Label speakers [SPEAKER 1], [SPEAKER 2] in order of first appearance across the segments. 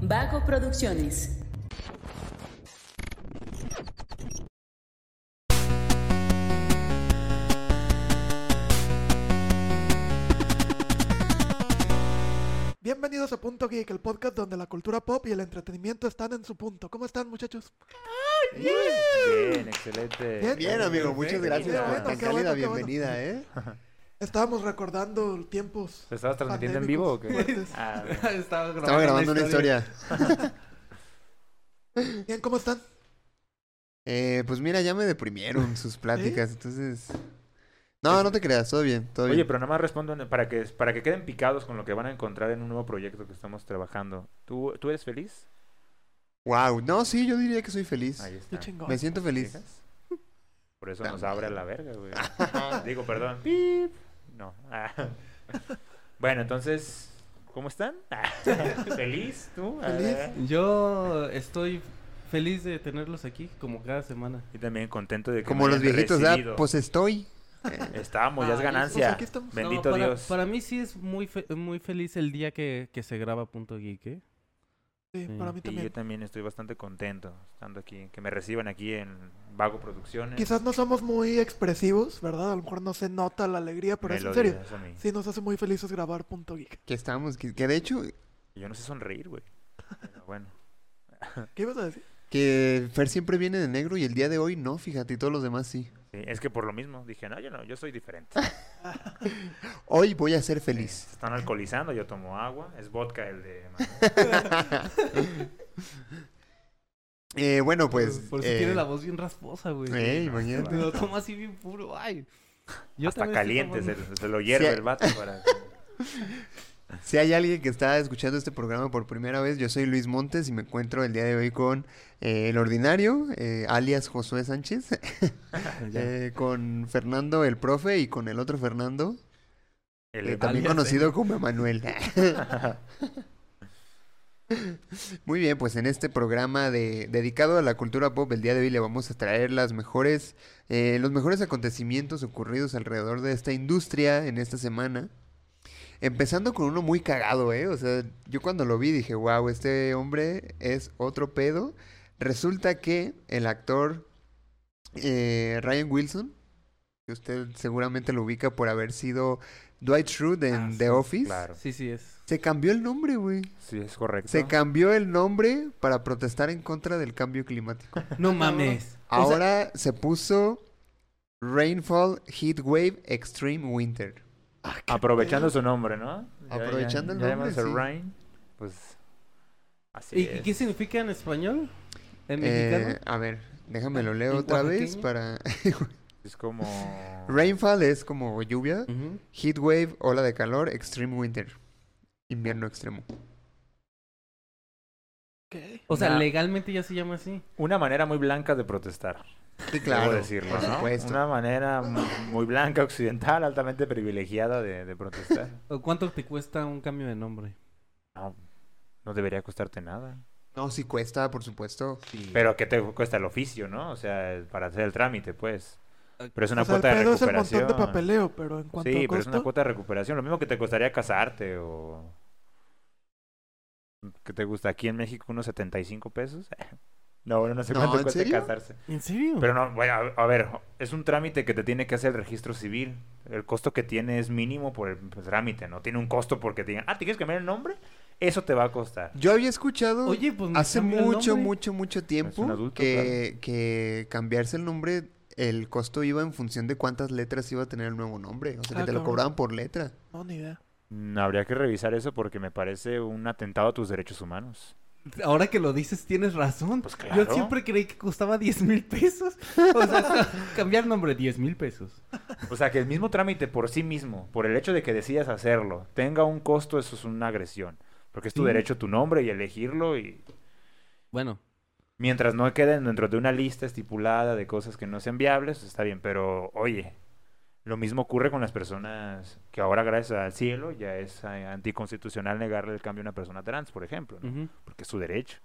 [SPEAKER 1] Vago Producciones.
[SPEAKER 2] Bienvenidos a Punto Geek, el podcast donde la cultura pop y el entretenimiento están en su punto. ¿Cómo están, muchachos?
[SPEAKER 3] Bien, excelente.
[SPEAKER 2] Bien.
[SPEAKER 4] Bien, amigo, muchas gracias
[SPEAKER 2] Qué
[SPEAKER 4] por
[SPEAKER 2] bueno,
[SPEAKER 4] tan
[SPEAKER 2] qué bueno,
[SPEAKER 4] cálida
[SPEAKER 2] qué bueno.
[SPEAKER 4] bienvenida, ¿eh?
[SPEAKER 2] Estábamos recordando tiempos.
[SPEAKER 3] ¿Te estabas transmitiendo en vivo o qué?
[SPEAKER 2] pandémicos fuertes.
[SPEAKER 3] Ah,
[SPEAKER 5] Estaba grabando,
[SPEAKER 4] Estaba grabando una historia.
[SPEAKER 2] Bien, ¿cómo están?
[SPEAKER 4] Eh, pues mira, ya me deprimieron sus pláticas, entonces... No, no te creas, todo bien, todo
[SPEAKER 3] Oye,
[SPEAKER 4] bien.
[SPEAKER 3] pero nada más respondo en- para que, para que queden picados con lo que van a encontrar en un nuevo proyecto que estamos trabajando. ¿Tú, tú eres feliz?
[SPEAKER 4] Wow, no, sí, yo diría que soy feliz.
[SPEAKER 3] Ahí está.
[SPEAKER 2] Qué chingón.
[SPEAKER 4] Me siento feliz.
[SPEAKER 3] ¿Fijas? Por eso
[SPEAKER 4] Ta
[SPEAKER 3] nos abre a
[SPEAKER 4] madre.
[SPEAKER 3] la verga, güey. Digo, perdón. Pip. No. Ah. Bueno, entonces, ¿cómo están? Ah. ¿Feliz tú? Ah.
[SPEAKER 2] Feliz.
[SPEAKER 5] Yo estoy feliz de tenerlos aquí como cada semana.
[SPEAKER 3] Y también contento de que
[SPEAKER 4] Como
[SPEAKER 3] me
[SPEAKER 4] los
[SPEAKER 3] hayan
[SPEAKER 4] viejitos,
[SPEAKER 3] recibido.
[SPEAKER 4] ¿verdad? Pues estoy.
[SPEAKER 3] Estamos, ya es
[SPEAKER 5] Ah,
[SPEAKER 3] ganancia.
[SPEAKER 2] pues aquí estamos.
[SPEAKER 3] Bendito
[SPEAKER 5] No, para,
[SPEAKER 3] Dios.
[SPEAKER 5] Para mí sí es muy fe- muy feliz el día que, que se graba Punto Geek, ¿eh?
[SPEAKER 2] Sí,
[SPEAKER 5] Sí.
[SPEAKER 2] para mí
[SPEAKER 3] Y yo
[SPEAKER 2] también.
[SPEAKER 3] también estoy bastante contento estando aquí, que me reciban aquí en Vago Producciones.
[SPEAKER 2] Quizás no somos muy expresivos, ¿verdad? A lo mejor no se nota la alegría, pero es en serio.
[SPEAKER 3] Melodías a mí.
[SPEAKER 2] Sí, nos hace muy felices grabar Punto Geek.
[SPEAKER 4] Que estamos, que, que de hecho,
[SPEAKER 3] Yo no sé sonreír, güey. Pero bueno.
[SPEAKER 2] ¿Qué ibas a decir?
[SPEAKER 4] que Fer siempre viene de negro y el día de hoy no, fíjate, y todos los demás sí.
[SPEAKER 3] Sí, es que por lo mismo dije, no, yo no, yo soy diferente.
[SPEAKER 4] Hoy voy a ser
[SPEAKER 3] Se
[SPEAKER 4] feliz.
[SPEAKER 3] están alcoholizando, yo tomo agua. Es vodka el de.
[SPEAKER 4] Eh, bueno, pues...
[SPEAKER 5] Por, por si
[SPEAKER 4] eh,
[SPEAKER 5] tiene la voz bien rasposa, güey.
[SPEAKER 4] eh, imagínate.
[SPEAKER 5] Me lo toma así bien puro, ay. Yo
[SPEAKER 3] Hasta
[SPEAKER 5] también
[SPEAKER 3] caliente,
[SPEAKER 5] estoy
[SPEAKER 3] se,
[SPEAKER 5] tomando-
[SPEAKER 3] se lo hierve
[SPEAKER 4] Sí.
[SPEAKER 3] el vato para.
[SPEAKER 4] Si hay alguien que está escuchando este programa por primera vez, yo soy Luis Montes y me encuentro el día de hoy con eh, el ordinario, eh, alias Josué Sánchez,
[SPEAKER 5] Ya.
[SPEAKER 4] eh, con Fernando el profe y con el otro Fernando,
[SPEAKER 3] El
[SPEAKER 4] eh, también
[SPEAKER 5] alias,
[SPEAKER 4] conocido como Emanuel. Muy bien, pues en este programa de, dedicado a la cultura pop, el día de hoy le vamos a traer las mejores, eh, los mejores acontecimientos ocurridos alrededor de esta industria en esta semana. Empezando con uno muy cagado, ¿eh? O sea, yo cuando lo vi dije, wow, este hombre es otro pedo. Resulta que el actor eh, Ryan Wilson, que usted seguramente lo ubica por haber sido Dwight Schrute en
[SPEAKER 5] Ah, sí,
[SPEAKER 4] The Office,
[SPEAKER 3] Claro.
[SPEAKER 5] Sí, sí es.
[SPEAKER 4] se cambió el nombre, güey.
[SPEAKER 3] Sí, es correcto.
[SPEAKER 4] Se cambió el nombre para protestar en contra del cambio climático.
[SPEAKER 5] No mames.
[SPEAKER 4] Ahora se puso Rainfall Heat Wave Extreme Winter.
[SPEAKER 3] Aprovechando su nombre, ¿no? Ya- ya-
[SPEAKER 4] Aprovechando el
[SPEAKER 3] ya
[SPEAKER 4] nombre,
[SPEAKER 3] llamándose
[SPEAKER 4] sí.
[SPEAKER 3] Ryan, pues. Así
[SPEAKER 5] ¿Y, y
[SPEAKER 3] es.
[SPEAKER 5] qué significa en español? ¿En
[SPEAKER 4] Eh,
[SPEAKER 5] mexicano?
[SPEAKER 4] a ver, déjame lo leo
[SPEAKER 5] ¿En
[SPEAKER 4] otra vez
[SPEAKER 5] oaxaqueño?
[SPEAKER 4] para...
[SPEAKER 3] Es como.
[SPEAKER 4] Rainfall es como lluvia.
[SPEAKER 5] Ujú.
[SPEAKER 4] Heat Wave, ola de calor, Extreme Winter. Invierno extremo.
[SPEAKER 2] ¿Qué?
[SPEAKER 5] O sea,
[SPEAKER 3] Nah.
[SPEAKER 5] legalmente ya se llama así.
[SPEAKER 3] Una manera muy blanca de protestar.
[SPEAKER 4] Sí,
[SPEAKER 3] Debo decirlo,
[SPEAKER 4] por
[SPEAKER 3] ¿no?
[SPEAKER 4] supuesto.
[SPEAKER 3] Una manera mu- muy blanca, occidental, altamente privilegiada de, de protestar.
[SPEAKER 5] ¿O ¿Cuánto te cuesta un cambio de nombre?
[SPEAKER 3] No, no debería costarte nada.
[SPEAKER 4] No, sí cuesta, por supuesto.
[SPEAKER 3] Pero ¿qué te cuesta el oficio, no? O sea, el- para hacer el trámite, pues. Pero es una
[SPEAKER 2] o sea, el
[SPEAKER 3] cuota de
[SPEAKER 2] pedo es el
[SPEAKER 3] recuperación.
[SPEAKER 2] montón de papeleo, pero en cuanto
[SPEAKER 3] sí,
[SPEAKER 2] a
[SPEAKER 3] pero es una
[SPEAKER 2] costo,
[SPEAKER 3] cuota de recuperación. Lo mismo que te costaría casarte o... ¿Qué te gusta? Aquí en México unos 75 pesos. No, bueno, no sé
[SPEAKER 4] No,
[SPEAKER 3] cuánto
[SPEAKER 4] ¿en
[SPEAKER 3] cuesta
[SPEAKER 4] serio?
[SPEAKER 3] casarse.
[SPEAKER 5] ¿En serio?
[SPEAKER 3] Pero no, bueno, a a ver, es un trámite que te tiene que hacer el registro civil. El costo que tiene es mínimo por el pues, trámite, ¿no? Tiene un costo porque te digan, ah, ¿te quieres cambiar el nombre? Eso te va a costar.
[SPEAKER 4] Yo había escuchado
[SPEAKER 5] Oye, pues me
[SPEAKER 4] hace
[SPEAKER 5] cambio el
[SPEAKER 4] mucho,
[SPEAKER 5] nombre.
[SPEAKER 4] mucho, mucho tiempo
[SPEAKER 3] adulto,
[SPEAKER 4] que, que cambiarse el nombre, el costo iba en función de cuántas letras iba a tener el nuevo nombre. O sea, que
[SPEAKER 2] Ah,
[SPEAKER 4] te lo
[SPEAKER 2] cabrón.
[SPEAKER 4] cobraban por letra.
[SPEAKER 2] no, ni idea.
[SPEAKER 3] Mm, Habría que revisar eso porque me parece un atentado a tus derechos humanos.
[SPEAKER 5] Ahora que lo dices, tienes razón.
[SPEAKER 3] Pues claro.
[SPEAKER 5] Yo siempre creí que costaba 10 mil pesos. O sea, hasta cambiar nombre, 10 mil pesos.
[SPEAKER 3] O sea, que el mismo trámite por sí mismo, por el hecho de que decidas hacerlo, tenga un costo, eso es una agresión. Porque es tu
[SPEAKER 5] Sí.
[SPEAKER 3] derecho, tu nombre y elegirlo y...
[SPEAKER 5] Bueno,
[SPEAKER 3] Mientras no queden dentro de una lista estipulada de cosas que no sean viables, está bien. Pero, oye, lo mismo ocurre con las personas que ahora, gracias al cielo, ya es eh, anticonstitucional negarle el cambio a una persona trans, por ejemplo. ¿no?
[SPEAKER 5] ujú.
[SPEAKER 3] porque es su derecho.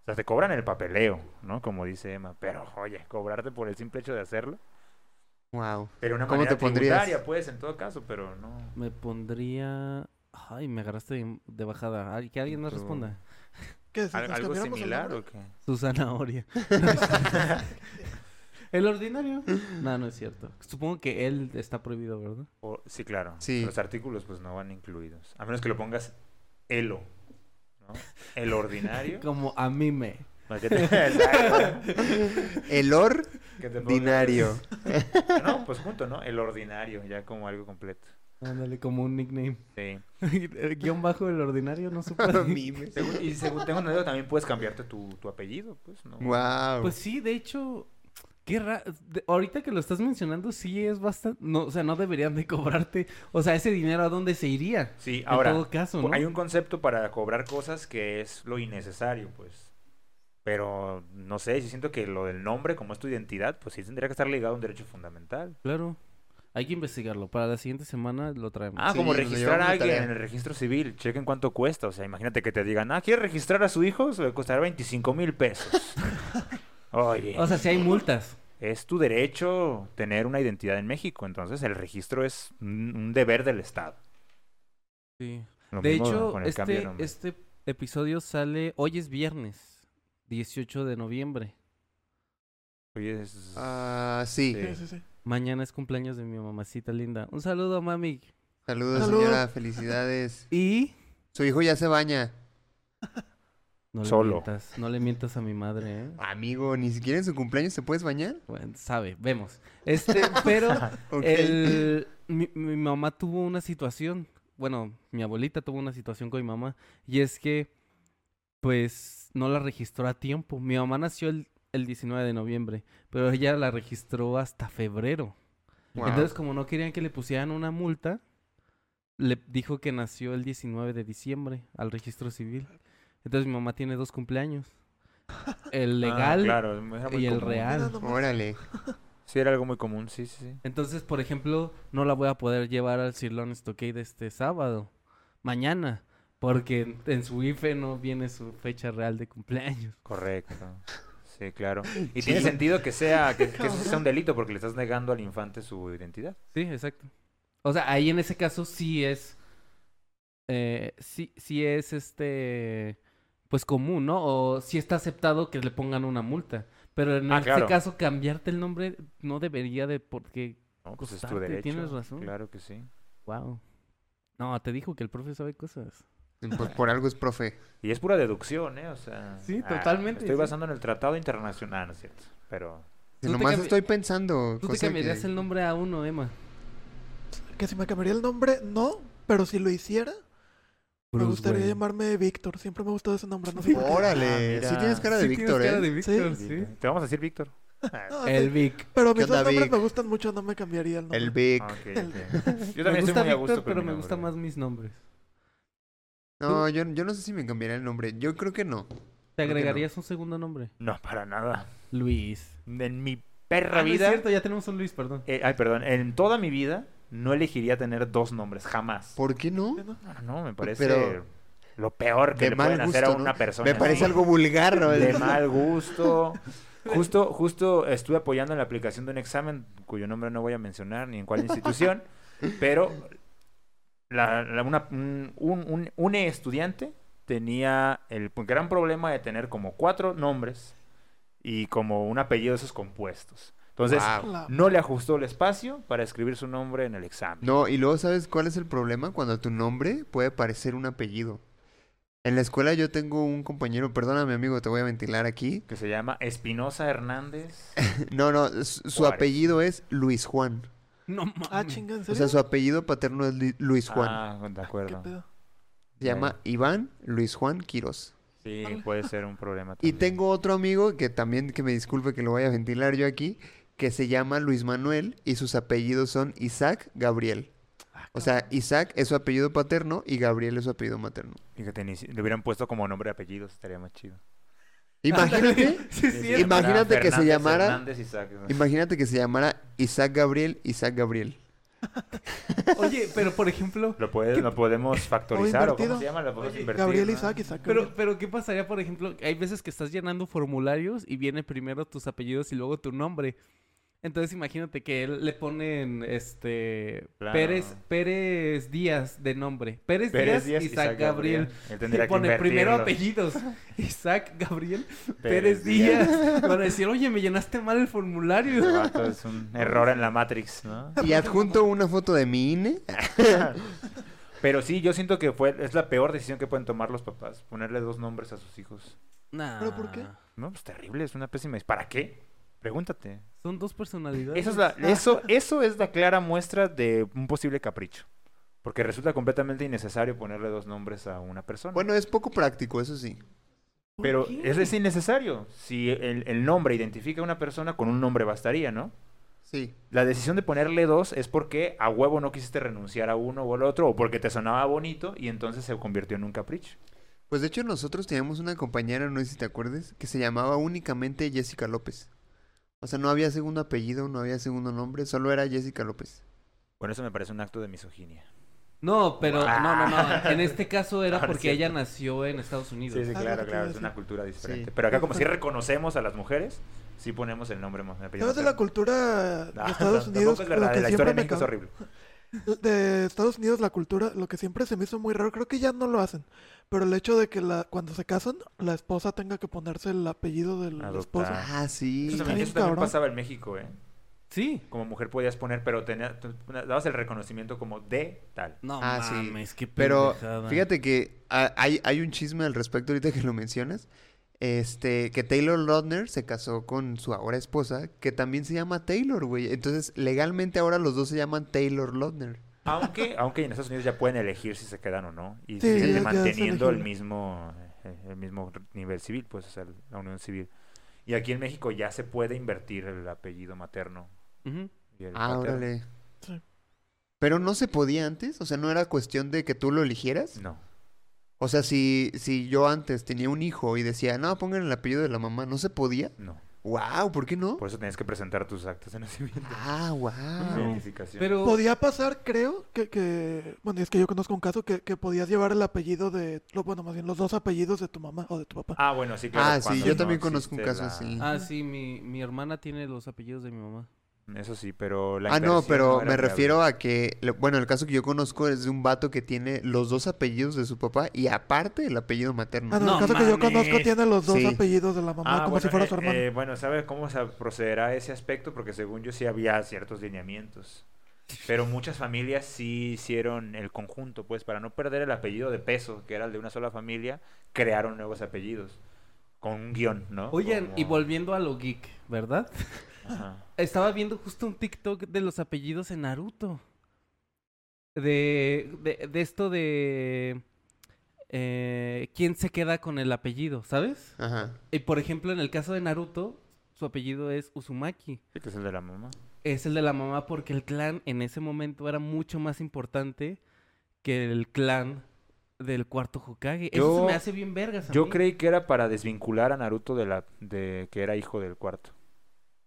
[SPEAKER 3] O sea, te cobran el papeleo, ¿no? Como dice Emma. Pero, oye, cobrarte por el simple hecho de hacerlo.
[SPEAKER 4] Wow.
[SPEAKER 3] Pero una
[SPEAKER 4] ¿Cómo
[SPEAKER 3] manera
[SPEAKER 4] te pondrías? Pues,
[SPEAKER 3] tributaria, pues, en todo caso, pero no.
[SPEAKER 5] me pondría. Ay, me agarraste de, de bajada. Ay, que alguien nos
[SPEAKER 3] Tú.
[SPEAKER 5] responda.
[SPEAKER 2] ¿Qué si
[SPEAKER 3] ¿Al-
[SPEAKER 2] nos
[SPEAKER 3] ¿Algo
[SPEAKER 2] cambiáramos el
[SPEAKER 3] similar
[SPEAKER 2] nombre?
[SPEAKER 3] o qué?
[SPEAKER 5] Su zanahoria. ¿El ordinario? No, no es cierto. Supongo que él está prohibido, ¿verdad?
[SPEAKER 3] O- sí, claro.
[SPEAKER 4] Sí.
[SPEAKER 3] Los artículos pues no van incluidos. A menos que lo pongas elo. ¿no? El ordinario.
[SPEAKER 5] Como a mí me.
[SPEAKER 3] No, que te- Exacto.
[SPEAKER 4] El
[SPEAKER 3] Que te pongas-
[SPEAKER 4] ordinario.
[SPEAKER 3] No, pues junto, ¿no? El ordinario, ya como algo completo.
[SPEAKER 5] Ándale, como un nickname.
[SPEAKER 3] Sí.
[SPEAKER 5] El Guión bajo del ordinario, no supe.
[SPEAKER 4] Mimes.
[SPEAKER 3] Según- y según tengo entendido, también puedes cambiarte tu, tu apellido, pues, ¿no?
[SPEAKER 4] Wow.
[SPEAKER 5] Pues sí, de hecho, qué ra- de- ahorita que lo estás mencionando, sí es bastante, no, o sea, no deberían de cobrarte, o sea, ese dinero a dónde se iría.
[SPEAKER 3] Sí, ahora, pues,
[SPEAKER 5] en todo caso, ¿no?
[SPEAKER 3] hay un concepto para cobrar cosas que es lo innecesario, pues. Pero, no sé, yo siento que lo del nombre, como es tu identidad, pues sí tendría que estar ligado a un derecho fundamental.
[SPEAKER 5] Claro. Hay que investigarlo. Para la siguiente semana lo traemos.
[SPEAKER 3] Ah,
[SPEAKER 4] Sí,
[SPEAKER 3] como
[SPEAKER 4] nos
[SPEAKER 3] registrar
[SPEAKER 4] llevamos
[SPEAKER 3] a
[SPEAKER 4] la
[SPEAKER 3] alguien
[SPEAKER 4] tarea.
[SPEAKER 3] en el registro civil. Chequen cuánto cuesta. O sea, imagínate que te digan, ah, ¿quieres registrar a su hijo? Se le costará 25 mil pesos. Oye,
[SPEAKER 5] O sea, si hay multas.
[SPEAKER 3] es tu derecho tener una identidad en México. Entonces, el registro es un, un deber del Estado.
[SPEAKER 5] Sí.
[SPEAKER 3] Lo
[SPEAKER 5] De
[SPEAKER 3] mismo
[SPEAKER 5] hecho,
[SPEAKER 3] con el cambio de
[SPEAKER 5] este,
[SPEAKER 3] nombre.
[SPEAKER 5] este episodio sale hoy es viernes, 18 de noviembre.
[SPEAKER 3] Oye, es-
[SPEAKER 4] Ah, sí.
[SPEAKER 3] Sí.
[SPEAKER 2] Sí, sí, sí.
[SPEAKER 5] Mañana es cumpleaños de mi mamacita linda. Un saludo, mami.
[SPEAKER 4] Saludos,
[SPEAKER 2] Saludos.
[SPEAKER 4] señora. Felicidades.
[SPEAKER 5] Y
[SPEAKER 4] Su hijo ya se baña.
[SPEAKER 5] no
[SPEAKER 3] Solo.
[SPEAKER 5] le mientas, no le mientas a mi madre, ¿eh?
[SPEAKER 4] Amigo, ni siquiera en su cumpleaños te puedes bañar.
[SPEAKER 5] Bueno, sabe, vemos. Este, pero
[SPEAKER 4] Ok.
[SPEAKER 5] El- mi, mi mamá tuvo una situación, bueno, mi abuelita tuvo una situación con mi mamá, y es que, pues, no la registró a tiempo. Mi mamá nació el, el 19 de noviembre, pero ella la registró hasta febrero.
[SPEAKER 4] Wow.
[SPEAKER 5] Entonces, como no querían que le pusieran una multa, le dijo que nació el 19 de diciembre al registro civil. Entonces, mi mamá tiene dos cumpleaños. El
[SPEAKER 3] Ah,
[SPEAKER 5] legal.
[SPEAKER 3] claro, era muy
[SPEAKER 5] y el
[SPEAKER 3] común.
[SPEAKER 5] real.
[SPEAKER 2] Mira nomás.
[SPEAKER 4] Órale.
[SPEAKER 3] Sí, era algo muy común, sí, sí. sí.
[SPEAKER 5] Entonces, por ejemplo, no la voy a poder llevar al Cirlón Stockade este sábado, mañana, porque en, en su IFE no viene su fecha real de cumpleaños.
[SPEAKER 3] Correcto. Sí, claro. Y tiene sentido que sea que, que eso sea un delito porque le estás negando al infante su identidad.
[SPEAKER 5] Sí, exacto. O sea, ahí en ese caso sí es, eh, sí, sí es este, pues común, ¿no? O sí está aceptado que le pongan una multa. Pero en
[SPEAKER 3] Ah,
[SPEAKER 5] este
[SPEAKER 3] claro.
[SPEAKER 5] caso cambiarte el nombre no debería de porque,
[SPEAKER 3] No, pues es tu
[SPEAKER 5] Constante,
[SPEAKER 3] derecho.
[SPEAKER 5] tienes razón.
[SPEAKER 3] Claro que sí.
[SPEAKER 5] wow. No, te dijo que el profe sabe cosas.
[SPEAKER 4] Pues por algo es profe.
[SPEAKER 3] Y es pura deducción, ¿eh? O sea.
[SPEAKER 5] Sí,
[SPEAKER 3] ah,
[SPEAKER 5] totalmente,
[SPEAKER 3] estoy
[SPEAKER 5] sí.
[SPEAKER 3] basando en el Tratado Internacional, ¿no es cierto? Pero.
[SPEAKER 5] Tú te
[SPEAKER 4] Nomás
[SPEAKER 5] cambi-
[SPEAKER 4] estoy pensando.
[SPEAKER 5] Tú te
[SPEAKER 4] Pues cosa que-
[SPEAKER 5] cambiarías el nombre a uno, Emma.
[SPEAKER 2] Que si me cambiaría el nombre, no, pero si lo hiciera, me
[SPEAKER 5] Bruce
[SPEAKER 2] gustaría
[SPEAKER 5] Wayne.
[SPEAKER 2] llamarme Víctor. Siempre me ha gustado ese nombre, no sé por qué.
[SPEAKER 4] Órale.
[SPEAKER 3] Ah, mira.
[SPEAKER 4] sí tienes cara de
[SPEAKER 5] Sí
[SPEAKER 4] Víctor,
[SPEAKER 5] tienes cara
[SPEAKER 4] ¿eh?
[SPEAKER 5] de Víctor,
[SPEAKER 2] Sí.
[SPEAKER 5] sí.
[SPEAKER 3] Te vamos a decir Víctor. Ah,
[SPEAKER 2] No,
[SPEAKER 5] El
[SPEAKER 2] sí,
[SPEAKER 5] Vic.
[SPEAKER 2] Pero
[SPEAKER 4] ¿Qué
[SPEAKER 2] mis
[SPEAKER 4] onda,
[SPEAKER 2] dos nombres
[SPEAKER 4] Vic?
[SPEAKER 2] me gustan mucho, no me cambiaría el nombre.
[SPEAKER 4] El Vic.
[SPEAKER 3] Ah,
[SPEAKER 5] Ah,
[SPEAKER 3] ok, ok. Yo también
[SPEAKER 5] me gusta
[SPEAKER 3] estoy muy a
[SPEAKER 5] Víctor,
[SPEAKER 3] gusto con
[SPEAKER 5] pero
[SPEAKER 3] mi
[SPEAKER 5] me gusta
[SPEAKER 3] nombre.
[SPEAKER 5] más mis nombres.
[SPEAKER 4] No, yo, yo no sé si me cambiaría el nombre. Yo creo que no.
[SPEAKER 5] ¿Te
[SPEAKER 4] Creo que no.
[SPEAKER 5] agregarías un segundo nombre?
[SPEAKER 3] No, para nada.
[SPEAKER 5] Luis.
[SPEAKER 3] En mi
[SPEAKER 5] Ah,
[SPEAKER 3] perra
[SPEAKER 5] no es
[SPEAKER 3] vida.
[SPEAKER 5] cierto, ya tenemos un Luis, perdón.
[SPEAKER 3] eh, ay, perdón. En toda mi vida no elegiría tener dos nombres, jamás.
[SPEAKER 4] ¿Por qué no?
[SPEAKER 2] ¿Sí, no?
[SPEAKER 3] Ah, No, me parece
[SPEAKER 4] Pero-
[SPEAKER 3] lo peor que
[SPEAKER 4] De
[SPEAKER 3] le
[SPEAKER 4] mal
[SPEAKER 3] pueden hacer a
[SPEAKER 4] gusto, ¿no?
[SPEAKER 3] una persona.
[SPEAKER 4] Me parece
[SPEAKER 3] Sí.
[SPEAKER 4] algo vulgar, ¿no?
[SPEAKER 3] de mal gusto. Justo, justo estuve apoyando en la aplicación de un examen cuyo nombre no voy a mencionar ni en cuál institución, pero la- la- una- un, un- un estudiante tenía el gran problema de tener como cuatro nombres y como un apellido de esos compuestos. Entonces,
[SPEAKER 4] Wow.
[SPEAKER 2] La-
[SPEAKER 3] no le ajustó el espacio para escribir su nombre en el examen.
[SPEAKER 4] No, y luego sabes cuál es el problema cuando tu nombre puede parecer un apellido. En la escuela yo tengo un compañero, perdóname amigo, te voy a ventilar aquí.
[SPEAKER 3] Que se llama Espinosa Hernández.
[SPEAKER 4] No, no, su, su
[SPEAKER 3] Juárez.
[SPEAKER 4] apellido es Luis Juan.
[SPEAKER 5] No
[SPEAKER 2] Ah,
[SPEAKER 5] mames.
[SPEAKER 2] chinga, ¿en
[SPEAKER 4] O
[SPEAKER 2] serio?
[SPEAKER 4] sea, su apellido paterno es Lu- Luis Juan.
[SPEAKER 3] Ah, de
[SPEAKER 2] ¿Qué
[SPEAKER 3] acuerdo.
[SPEAKER 2] pedo?
[SPEAKER 4] Se llama Iván Luis Juan Quirós.
[SPEAKER 3] Sí,
[SPEAKER 2] Dale.
[SPEAKER 3] puede ser un problema.
[SPEAKER 4] Y
[SPEAKER 3] también.
[SPEAKER 4] tengo otro amigo que también, que me disculpe que lo vaya a ventilar yo aquí, que se llama Luis Manuel y sus apellidos son Isaac Gabriel. O sea, Isaac es su apellido paterno y Gabriel es su apellido materno.
[SPEAKER 3] Fíjate, ni si- le hubieran puesto como nombre y apellido, estaría más chido.
[SPEAKER 4] Imagínate.
[SPEAKER 5] Sí, es cierto.
[SPEAKER 4] Imagínate que se
[SPEAKER 3] Fernández,
[SPEAKER 4] llamara-
[SPEAKER 3] Hernández, Isaac, ¿no?
[SPEAKER 4] Imagínate que se llamara Isaac Gabriel, Isaac Gabriel.
[SPEAKER 5] Oye, pero por ejemplo,
[SPEAKER 3] Lo, puedes- lo podemos factorizar o cómo se llama, lo podemos
[SPEAKER 5] Oye,
[SPEAKER 3] invertir.
[SPEAKER 2] Gabriel
[SPEAKER 3] ¿no?
[SPEAKER 2] Isaac, Isaac.
[SPEAKER 5] pero,
[SPEAKER 2] Gabriel.
[SPEAKER 5] pero ¿qué pasaría, por ejemplo? Hay veces que estás llenando formularios y viene primero tus apellidos y luego tu nombre. Entonces imagínate que él le ponen este
[SPEAKER 3] Claro.
[SPEAKER 5] Pérez Pérez Díaz de nombre. Pérez,
[SPEAKER 3] Pérez
[SPEAKER 5] Díaz,
[SPEAKER 3] Díaz,
[SPEAKER 5] Isaac, Gabriel.
[SPEAKER 3] Él
[SPEAKER 5] Le
[SPEAKER 3] tendría que
[SPEAKER 5] pone primero
[SPEAKER 3] invertirlo.
[SPEAKER 5] apellidos. Isaac Gabriel Pérez
[SPEAKER 3] Pérez
[SPEAKER 5] Díaz. Van a decir, oye, me llenaste mal el formulario.
[SPEAKER 3] Ese vato Es un error en la Matrix, ¿no?
[SPEAKER 4] Y adjunto una foto de mi E. INE.
[SPEAKER 3] Pero sí, yo siento que fue, es la peor decisión que pueden tomar los papás, ponerle dos nombres a sus hijos.
[SPEAKER 5] Nah.
[SPEAKER 2] ¿Pero por qué?
[SPEAKER 3] No, pues terrible, es una pésima. ¿Para qué? Pregúntate.
[SPEAKER 5] Son dos personalidades.
[SPEAKER 3] Eso es, la, eso, eso es la clara muestra de un posible capricho. Porque resulta completamente innecesario ponerle dos nombres a una persona.
[SPEAKER 4] Bueno, es poco práctico, eso sí.
[SPEAKER 5] ¿Por
[SPEAKER 3] Pero
[SPEAKER 5] qué?
[SPEAKER 3] es, es innecesario. Si el, el nombre identifica a una persona, con un nombre bastaría, ¿no?
[SPEAKER 4] Sí.
[SPEAKER 3] La decisión de ponerle dos es porque a huevo no quisiste renunciar a uno o al otro, o porque te sonaba bonito y entonces se convirtió en un capricho.
[SPEAKER 4] Pues de hecho nosotros teníamos una compañera, no sé si te acuerdes, que se llamaba únicamente Jessica López. O sea, no había segundo apellido, no había segundo nombre, solo era Jessica López.
[SPEAKER 3] Bueno, eso me parece un acto de misoginia.
[SPEAKER 5] No, pero no, no, no.
[SPEAKER 3] Ah.
[SPEAKER 5] En este caso era
[SPEAKER 3] Ahora es
[SPEAKER 5] porque ella
[SPEAKER 3] cierto.
[SPEAKER 5] nació en Estados Unidos.
[SPEAKER 3] Sí, sí,
[SPEAKER 2] Ah, es lo
[SPEAKER 3] claro,
[SPEAKER 2] que te iba a
[SPEAKER 3] claro, es
[SPEAKER 2] decir.
[SPEAKER 3] una cultura diferente.
[SPEAKER 4] Sí.
[SPEAKER 3] Pero acá como si reconocemos a las mujeres, sí ponemos el nombre más. el
[SPEAKER 2] Yo
[SPEAKER 3] apellido
[SPEAKER 2] es de
[SPEAKER 3] más
[SPEAKER 2] la cultura
[SPEAKER 3] No,
[SPEAKER 2] de Estados
[SPEAKER 3] no,
[SPEAKER 2] Unidos,
[SPEAKER 3] Ah, tampoco es
[SPEAKER 2] lo
[SPEAKER 3] verdad,
[SPEAKER 2] que
[SPEAKER 3] la historia
[SPEAKER 2] siempre
[SPEAKER 3] de
[SPEAKER 2] me
[SPEAKER 3] México es
[SPEAKER 2] cab-
[SPEAKER 3] horrible.
[SPEAKER 2] de Estados Unidos la cultura, lo que siempre se me hizo muy raro, creo que ya no lo hacen, pero el hecho de que la, cuando se casan, la esposa tenga que ponerse el apellido del
[SPEAKER 3] Adoptar.
[SPEAKER 2] esposo.
[SPEAKER 4] Ah, sí.
[SPEAKER 3] Eso
[SPEAKER 2] está
[SPEAKER 3] también,
[SPEAKER 2] bien
[SPEAKER 3] eso también
[SPEAKER 2] cabrón.
[SPEAKER 3] pasaba en México, ¿eh?
[SPEAKER 5] Sí.
[SPEAKER 3] Como mujer podías poner, pero tenía- tú- dabas el reconocimiento como de tal.
[SPEAKER 5] No
[SPEAKER 4] Ah, sí.
[SPEAKER 5] mames, qué
[SPEAKER 4] Pero
[SPEAKER 5] pendejada.
[SPEAKER 4] fíjate que ah, hay, hay un chisme al respecto ahorita que lo mencionas. Este, que Taylor Lautner se casó con su ahora esposa, que también se llama Taylor, güey. Entonces, legalmente ahora los dos se llaman Taylor Lautner.
[SPEAKER 3] Aunque, aunque en Estados Unidos ya pueden elegir si se quedan o no.
[SPEAKER 2] Sí,
[SPEAKER 3] Y siguen
[SPEAKER 2] ya- ya es
[SPEAKER 3] manteniendo el
[SPEAKER 2] elegible.
[SPEAKER 3] mismo, eh, el mismo nivel civil, pues, o sea, la unión civil. Y aquí en México ya se puede invertir el apellido materno.
[SPEAKER 5] Ujú.
[SPEAKER 3] y el
[SPEAKER 4] Ah,
[SPEAKER 3] paterno.
[SPEAKER 4] órale.
[SPEAKER 2] Sí.
[SPEAKER 4] Pero no se podía antes, o sea, no era cuestión de que tú lo eligieras.
[SPEAKER 3] No.
[SPEAKER 4] O sea, si, si yo antes tenía un hijo y decía, no, pongan el apellido de la mamá, ¿no se podía?
[SPEAKER 3] No,
[SPEAKER 4] ¡Wow! ¿Por qué no?
[SPEAKER 3] por eso tenías que presentar tus actas de nacimiento.
[SPEAKER 4] Ah,
[SPEAKER 3] tu
[SPEAKER 4] wow.
[SPEAKER 3] identificación.
[SPEAKER 5] Pero
[SPEAKER 2] Podía pasar, creo, que, que- Bueno, es que yo conozco un caso que, que podías llevar el apellido de... lo- Bueno, más bien los dos apellidos de tu mamá o de tu papá.
[SPEAKER 3] Ah, bueno, sí, claro.
[SPEAKER 4] Ah, sí,
[SPEAKER 3] cuando
[SPEAKER 4] yo
[SPEAKER 3] no
[SPEAKER 4] también conozco un
[SPEAKER 3] existe
[SPEAKER 4] caso así.
[SPEAKER 5] Ah, sí, mi, mi hermana tiene los apellidos de mi mamá.
[SPEAKER 3] Eso sí, pero la
[SPEAKER 4] Ah, no,
[SPEAKER 3] inversión
[SPEAKER 4] pero
[SPEAKER 3] era
[SPEAKER 4] me
[SPEAKER 3] viable.
[SPEAKER 4] refiero a que, lo- bueno, el caso que yo conozco es de un vato que tiene los dos apellidos de su papá y aparte el apellido materno.
[SPEAKER 2] Ah, no,
[SPEAKER 5] No
[SPEAKER 2] el caso que yo
[SPEAKER 5] mames.
[SPEAKER 2] conozco tiene los dos
[SPEAKER 4] Sí.
[SPEAKER 2] apellidos de la mamá,
[SPEAKER 3] Ah,
[SPEAKER 2] como
[SPEAKER 3] bueno,
[SPEAKER 2] si fuera
[SPEAKER 3] eh,
[SPEAKER 2] su hermano.
[SPEAKER 3] eh, bueno, ¿sabes cómo se procederá ese aspecto? Porque según yo sí había ciertos lineamientos. Pero muchas familias sí hicieron el conjunto, pues para no perder el apellido de peso, que era el de una sola familia, crearon nuevos apellidos. Con un guión, ¿no?
[SPEAKER 5] Oigan, y
[SPEAKER 3] Como-
[SPEAKER 5] volviendo a lo geek, ¿verdad?
[SPEAKER 3] Ajá.
[SPEAKER 5] Estaba viendo justo un TikTok de los apellidos en Naruto. De, de, de esto de... eh, ¿Quién se queda con el apellido, sabes?
[SPEAKER 4] Ajá.
[SPEAKER 5] Y por ejemplo, en el caso de Naruto, su apellido es Uzumaki.
[SPEAKER 3] Sí, que es el de la mamá.
[SPEAKER 5] Es el de la mamá porque el clan en ese momento era mucho más importante que el clan del cuarto Hokage. Eso se
[SPEAKER 3] Yo-
[SPEAKER 5] me hace bien vergas a
[SPEAKER 3] Yo
[SPEAKER 5] mí.
[SPEAKER 3] creí que era para desvincular a Naruto de la de que era hijo del cuarto.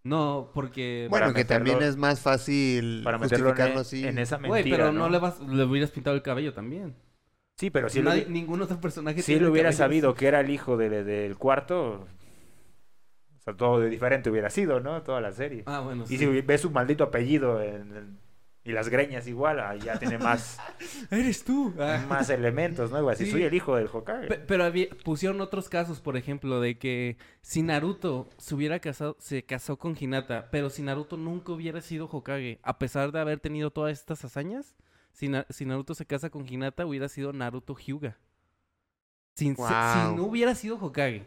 [SPEAKER 5] No, porque...
[SPEAKER 4] Bueno,
[SPEAKER 3] para
[SPEAKER 4] que también
[SPEAKER 3] meterlo-
[SPEAKER 4] es más fácil
[SPEAKER 3] Para meterlo en,
[SPEAKER 4] justificarlo
[SPEAKER 3] e-
[SPEAKER 4] así.
[SPEAKER 3] en esa mentira.
[SPEAKER 5] Güey, pero no,
[SPEAKER 3] ¿no?
[SPEAKER 5] le vas... Le hubieras pintado el cabello también.
[SPEAKER 3] Sí, pero si él
[SPEAKER 5] Nadie-
[SPEAKER 3] hubi-
[SPEAKER 5] Ningún otro personaje
[SPEAKER 3] si
[SPEAKER 5] tiene
[SPEAKER 3] él
[SPEAKER 5] el
[SPEAKER 3] hubiera
[SPEAKER 5] cabello
[SPEAKER 3] sabido
[SPEAKER 5] así.
[SPEAKER 3] que era el hijo de- de- del cuarto, o sea, todo de diferente hubiera sido, ¿no? Toda la serie.
[SPEAKER 5] Ah, bueno,
[SPEAKER 3] y
[SPEAKER 5] sí.
[SPEAKER 3] si hubi- ves su maldito apellido en- en- y las greñas igual, ah, ya tiene más,
[SPEAKER 5] ¡Eres tú! Ah.
[SPEAKER 3] más elementos, ¿no? Igual, si
[SPEAKER 5] Sí.
[SPEAKER 3] soy el hijo del Hokage.
[SPEAKER 5] Pe- Pero había- pusieron otros casos, por ejemplo, de que si Naruto se hubiera casado, se casó con Hinata, pero si Naruto nunca hubiera sido Hokage, a pesar de haber tenido todas estas hazañas, si, Na- si Naruto se casa con Hinata, hubiera sido Naruto Hyuga. Sin- se- si
[SPEAKER 4] Guau. Mm.
[SPEAKER 5] no hubiera sido Hokage.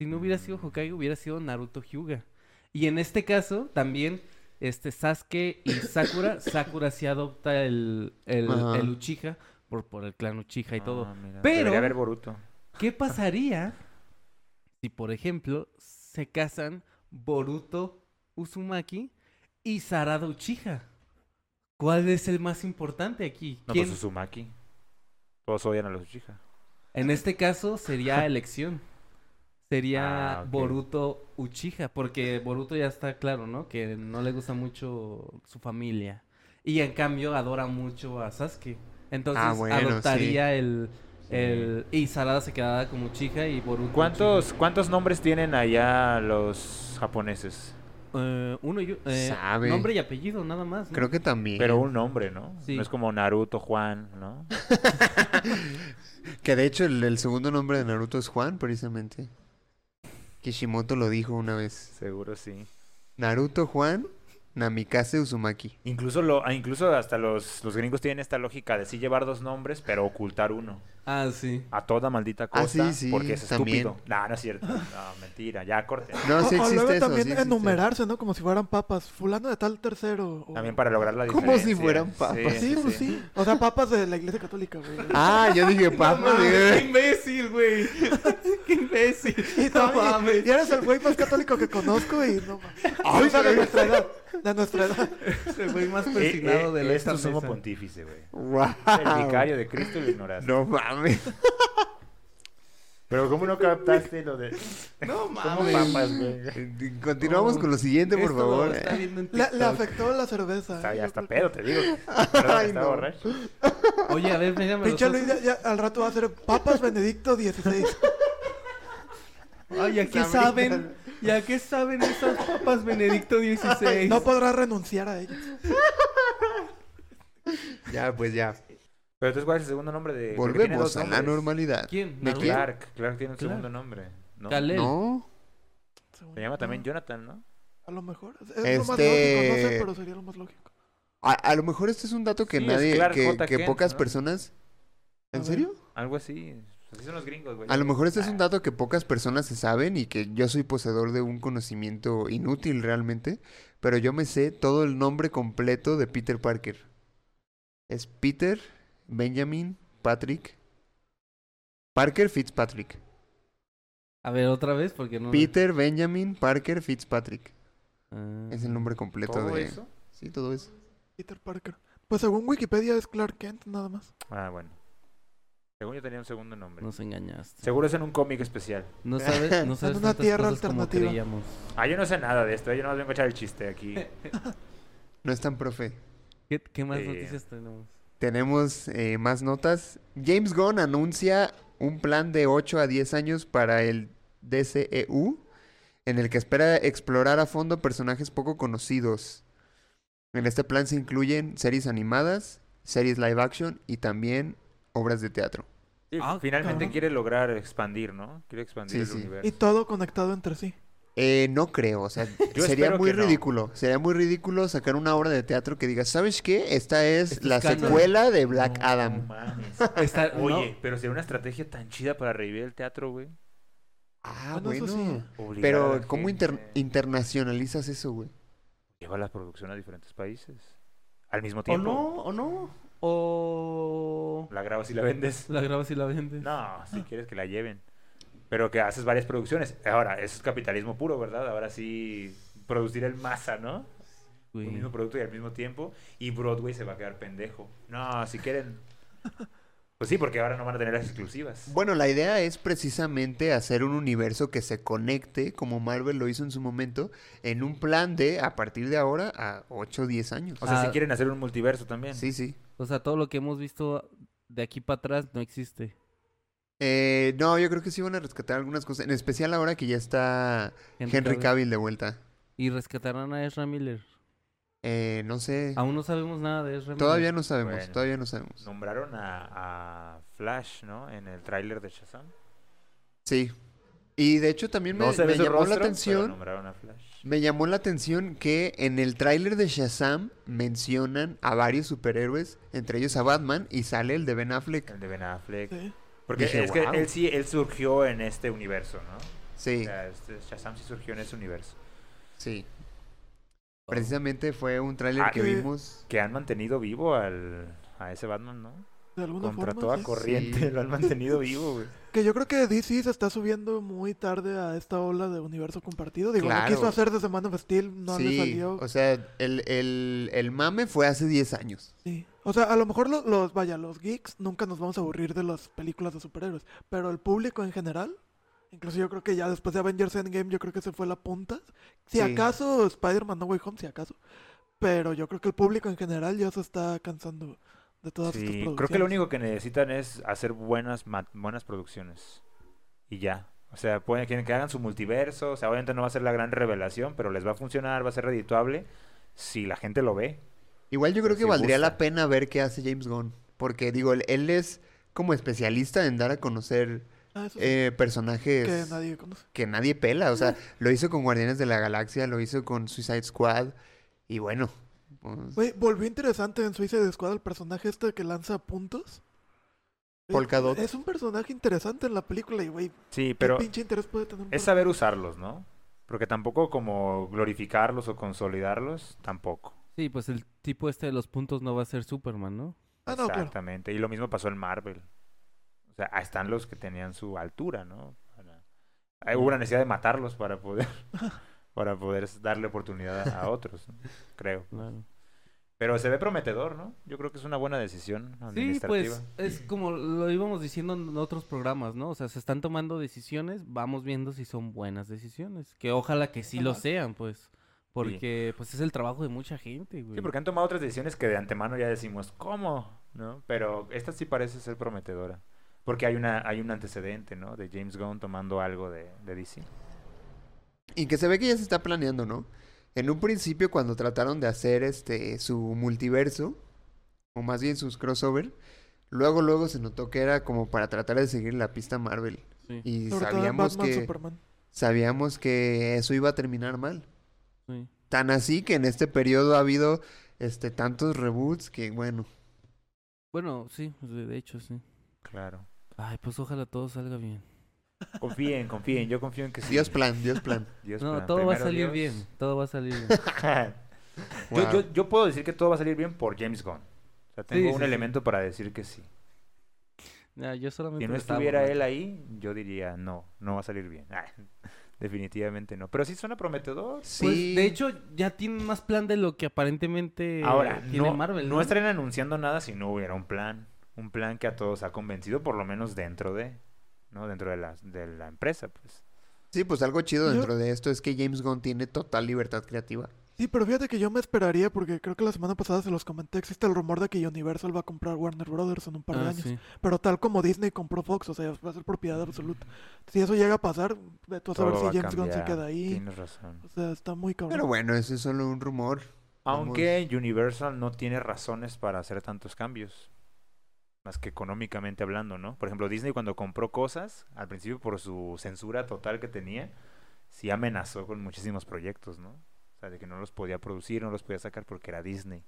[SPEAKER 5] Si no hubiera sido Hokage, hubiera sido Naruto Hyuga. Y en este caso, también, este, Sasuke y Sakura, Sakura sí adopta el, el,
[SPEAKER 4] Ajá.
[SPEAKER 5] el Uchiha por, por el clan Uchiha y todo.
[SPEAKER 3] Ah, mira,
[SPEAKER 5] Pero-
[SPEAKER 3] Debería haber Boruto.
[SPEAKER 5] ¿Qué pasaría si, por ejemplo, se casan Boruto Uzumaki y Sarada Uchiha? ¿Cuál es el más importante aquí?
[SPEAKER 3] No,
[SPEAKER 5] ¿Quién-
[SPEAKER 3] pues Uzumaki. Todos odian a los Uchiha.
[SPEAKER 5] En este caso sería elección. Sería
[SPEAKER 3] Ah, ok.
[SPEAKER 5] Boruto Uchiha, porque Boruto ya está claro, ¿no? Que no le gusta mucho su familia. Y en cambio adora mucho a Sasuke. Entonces
[SPEAKER 4] Ah, bueno,
[SPEAKER 5] adoptaría el,
[SPEAKER 3] Sí.
[SPEAKER 5] el... Y Sarada se quedaba como Uchiha y Boruto...
[SPEAKER 3] ¿Cuántos, ¿Cuántos nombres tienen allá los japoneses?
[SPEAKER 5] eh, uno y eh,
[SPEAKER 4] Sabe.
[SPEAKER 5] nombre y apellido, nada más. ¿no?
[SPEAKER 4] Creo que también.
[SPEAKER 3] Pero un nombre, ¿no?
[SPEAKER 5] Sí.
[SPEAKER 3] No es como Naruto, Juan, ¿no?
[SPEAKER 4] Que de hecho el, el segundo nombre de Naruto es Juan, precisamente. Kishimoto lo dijo una vez.
[SPEAKER 3] Seguro sí.
[SPEAKER 4] Naruto Juan Namikaze Uzumaki.
[SPEAKER 3] Incluso, lo, ah, incluso hasta los, los gringos tienen esta lógica de sí llevar dos nombres, pero ocultar uno.
[SPEAKER 5] Ah, sí.
[SPEAKER 3] A toda maldita
[SPEAKER 4] Ah,
[SPEAKER 3] costa,
[SPEAKER 4] sí, sí,
[SPEAKER 3] porque es
[SPEAKER 4] también.
[SPEAKER 3] estúpido. No, no es cierto. No, mentira, ya corte.
[SPEAKER 4] No, Ah, sí
[SPEAKER 2] o, o
[SPEAKER 4] existe
[SPEAKER 2] Oh, luego
[SPEAKER 4] eso.
[SPEAKER 2] también
[SPEAKER 4] sí existe.
[SPEAKER 2] enumerarse, ¿no? Como si fueran papas. Fulano de tal tercero. o-
[SPEAKER 3] También para lograr la diferencia.
[SPEAKER 4] Como si fueran papas.
[SPEAKER 2] Pues sí, pues sí. O sea, papas de la iglesia católica, güey.
[SPEAKER 4] Ah, yo dije
[SPEAKER 5] No
[SPEAKER 4] papa.
[SPEAKER 5] mames,
[SPEAKER 4] dije-
[SPEAKER 5] ¡Qué imbécil, güey! ¡Qué imbécil!
[SPEAKER 2] Y,
[SPEAKER 5] No
[SPEAKER 2] también-
[SPEAKER 5] mames.
[SPEAKER 2] y eres el güey más católico que conozco y no mames.
[SPEAKER 4] Ay,
[SPEAKER 2] O sea, de
[SPEAKER 4] güey.
[SPEAKER 2] nuestra edad. De nuestra edad.
[SPEAKER 5] Es el güey más
[SPEAKER 3] Eh, eh,
[SPEAKER 5] persignado de la
[SPEAKER 3] es tu
[SPEAKER 5] esta
[SPEAKER 3] sumo
[SPEAKER 5] mesa.
[SPEAKER 3] pontífice, güey. El
[SPEAKER 4] Guau.
[SPEAKER 3] vicario de Cristo y lo ignoraste.
[SPEAKER 4] No mames.
[SPEAKER 3] Pero ¿cómo no captaste lo de...
[SPEAKER 5] No
[SPEAKER 3] ¿Cómo
[SPEAKER 5] mames.
[SPEAKER 3] papas, güey?
[SPEAKER 4] Eh, Continuamos con lo siguiente, por
[SPEAKER 5] Esto lo
[SPEAKER 4] favor.
[SPEAKER 5] está viendo en
[SPEAKER 2] Le, le
[SPEAKER 5] TikTok.
[SPEAKER 2] afectó la cerveza.
[SPEAKER 3] Está,
[SPEAKER 2] ¿eh?
[SPEAKER 3] ya
[SPEAKER 2] Yo
[SPEAKER 3] está
[SPEAKER 2] creo que-
[SPEAKER 3] pedo, te digo. Perdón,
[SPEAKER 4] Ay,
[SPEAKER 3] estaba
[SPEAKER 4] no.
[SPEAKER 3] borracho.
[SPEAKER 5] Oye, a ver, mírame los
[SPEAKER 2] Pinche Luis,
[SPEAKER 5] ojos.
[SPEAKER 2] ya, ya al rato va a ser Papas Benedicto XVI.
[SPEAKER 5] Ay, ¿a qué
[SPEAKER 4] Sabrina.
[SPEAKER 5] saben? ¿Y a qué saben esas papas Benedicto XVI?
[SPEAKER 2] No pues, podrá renunciar a ellas.
[SPEAKER 4] Ya, pues ya.
[SPEAKER 3] Pero entonces, ¿cuál es el segundo nombre de...? porque Eh, tiene
[SPEAKER 4] Volvemos
[SPEAKER 3] dos
[SPEAKER 4] a la
[SPEAKER 3] nombres.
[SPEAKER 4] normalidad.
[SPEAKER 5] ¿Quién?
[SPEAKER 4] ¿De
[SPEAKER 5] ¿Naruto?
[SPEAKER 4] quién?
[SPEAKER 3] Clark, Clark tiene un
[SPEAKER 5] Clark.
[SPEAKER 3] segundo nombre. ¿no?
[SPEAKER 5] Kalel.
[SPEAKER 4] No.
[SPEAKER 2] Según
[SPEAKER 3] Se llama
[SPEAKER 2] yo.
[SPEAKER 3] también Jonathan, ¿no?
[SPEAKER 2] A lo mejor. Es es lo más
[SPEAKER 4] Este-
[SPEAKER 2] lógico, no sé, pero sería lo más lógico.
[SPEAKER 4] A, a lo mejor este es un dato que
[SPEAKER 3] Sí, es
[SPEAKER 4] nadie,
[SPEAKER 3] Clark
[SPEAKER 4] que,
[SPEAKER 3] J.
[SPEAKER 4] que
[SPEAKER 3] Kent,
[SPEAKER 4] pocas
[SPEAKER 3] ¿no?
[SPEAKER 4] personas.
[SPEAKER 2] A
[SPEAKER 4] ¿En
[SPEAKER 2] ver.
[SPEAKER 4] serio?
[SPEAKER 3] Algo así. Así son los gringos, güey.
[SPEAKER 4] A lo mejor este es un
[SPEAKER 3] Ah.
[SPEAKER 4] dato que pocas personas se saben y que yo soy poseedor de un conocimiento inútil realmente, pero yo me sé todo el nombre completo de Peter Parker. Es Peter Benjamin Patrick Parker Fitzpatrick.
[SPEAKER 5] A ver, otra vez, porque no...
[SPEAKER 4] Peter Benjamin Parker Fitzpatrick.
[SPEAKER 5] Ah.
[SPEAKER 4] Es el nombre completo
[SPEAKER 3] ¿Todo
[SPEAKER 4] de
[SPEAKER 3] eso?
[SPEAKER 4] Sí, todo eso.
[SPEAKER 2] Peter Parker. Pues según Wikipedia es Clark Kent, nada más.
[SPEAKER 3] Ah, bueno. Según yo tenía un segundo nombre.
[SPEAKER 5] Nos engañaste.
[SPEAKER 3] Seguro es en un cómic especial.
[SPEAKER 5] No sabes, no sabes
[SPEAKER 2] En una
[SPEAKER 5] tantas
[SPEAKER 2] tierra
[SPEAKER 5] cosas como
[SPEAKER 2] alternativa.
[SPEAKER 5] creíamos.
[SPEAKER 3] Ah, yo no sé nada de esto. Yo nomás vengo a echar el chiste aquí.
[SPEAKER 4] No es tan profe.
[SPEAKER 5] ¿Qué, qué más
[SPEAKER 3] Eh.
[SPEAKER 5] noticias tenemos?
[SPEAKER 4] Tenemos eh, más notas. James Gunn anuncia un plan de 8 a 10 años para el DCEU, en el que espera explorar a fondo personajes poco conocidos. En este plan se incluyen series animadas, series live action y también obras de teatro.
[SPEAKER 3] Sí,
[SPEAKER 5] Ah,
[SPEAKER 3] finalmente
[SPEAKER 2] cabrón.
[SPEAKER 3] quiere lograr expandir, ¿no? Quiere expandir
[SPEAKER 4] Sí,
[SPEAKER 3] el
[SPEAKER 4] sí.
[SPEAKER 3] universo.
[SPEAKER 2] Y todo conectado entre sí.
[SPEAKER 4] Eh, no creo, o sea, sería
[SPEAKER 3] espero
[SPEAKER 4] muy
[SPEAKER 3] que no.
[SPEAKER 4] ridículo. Sería muy ridículo sacar una obra de teatro que diga, ¿sabes qué? Esta es
[SPEAKER 5] Esto es
[SPEAKER 4] la
[SPEAKER 5] canon".
[SPEAKER 4] secuela de Black
[SPEAKER 3] No
[SPEAKER 4] Adam.
[SPEAKER 3] mames.
[SPEAKER 5] Está- no.
[SPEAKER 3] Oye, pero sería una estrategia tan chida para revivir el teatro, güey.
[SPEAKER 4] Ah,
[SPEAKER 2] Bueno,
[SPEAKER 4] bueno.
[SPEAKER 2] eso
[SPEAKER 3] Obligar a
[SPEAKER 4] Pero,
[SPEAKER 3] la
[SPEAKER 4] ¿cómo
[SPEAKER 3] gente.
[SPEAKER 4] inter- internacionalizas eso, güey?
[SPEAKER 3] Lleva la producción a diferentes países. Al mismo
[SPEAKER 5] ¿O
[SPEAKER 3] tiempo.
[SPEAKER 5] no? ¿O no? ¿O...?
[SPEAKER 3] La grabas y la vendes.
[SPEAKER 5] La grabas y la vendes.
[SPEAKER 3] No, si quieres que la lleven. Pero que haces varias producciones. Ahora, eso es capitalismo puro, ¿verdad? Ahora sí, producir en masa, ¿no?
[SPEAKER 5] Güey.
[SPEAKER 3] Un mismo producto y al mismo tiempo. Y Broadway se va a quedar pendejo. No, si quieren. Pues sí, porque ahora no van a tener las exclusivas.
[SPEAKER 4] Bueno, la idea es precisamente hacer un universo que se conecte, como Marvel lo hizo en su momento, en un plan de a partir de ahora a 8 o 10 años.
[SPEAKER 3] O sea, si
[SPEAKER 5] Ah.
[SPEAKER 3] quieren hacer un multiverso también.
[SPEAKER 4] sí, sí.
[SPEAKER 5] O sea, todo lo que hemos visto de aquí para atrás no existe.
[SPEAKER 4] Eh, no, yo creo que sí van a rescatar algunas cosas, en especial ahora que ya está Henry Cavill de vuelta.
[SPEAKER 5] Y rescatarán a Ezra Miller.
[SPEAKER 4] Eh, no sé.
[SPEAKER 5] Aún no sabemos nada de Ezra
[SPEAKER 4] Todavía
[SPEAKER 5] Miller.
[SPEAKER 4] no sabemos,
[SPEAKER 3] Bueno.
[SPEAKER 4] todavía no sabemos.
[SPEAKER 3] Nombraron a, a Flash, ¿no? En el tráiler de Shazam.
[SPEAKER 4] Sí. Y de hecho también me,
[SPEAKER 3] No se
[SPEAKER 4] me
[SPEAKER 3] ve su
[SPEAKER 4] llamó
[SPEAKER 3] rostro,
[SPEAKER 4] la
[SPEAKER 3] pero
[SPEAKER 4] atención.
[SPEAKER 3] nombraron a Flash.
[SPEAKER 4] Me llamó la atención que en el tráiler de Shazam mencionan a varios superhéroes, entre ellos a Batman, y sale el de Ben Affleck.
[SPEAKER 3] El de Ben Affleck.
[SPEAKER 2] Sí.
[SPEAKER 3] Porque
[SPEAKER 4] Dije,
[SPEAKER 3] es que
[SPEAKER 4] "Guau".
[SPEAKER 3] él sí, él surgió en este universo, ¿no? O
[SPEAKER 4] Sí,
[SPEAKER 3] sea, este Shazam sí surgió en ese universo.
[SPEAKER 4] sí. Precisamente fue un tráiler
[SPEAKER 3] Oh. Ah,
[SPEAKER 4] que
[SPEAKER 2] eh,
[SPEAKER 4] vimos.
[SPEAKER 3] Que han mantenido vivo al, a ese Batman, ¿no?
[SPEAKER 2] De alguna
[SPEAKER 3] Contra
[SPEAKER 2] forma.
[SPEAKER 3] toda
[SPEAKER 2] sí.
[SPEAKER 3] corriente
[SPEAKER 4] Sí.
[SPEAKER 3] lo han mantenido vivo, güey.
[SPEAKER 2] Que yo creo que DC se está subiendo muy tarde a esta ola de universo compartido. Digo,
[SPEAKER 4] Claro.
[SPEAKER 2] no quiso hacer desde Man of Steel, no le
[SPEAKER 4] sí,
[SPEAKER 2] salió.
[SPEAKER 4] o sea, el, el- el mame fue hace 10 años.
[SPEAKER 2] Sí. O sea, a lo mejor los, los, vaya, los geeks nunca nos vamos a aburrir de las películas de superhéroes, pero el público en general, incluso yo creo que ya después de Avengers Endgame, yo creo que se fue la punta. Si
[SPEAKER 4] Sí.
[SPEAKER 2] acaso Spider-Man No Way Home, si acaso. Pero yo creo que el público en general ya se está cansando de todas estas
[SPEAKER 3] Sí,
[SPEAKER 2] producciones.
[SPEAKER 3] creo que lo único que necesitan es hacer buenas ma- buenas producciones. Y ya. O sea, pueden, quieren que hagan su multiverso. O sea, obviamente no va a ser la gran revelación, pero les va a funcionar, va a ser redituable si la gente lo ve.
[SPEAKER 4] Igual yo creo
[SPEAKER 3] Pues Sí,
[SPEAKER 4] que valdría
[SPEAKER 3] gusta.
[SPEAKER 4] la pena ver qué hace James Gunn. Porque, digo, él, él es como especialista en dar a conocer
[SPEAKER 2] Ah, eso sí,
[SPEAKER 4] eh, personajes
[SPEAKER 2] que nadie conoce.
[SPEAKER 4] que nadie pela. O sea, lo hizo con Guardianes de la Galaxia, lo hizo con Suicide Squad. Y bueno, pues,
[SPEAKER 2] Güey, volvió interesante en Suicide Squad el personaje este que lanza puntos. Eh,
[SPEAKER 4] Polkadot.
[SPEAKER 2] Es un personaje interesante en la película y, güey, ¿qué
[SPEAKER 3] Sí, pero
[SPEAKER 2] pinche interés puede tener? un
[SPEAKER 3] es saber usarlos, ¿no? Porque tampoco como glorificarlos o consolidarlos, tampoco.
[SPEAKER 5] Sí, pues el tipo este de los puntos no va a ser Superman, ¿no?
[SPEAKER 2] per- Ah, no, claro.
[SPEAKER 3] Exactamente. Y lo mismo pasó en Marvel. O sea, ahí están los que tenían su altura, ¿no? Para- ahí Hubo una necesidad de matarlos para poder, para poder darle oportunidad a, a otros, ¿no? creo.
[SPEAKER 5] Claro.
[SPEAKER 3] Pero se ve prometedor, ¿no? Yo creo que es una buena decisión
[SPEAKER 5] Sí,
[SPEAKER 3] administrativa.
[SPEAKER 5] pues es como lo íbamos diciendo en otros programas, ¿no? O sea, se están tomando decisiones, vamos viendo si son buenas decisiones. Que ojalá que sí lo
[SPEAKER 2] Ajá.
[SPEAKER 5] sean, pues. Porque pues es el trabajo de mucha gente, güey.
[SPEAKER 3] Sí, porque han tomado otras decisiones que de antemano ya decimos, ¿cómo? ¿No? Pero esta sí parece ser prometedora. Porque hay, una, hay un antecedente, ¿no? De James Gunn tomando algo de, de DC.
[SPEAKER 4] Y que se ve que ya se está planeando, ¿no? En un principio, cuando trataron de hacer este su multiverso, o más bien sus crossover, luego, luego se notó que era como para tratar de seguir la pista Marvel.
[SPEAKER 5] Sí,
[SPEAKER 4] Y
[SPEAKER 2] Sobre todo en
[SPEAKER 4] sabíamos
[SPEAKER 2] Batman,
[SPEAKER 4] que,
[SPEAKER 2] Superman.
[SPEAKER 4] sabíamos que eso iba a terminar mal.
[SPEAKER 5] sí.
[SPEAKER 4] Tan así que en este periodo ha habido este tantos reboots que, bueno,
[SPEAKER 5] Bueno, sí, de de hecho, sí.
[SPEAKER 3] Claro.
[SPEAKER 5] Ay, pues ojalá todo salga bien.
[SPEAKER 3] Confíen, confíen. Yo confío en que sí.
[SPEAKER 4] Dios plan, Dios plan.
[SPEAKER 3] Dios
[SPEAKER 5] No,
[SPEAKER 3] plan.
[SPEAKER 5] todo va a
[SPEAKER 3] Primero
[SPEAKER 5] salir
[SPEAKER 3] Dios.
[SPEAKER 5] bien. Todo va a salir bien.
[SPEAKER 3] Yo, pues,
[SPEAKER 4] Wow.
[SPEAKER 3] yo- yo puedo decir que todo va a salir bien por James Gunn. O sea, tengo
[SPEAKER 5] Sí,
[SPEAKER 3] un
[SPEAKER 5] sí,
[SPEAKER 3] elemento para decir que sí.
[SPEAKER 5] Ya, yo solamente
[SPEAKER 3] Si no
[SPEAKER 5] estaba
[SPEAKER 3] estuviera
[SPEAKER 5] borracho.
[SPEAKER 3] él ahí, yo diría, no, no va a salir bien. Ah, definitivamente no. Pero sí suena prometedor.
[SPEAKER 4] Sí,
[SPEAKER 5] Pues, de hecho, ya tienen más plan de lo que aparentemente
[SPEAKER 3] Ahora,
[SPEAKER 5] tiene
[SPEAKER 3] no,
[SPEAKER 5] Marvel.
[SPEAKER 3] no estarían anunciando nada si no hubiera un plan. Un plan que a todos ha convencido, por lo menos dentro de, ¿no? Dentro de la, de la empresa, pues.
[SPEAKER 4] sí, pues algo chido
[SPEAKER 2] Yo-
[SPEAKER 4] dentro de esto es que James Gunn tiene total libertad creativa.
[SPEAKER 2] Sí, pero fíjate que yo me esperaría porque creo que la semana pasada se los comenté. Existe el rumor de que Universal va a comprar Warner Brothers en un par de
[SPEAKER 5] Ah,
[SPEAKER 2] años.
[SPEAKER 5] sí.
[SPEAKER 2] Pero tal como Disney compró Fox, o sea, va a ser propiedad absoluta. Si eso llega a pasar, ve tú a saber
[SPEAKER 3] todo va
[SPEAKER 2] si James Gunn se
[SPEAKER 3] cambiar.
[SPEAKER 2] queda ahí.
[SPEAKER 3] Tienes razón.
[SPEAKER 2] O sea, está muy cabrón.
[SPEAKER 4] Pero bueno, eso es solo un rumor. Vamos.
[SPEAKER 3] Aunque Universal no tiene razones para hacer tantos cambios. Más que económicamente hablando, ¿no? Por ejemplo, Disney cuando compró cosas, al principio por su censura total que tenía, sí amenazó con muchísimos proyectos, ¿no? O sea, de que no los podía producir, no los podía sacar porque era Disney.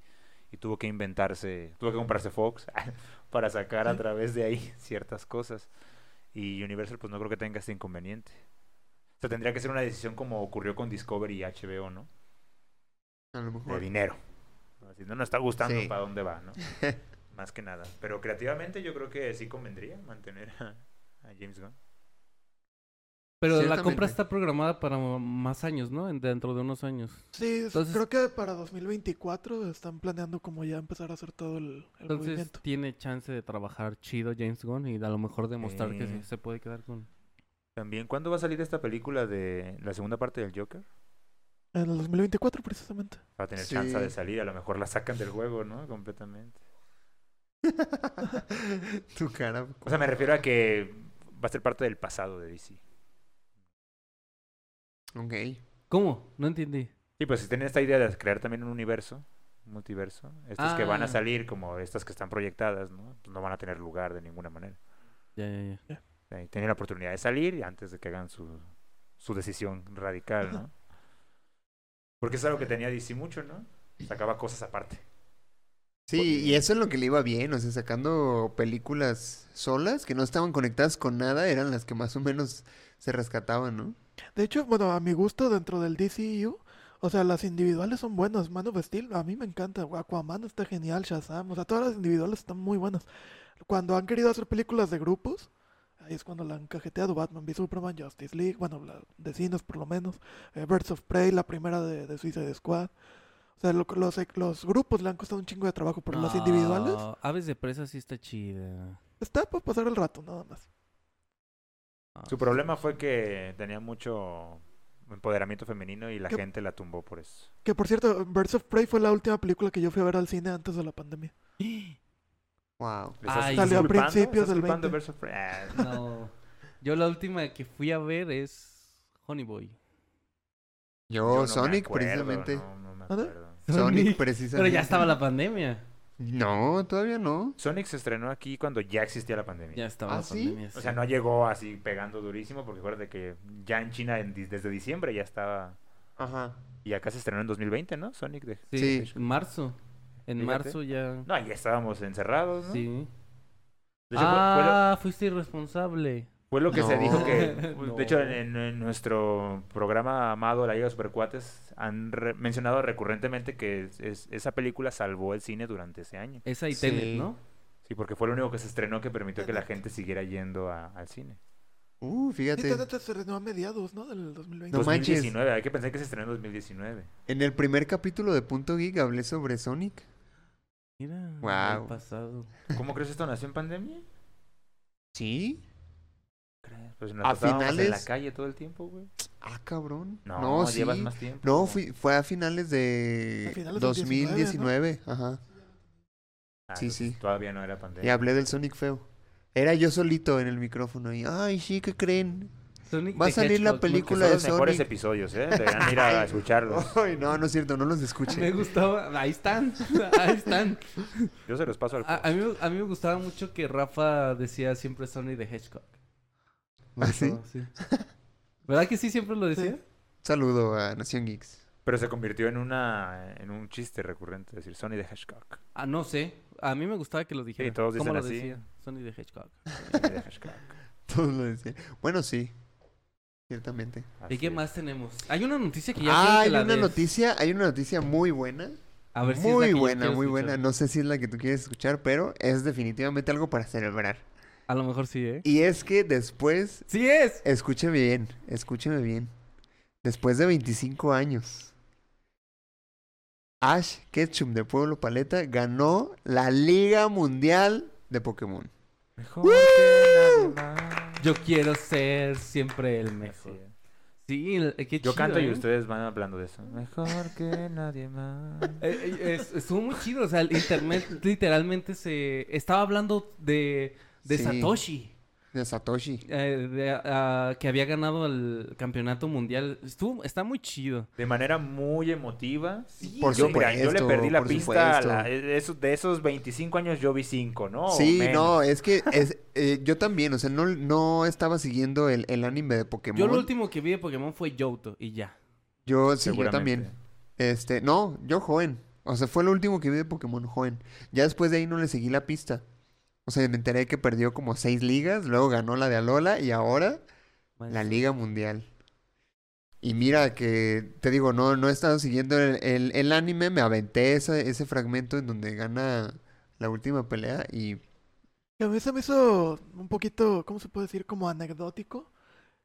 [SPEAKER 3] Y tuvo que inventarse, tuvo que comprarse Fox para sacar a través de ahí ciertas cosas. Y Universal pues no creo que tenga este inconveniente. O sea, tendría que ser una decisión como ocurrió con Discovery y HBO, ¿no?
[SPEAKER 4] A lo
[SPEAKER 3] de
[SPEAKER 4] mejor.
[SPEAKER 3] dinero. Si no nos está gustando,
[SPEAKER 4] Sí.
[SPEAKER 3] ¿para dónde va? ¿no? Más que nada. Pero creativamente yo creo que sí convendría mantener a, a James Gunn.
[SPEAKER 5] Pero la
[SPEAKER 4] Ciertamente.
[SPEAKER 5] compra está programada para m- más años, ¿no? En- Dentro de unos años.
[SPEAKER 2] Sí, es-
[SPEAKER 5] Entonces-
[SPEAKER 2] creo que para 2024 están planeando como ya empezar a hacer todo el, el
[SPEAKER 5] Entonces
[SPEAKER 2] movimiento.
[SPEAKER 5] tiene chance de trabajar chido James Gunn y a lo mejor demostrar que
[SPEAKER 3] Sí.
[SPEAKER 5] se, se puede quedar con...
[SPEAKER 3] También, ¿cuándo va a salir esta película de la segunda parte del Joker?
[SPEAKER 2] En el 2024 precisamente.
[SPEAKER 3] Va a tener
[SPEAKER 4] Sí.
[SPEAKER 3] chance de salir, a lo mejor la sacan del juego, ¿no? Completamente.
[SPEAKER 4] tu cara.
[SPEAKER 3] O sea, me refiero a que va a ser parte del pasado de DC.
[SPEAKER 4] Ok.
[SPEAKER 5] ¿Cómo? No entendí.
[SPEAKER 3] Sí, pues si tienen esta idea de crear también un universo, un multiverso, estas que van a
[SPEAKER 5] Ah.
[SPEAKER 3] salir como estas que están proyectadas, ¿no? Pues no van a tener lugar de ninguna manera.
[SPEAKER 5] Ya, ya, ya.
[SPEAKER 3] Ahí tienen eh, la oportunidad de salir y antes de que hagan su, su decisión radical, ¿no? Porque es algo que tenía DC mucho, ¿no? Sacaba cosas aparte.
[SPEAKER 4] Sí, y eso es lo que le iba bien, o sea, sacando películas solas que no estaban conectadas con nada, eran las que más o menos se rescataban, ¿no?
[SPEAKER 2] De hecho, bueno, a mi gusto dentro del DCU, o sea, las individuales son buenas. Man of Steel, a mí me encanta. Aquaman está genial, Shazam. O sea, todas las individuales están muy buenas. Cuando han querido hacer películas de grupos, ahí es cuando la han cajeteado. Batman v Superman, Justice League, bueno, la de cines por lo menos. eh, Birds of Prey, la primera de, de Suicide Squad. O sea, lo- los, los grupos le han costado un chingo de trabajo, pero las individuales
[SPEAKER 5] Ah, Aves de presa sí está chida.
[SPEAKER 2] está para pasar el rato, nada más.
[SPEAKER 5] Ah,
[SPEAKER 3] Su problema fue que tenía mucho empoderamiento femenino y la
[SPEAKER 2] ¿Qué?
[SPEAKER 3] gente la tumbó por eso.
[SPEAKER 2] Que por cierto, Birds of Prey fue la última película que yo fui a ver al cine antes de la pandemia.
[SPEAKER 4] Wow.
[SPEAKER 3] ¿Le estás
[SPEAKER 5] Ay,
[SPEAKER 3] culpando?
[SPEAKER 5] salió a
[SPEAKER 3] ¿Le estás
[SPEAKER 2] principios del
[SPEAKER 3] culpando
[SPEAKER 2] 20.
[SPEAKER 3] Birds of Prey? Ah,
[SPEAKER 5] No. Yo la última que fui a ver es Honey Boy.
[SPEAKER 4] Yo,
[SPEAKER 3] Yo no me
[SPEAKER 4] Sonic,
[SPEAKER 3] acuerdo,
[SPEAKER 4] precisamente.
[SPEAKER 3] No, no me
[SPEAKER 2] ¿Ande?
[SPEAKER 3] acuerdo.
[SPEAKER 4] Sonic,
[SPEAKER 5] Pero
[SPEAKER 4] precisamente.
[SPEAKER 5] ya estaba la pandemia.
[SPEAKER 4] No, todavía no.
[SPEAKER 3] Sonic se estrenó aquí cuando ya existía la pandemia.
[SPEAKER 5] Ya estaba
[SPEAKER 4] ¿Ah,
[SPEAKER 5] la
[SPEAKER 4] sí?
[SPEAKER 5] pandemia.
[SPEAKER 3] O sea, no llegó así pegando durísimo, porque acuérdate que ya en China en di- desde diciembre ya estaba.
[SPEAKER 4] Ajá.
[SPEAKER 3] Y acá se estrenó en 2020, ¿no? Sonic de.
[SPEAKER 5] Sí,
[SPEAKER 4] sí.
[SPEAKER 5] en marzo. En
[SPEAKER 3] Fíjate.
[SPEAKER 5] marzo ya.
[SPEAKER 3] No, ya estábamos encerrados, ¿no?
[SPEAKER 5] Sí.
[SPEAKER 3] De hecho, fue- fue lo-
[SPEAKER 5] Ah, fuiste irresponsable.
[SPEAKER 3] Fue lo que se dijo que,
[SPEAKER 5] No.
[SPEAKER 3] de hecho, en, en- en nuestro programa amado, La Liga de Supercuates, han re- mencionado recurrentemente que es- es- esa película salvó el cine durante ese año.
[SPEAKER 5] Esa y
[SPEAKER 4] Sí.
[SPEAKER 5] Tenet, ¿no?
[SPEAKER 3] Sí, porque fue lo único que se estrenó que permitió que la gente siguiera yendo a- al cine.
[SPEAKER 4] Uh,
[SPEAKER 2] Y
[SPEAKER 4] fíjate.
[SPEAKER 2] Tenet se estrenó a mediados, ¿no? Del 2020.
[SPEAKER 4] No
[SPEAKER 3] Pues,
[SPEAKER 4] manches.
[SPEAKER 3] 2019, hay que pensar que se estrenó en 2019.
[SPEAKER 4] En el primer capítulo de Punto Geek hablé sobre Sonic.
[SPEAKER 5] Mira.
[SPEAKER 4] Guau.
[SPEAKER 5] el pasado.
[SPEAKER 3] ¿Cómo crees esto nació en pandemia?
[SPEAKER 4] ¿Sí?
[SPEAKER 3] Pues nos
[SPEAKER 4] A
[SPEAKER 3] pasábamos en la
[SPEAKER 4] finales-
[SPEAKER 3] calle todo el tiempo, güey.
[SPEAKER 4] Ah, cabrón.
[SPEAKER 3] No,
[SPEAKER 4] No, sí.
[SPEAKER 3] llevas más tiempo.
[SPEAKER 4] No, fui- fue a finales de
[SPEAKER 2] A finales del
[SPEAKER 4] 2019. Ajá.
[SPEAKER 3] Ah,
[SPEAKER 4] sí,
[SPEAKER 3] entonces
[SPEAKER 4] sí.
[SPEAKER 3] Todavía no era
[SPEAKER 4] Y
[SPEAKER 3] pandemia.
[SPEAKER 4] hablé del Sonic feo. Era yo solito en el micrófono y, ay, sí, ¿qué creen?
[SPEAKER 5] Sonic
[SPEAKER 4] Va a
[SPEAKER 5] the
[SPEAKER 4] salir la
[SPEAKER 5] Hedgehog, ¿no?
[SPEAKER 3] Que son
[SPEAKER 4] película
[SPEAKER 3] los
[SPEAKER 4] de
[SPEAKER 3] mejores
[SPEAKER 4] Sonic.
[SPEAKER 3] episodios, ¿eh? Deberían ir a escucharlos.
[SPEAKER 4] Ay, no, no es cierto, no los
[SPEAKER 5] Me
[SPEAKER 4] escuché.
[SPEAKER 5] gustaba. Ahí están. Ahí están.
[SPEAKER 3] Yo se los paso al...
[SPEAKER 5] A, a mí, me- a mí me gustaba mucho que Rafa decía siempre Sonic de Hedgehog. Me
[SPEAKER 4] ¿Ah, sí?
[SPEAKER 5] gustaba, ¿Verdad que sí siempre lo decía?
[SPEAKER 4] Saludo a Nación Geeks.
[SPEAKER 3] Pero se convirtió en una en un chiste recurrente, es decir, Sony de Hedgehog.
[SPEAKER 5] Ah, no sé. A mí me gustaba que lo dijera.
[SPEAKER 3] todos
[SPEAKER 5] ¿Cómo
[SPEAKER 3] dicen
[SPEAKER 5] lo
[SPEAKER 3] así.
[SPEAKER 5] decía? Sonic de Hedgehog.
[SPEAKER 3] Sony de Hedgehog.
[SPEAKER 4] Todos lo decían. Bueno, sí. Ciertamente.
[SPEAKER 5] ¿Y
[SPEAKER 3] Así
[SPEAKER 5] qué
[SPEAKER 3] es.
[SPEAKER 5] más tenemos? Hay una noticia que ya quiero
[SPEAKER 4] Ah,
[SPEAKER 5] que
[SPEAKER 4] hay
[SPEAKER 5] la
[SPEAKER 4] una
[SPEAKER 5] des.
[SPEAKER 4] noticia, hay una noticia muy buena.
[SPEAKER 5] A ver si es la
[SPEAKER 4] muy
[SPEAKER 5] que yo
[SPEAKER 4] buena,
[SPEAKER 5] quiero
[SPEAKER 4] muy buena.
[SPEAKER 5] escuchar.
[SPEAKER 4] No sé si es la que tú quieres escuchar, pero es definitivamente algo para celebrar.
[SPEAKER 5] A lo mejor sí, ¿eh?
[SPEAKER 4] Y es que después
[SPEAKER 5] ¡Sí es!
[SPEAKER 4] Escúcheme bien, escúcheme bien. Después de 25 años, Ash Ketchum de Pueblo Paleta ganó la Liga Mundial de Pokémon.
[SPEAKER 3] Mejor que nadie más.
[SPEAKER 5] Yo quiero ser siempre el
[SPEAKER 3] Así
[SPEAKER 5] mejor.
[SPEAKER 3] es.
[SPEAKER 5] Sí, el- eh, qué
[SPEAKER 3] Yo
[SPEAKER 5] chido,
[SPEAKER 3] canto y
[SPEAKER 5] ¿eh?
[SPEAKER 3] ustedes van hablando de eso. Mejor que nadie más.
[SPEAKER 5] Eh, eh, es- estuvo muy chido, o sea, el internet literalmente se... Estaba hablando de, de
[SPEAKER 4] Sí,
[SPEAKER 5] Satoshi,
[SPEAKER 4] De Satoshi.
[SPEAKER 5] eh, de, ah, que había ganado el campeonato mundial. Estuvo, está muy chido.
[SPEAKER 3] De manera muy emotiva.
[SPEAKER 5] Sí,
[SPEAKER 4] Por
[SPEAKER 3] Yo, mira, yo le
[SPEAKER 4] supuesto,
[SPEAKER 3] perdí la
[SPEAKER 4] por
[SPEAKER 3] pista. a la-
[SPEAKER 4] supuesto.
[SPEAKER 3] eh, esos- de esos 25 años yo vi 5, ¿no? O
[SPEAKER 4] sí,
[SPEAKER 3] menos.
[SPEAKER 4] no, es que es, eh, yo también, o sea, no, no estaba siguiendo el, el anime de Pokémon.
[SPEAKER 5] Yo lo último que vi de Pokémon fue Johto y ya.
[SPEAKER 4] Yo sí, yo
[SPEAKER 3] Seguramente.
[SPEAKER 4] también. Este, no, yo joven. O sea, fue lo último que vi de Pokémon joven. Ya después de ahí no le seguí la pista. O sea, me enteré que perdió como seis ligas, luego ganó la de Alola y ahora la Liga Mundial. Y mira que, te digo, no, no he estado siguiendo el, el- el anime, me aventé ese, ese fragmento en donde gana la última pelea y...
[SPEAKER 2] Que a mí se me hizo un poquito, ¿cómo se puede decir? Como anecdótico.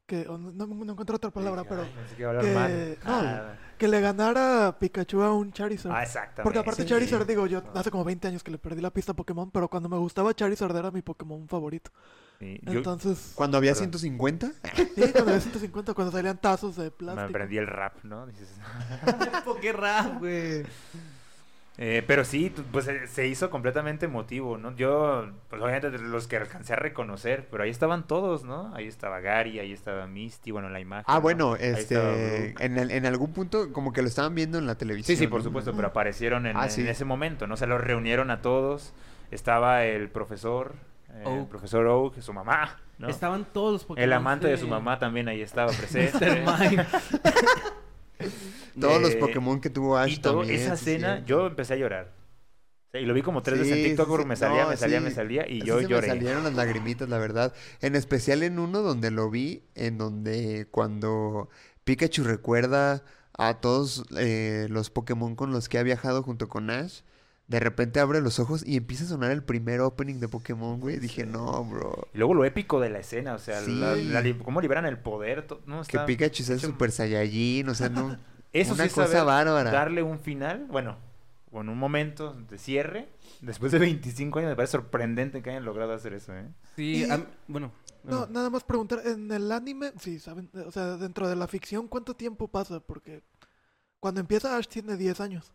[SPEAKER 2] Que o no, no- no encuentro otra palabra,
[SPEAKER 3] Dije,
[SPEAKER 2] pero
[SPEAKER 3] "Ay, pensé que iba a hablar
[SPEAKER 2] que-
[SPEAKER 3] mal".
[SPEAKER 2] no.
[SPEAKER 3] Ah,
[SPEAKER 2] que le ganara Pikachu a un Charizard.
[SPEAKER 3] ah, exactamente.
[SPEAKER 2] Porque aparte
[SPEAKER 4] sí,
[SPEAKER 2] Charizard,
[SPEAKER 4] sí.
[SPEAKER 2] digo, yo
[SPEAKER 3] Ah.
[SPEAKER 2] hace como 20 años que le perdí la pista a Pokémon, pero cuando me gustaba Charizard era mi Pokémon favorito.
[SPEAKER 3] Sí, yo
[SPEAKER 2] Entonces,
[SPEAKER 4] Cuando había
[SPEAKER 3] Perdón.
[SPEAKER 4] 150,
[SPEAKER 2] sí, cuando era 150, cuando salían tazos de
[SPEAKER 3] me
[SPEAKER 2] plástico.
[SPEAKER 3] aprendí el rap, ¿no? Dices,
[SPEAKER 5] ¡Qué rap, güey!
[SPEAKER 3] Eh, pero sí, tu- pues eh, se hizo completamente emotivo, ¿no? Yo, pues obviamente de los que alcancé a reconocer, pero ahí estaban todos, ¿no? Ahí estaba Gary, ahí estaba Misty, bueno, en la imagen.
[SPEAKER 4] Ah,
[SPEAKER 3] ¿no?
[SPEAKER 4] bueno,
[SPEAKER 3] Ahí estaba
[SPEAKER 4] este,
[SPEAKER 3] Brooke.
[SPEAKER 4] en, el- en algún punto como que lo estaban viendo en la
[SPEAKER 3] Sí,
[SPEAKER 4] televisión.
[SPEAKER 3] sí, por
[SPEAKER 4] ¿no?
[SPEAKER 3] supuesto, pero aparecieron en,
[SPEAKER 4] Ah,
[SPEAKER 3] en
[SPEAKER 4] sí.
[SPEAKER 3] ese momento, ¿no? Se los reunieron a todos. Estaba el profesor, eh, el
[SPEAKER 5] Oak.
[SPEAKER 3] profesor Oak, su mamá, ¿no?
[SPEAKER 5] Estaban todos los Pokémon.
[SPEAKER 3] El amante de su mamá también ahí estaba presente.
[SPEAKER 5] Mr.
[SPEAKER 4] Todos los
[SPEAKER 3] Eh,
[SPEAKER 4] Pokémon que tuvo Ash
[SPEAKER 3] Y todo,
[SPEAKER 4] Ah, también,
[SPEAKER 3] esa
[SPEAKER 4] sí,
[SPEAKER 3] escena,
[SPEAKER 4] sí.
[SPEAKER 3] yo empecé a llorar. Sí, y lo vi como tres veces en
[SPEAKER 4] Sí,
[SPEAKER 3] TikTok,
[SPEAKER 4] sí, sí.
[SPEAKER 3] me salía,
[SPEAKER 4] No,
[SPEAKER 3] me salía,
[SPEAKER 4] sí.
[SPEAKER 3] me salía, y
[SPEAKER 4] Sí
[SPEAKER 3] yo
[SPEAKER 4] se
[SPEAKER 3] lloré.
[SPEAKER 4] Me salieron las lagrimitas, la verdad. En especial en uno donde lo vi, en donde cuando Pikachu recuerda a todos eh, los Pokémon con los que ha viajado junto con Ash. De repente abre los ojos y empieza a sonar el primer opening de Pokémon, güey. Dije, no, bro.
[SPEAKER 3] Y luego lo épico de la escena, o sea,
[SPEAKER 4] Sí.
[SPEAKER 3] la- la li- cómo liberan el poder. to- No,
[SPEAKER 4] Que
[SPEAKER 3] está-
[SPEAKER 4] Pikachu sea
[SPEAKER 3] hecho-
[SPEAKER 4] Super Saiyajin, o sea, no.
[SPEAKER 3] Eso
[SPEAKER 4] una
[SPEAKER 3] sí es
[SPEAKER 4] cosa
[SPEAKER 3] saber
[SPEAKER 4] bárbara.
[SPEAKER 3] darle un final, bueno, con un momento de cierre. Después de 25 años, me parece sorprendente que hayan logrado hacer eso, ¿eh?
[SPEAKER 5] Sí,
[SPEAKER 2] Y-
[SPEAKER 5] a mí- bueno.
[SPEAKER 2] No,
[SPEAKER 5] bueno.
[SPEAKER 2] nada más preguntar, en el anime, sí, saben, o sea, dentro de la ficción, ¿cuánto tiempo pasa? Porque cuando empieza Ash tiene 10 años.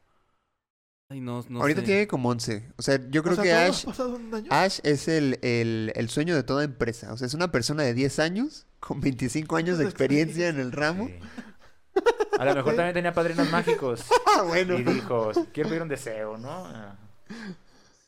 [SPEAKER 5] Ay, no, no
[SPEAKER 4] Ahorita
[SPEAKER 5] sé.
[SPEAKER 4] tiene como 11. O sea, yo creo
[SPEAKER 2] o sea,
[SPEAKER 4] que
[SPEAKER 2] ¿todo
[SPEAKER 4] Ash, Ah,
[SPEAKER 2] ha pasado en un año?
[SPEAKER 4] Ash es el, el- el sueño de toda empresa. O sea, es una persona de 10 años, con 25 años de
[SPEAKER 2] De
[SPEAKER 4] experiencia en el ramo.
[SPEAKER 3] Sí. A lo mejor también tenía padrinos mágicos.
[SPEAKER 4] Ah, bueno.
[SPEAKER 3] Y dijo, quiero pedir un deseo, ¿no? Ah.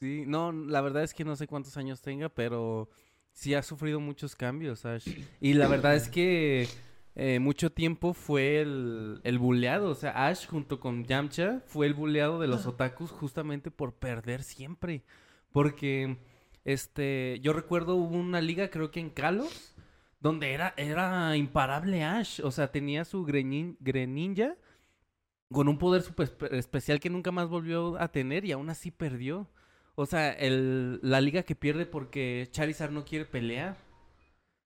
[SPEAKER 5] Sí, no, la verdad es que no sé cuántos años tenga, pero sí ha sufrido muchos cambios, Ash. Y la verdad es que eh, mucho tiempo fue el, el buleado. O sea, Ash junto con Yamcha fue el buleado de los
[SPEAKER 2] Ah.
[SPEAKER 5] otakus justamente por perder siempre. Porque, este, yo recuerdo hubo una liga, creo que en Kalos, donde era, era imparable Ash. O sea, tenía su grenin- Greninja con un poder super espe- especial que nunca más volvió a tener y aún así perdió. O sea, el, la liga que pierde porque Charizard no quiere pelear.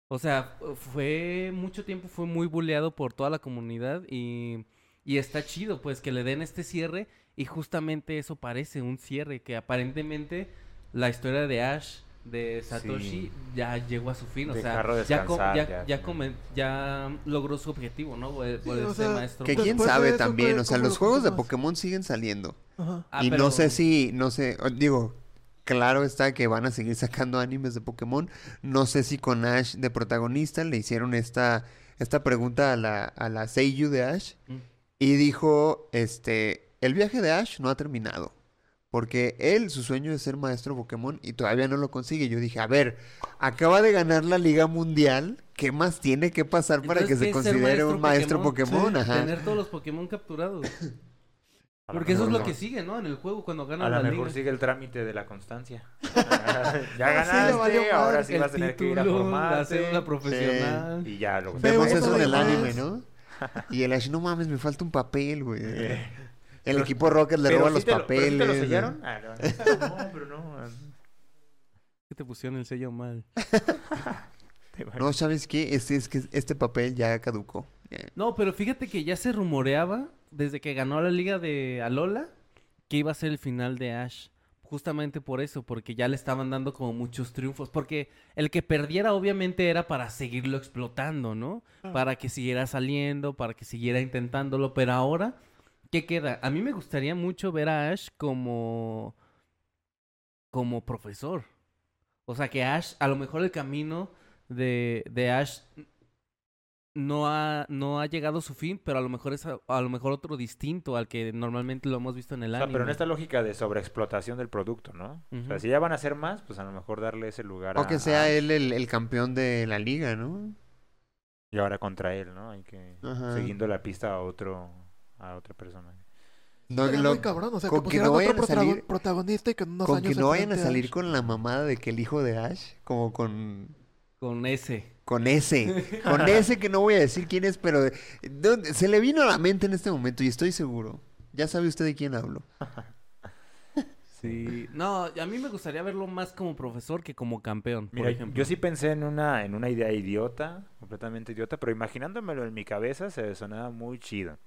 [SPEAKER 5] O sea, fu- fue mucho tiempo, fue muy buleado por toda la comunidad y, y está chido, pues, que le den este cierre y justamente eso parece un cierre, que aparentemente la historia de Ash, de Satoshi,
[SPEAKER 3] Sí.
[SPEAKER 5] ya llegó a su fin. O
[SPEAKER 3] Dejarlo
[SPEAKER 5] sea, ya, co-
[SPEAKER 3] descansar,
[SPEAKER 5] ya,
[SPEAKER 3] ya.
[SPEAKER 5] ya come- ya logró su objetivo, ¿no? Por, por
[SPEAKER 2] Sí, o
[SPEAKER 5] ese
[SPEAKER 2] sea,
[SPEAKER 5] maestro.
[SPEAKER 4] Que quién
[SPEAKER 2] Después de
[SPEAKER 4] sabe
[SPEAKER 2] eso,
[SPEAKER 4] también.
[SPEAKER 2] ¿qué-
[SPEAKER 4] O sea,
[SPEAKER 2] cómo
[SPEAKER 4] los
[SPEAKER 2] lo
[SPEAKER 4] juegos de
[SPEAKER 2] continúas?
[SPEAKER 4] Pokémon siguen saliendo.
[SPEAKER 2] Ajá.
[SPEAKER 5] Ah,
[SPEAKER 4] y
[SPEAKER 5] pero-
[SPEAKER 4] no sé si, no sé, o- digo, claro está que van a seguir sacando animes de Pokémon. No sé si con Ash de protagonista le hicieron esta, esta pregunta a la, a la Seiyu de Ash.
[SPEAKER 5] Mm.
[SPEAKER 4] Y dijo, este, el viaje de Ash no ha terminado. Porque él, su sueño es ser maestro Pokémon y todavía no lo consigue. Yo dije, a ver, acaba de ganar la Liga Mundial. ¿Qué más tiene que pasar para
[SPEAKER 5] Entonces,
[SPEAKER 4] que se
[SPEAKER 5] ¿qué es ser
[SPEAKER 4] considere un maestro
[SPEAKER 5] maestro
[SPEAKER 4] Pokémon?
[SPEAKER 2] Pokémon?
[SPEAKER 4] Ajá.
[SPEAKER 5] Tener todos los Pokémon capturados.
[SPEAKER 3] A lo
[SPEAKER 5] Porque eso es
[SPEAKER 3] mejor
[SPEAKER 5] lo
[SPEAKER 3] no.
[SPEAKER 5] que sigue, ¿no? En el juego, cuando
[SPEAKER 3] A
[SPEAKER 5] ganan
[SPEAKER 3] lo
[SPEAKER 5] la
[SPEAKER 3] mejor
[SPEAKER 5] liga.
[SPEAKER 3] sigue el trámite de la constancia. ya
[SPEAKER 2] Ah, sí, le valió
[SPEAKER 3] ganaste, este, ahora
[SPEAKER 2] madre
[SPEAKER 3] sí vas a tener que ir a
[SPEAKER 5] la cédula
[SPEAKER 3] formarte.
[SPEAKER 5] profesional.
[SPEAKER 3] Y ya, luego
[SPEAKER 2] Veo
[SPEAKER 4] Vemos
[SPEAKER 2] Pero
[SPEAKER 4] eso
[SPEAKER 2] eso
[SPEAKER 4] del
[SPEAKER 2] de
[SPEAKER 4] anime,
[SPEAKER 2] más.
[SPEAKER 4] ¿no? Y el Ash, no mames, me falta un papel, güey. El
[SPEAKER 3] Pero-
[SPEAKER 4] equipo Rocket le
[SPEAKER 3] Eh. Pero
[SPEAKER 4] roba
[SPEAKER 3] sí
[SPEAKER 4] los
[SPEAKER 3] te lo- pero
[SPEAKER 4] papeles.
[SPEAKER 3] sí te lo
[SPEAKER 4] ¿no?
[SPEAKER 3] sellaron? Ah, no, no, pero no. ah,
[SPEAKER 5] Que te pusieron el sello mal.
[SPEAKER 4] No, ¿sabes qué? Este, es que este papel ya caducó.
[SPEAKER 5] No, pero fíjate que ya se rumoreaba desde que ganó la liga de Alola que iba a ser el final de Ash. Justamente por eso, porque ya le estaban dando como muchos triunfos. Porque el que perdiera obviamente era para seguirlo explotando, ¿no?
[SPEAKER 2] Ah.
[SPEAKER 5] Para que siguiera saliendo, para que siguiera intentándolo. Pero ahora, ¿qué queda? A mí me gustaría mucho ver a Ash como... como profesor. O sea, que Ash, a lo mejor el camino de, de Ash no ha, no ha llegado a su fin, pero a lo mejor es a, a lo mejor otro distinto al que normalmente lo hemos visto en el
[SPEAKER 3] O
[SPEAKER 5] anime.
[SPEAKER 3] sea, pero en esta lógica de sobreexplotación del producto, ¿no? O sea,
[SPEAKER 5] Ujú.
[SPEAKER 3] si ya van a hacer más, pues a lo mejor darle ese lugar
[SPEAKER 4] O
[SPEAKER 3] a-
[SPEAKER 4] que
[SPEAKER 3] a-
[SPEAKER 4] sea él el, el campeón de la liga, ¿no?
[SPEAKER 3] Y ahora contra él, ¿no? Hay que...
[SPEAKER 4] Ajá.
[SPEAKER 3] Siguiendo la pista a otro... A otra persona.
[SPEAKER 4] No,
[SPEAKER 2] Era
[SPEAKER 4] lo-
[SPEAKER 2] muy cabrón, o sea,
[SPEAKER 4] con
[SPEAKER 2] que
[SPEAKER 4] que
[SPEAKER 2] pusieran
[SPEAKER 4] no
[SPEAKER 2] otro
[SPEAKER 4] vayan a
[SPEAKER 2] protago-
[SPEAKER 4] salir-
[SPEAKER 2] protagonista y que en unos
[SPEAKER 4] con
[SPEAKER 2] años
[SPEAKER 4] que
[SPEAKER 2] se
[SPEAKER 4] no vayan a
[SPEAKER 2] enfrente
[SPEAKER 4] salir
[SPEAKER 2] Ash.
[SPEAKER 4] con la mamada de que el hijo de Ash, como con...
[SPEAKER 5] Con ese.
[SPEAKER 4] Con ese, con ese que no voy a decir quién es, pero eh, no, se le vino a la mente en este momento y estoy seguro. Ya sabe usted de quién hablo.
[SPEAKER 5] Sí. No, a mí me gustaría verlo más como profesor que como campeón, por
[SPEAKER 3] Mira,
[SPEAKER 5] ejemplo.
[SPEAKER 3] yo sí pensé en una, en una idea idiota, completamente idiota, pero imaginándomelo en mi cabeza se sonaba muy chido.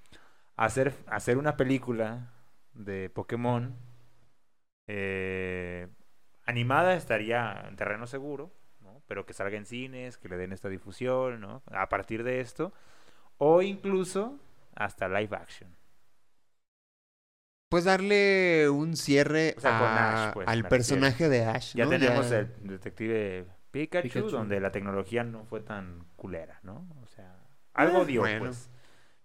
[SPEAKER 3] Hacer, hacer una película de Pokémon eh, animada estaría en terreno seguro, ¿no? pero que salga en cines, que le den esta difusión, ¿no? a partir de esto, o incluso hasta live action.
[SPEAKER 4] Pues darle un cierre
[SPEAKER 3] O sea, con
[SPEAKER 4] a-
[SPEAKER 3] Ash, pues, me
[SPEAKER 4] al
[SPEAKER 3] refiero.
[SPEAKER 4] personaje de Ash.
[SPEAKER 3] Ya
[SPEAKER 4] ¿no?
[SPEAKER 3] tenemos el detective Pikachu,
[SPEAKER 5] Pikachu.
[SPEAKER 3] donde la tecnología no fue tan culera, ¿no? O sea, algo dio,
[SPEAKER 4] bueno.
[SPEAKER 3] pues.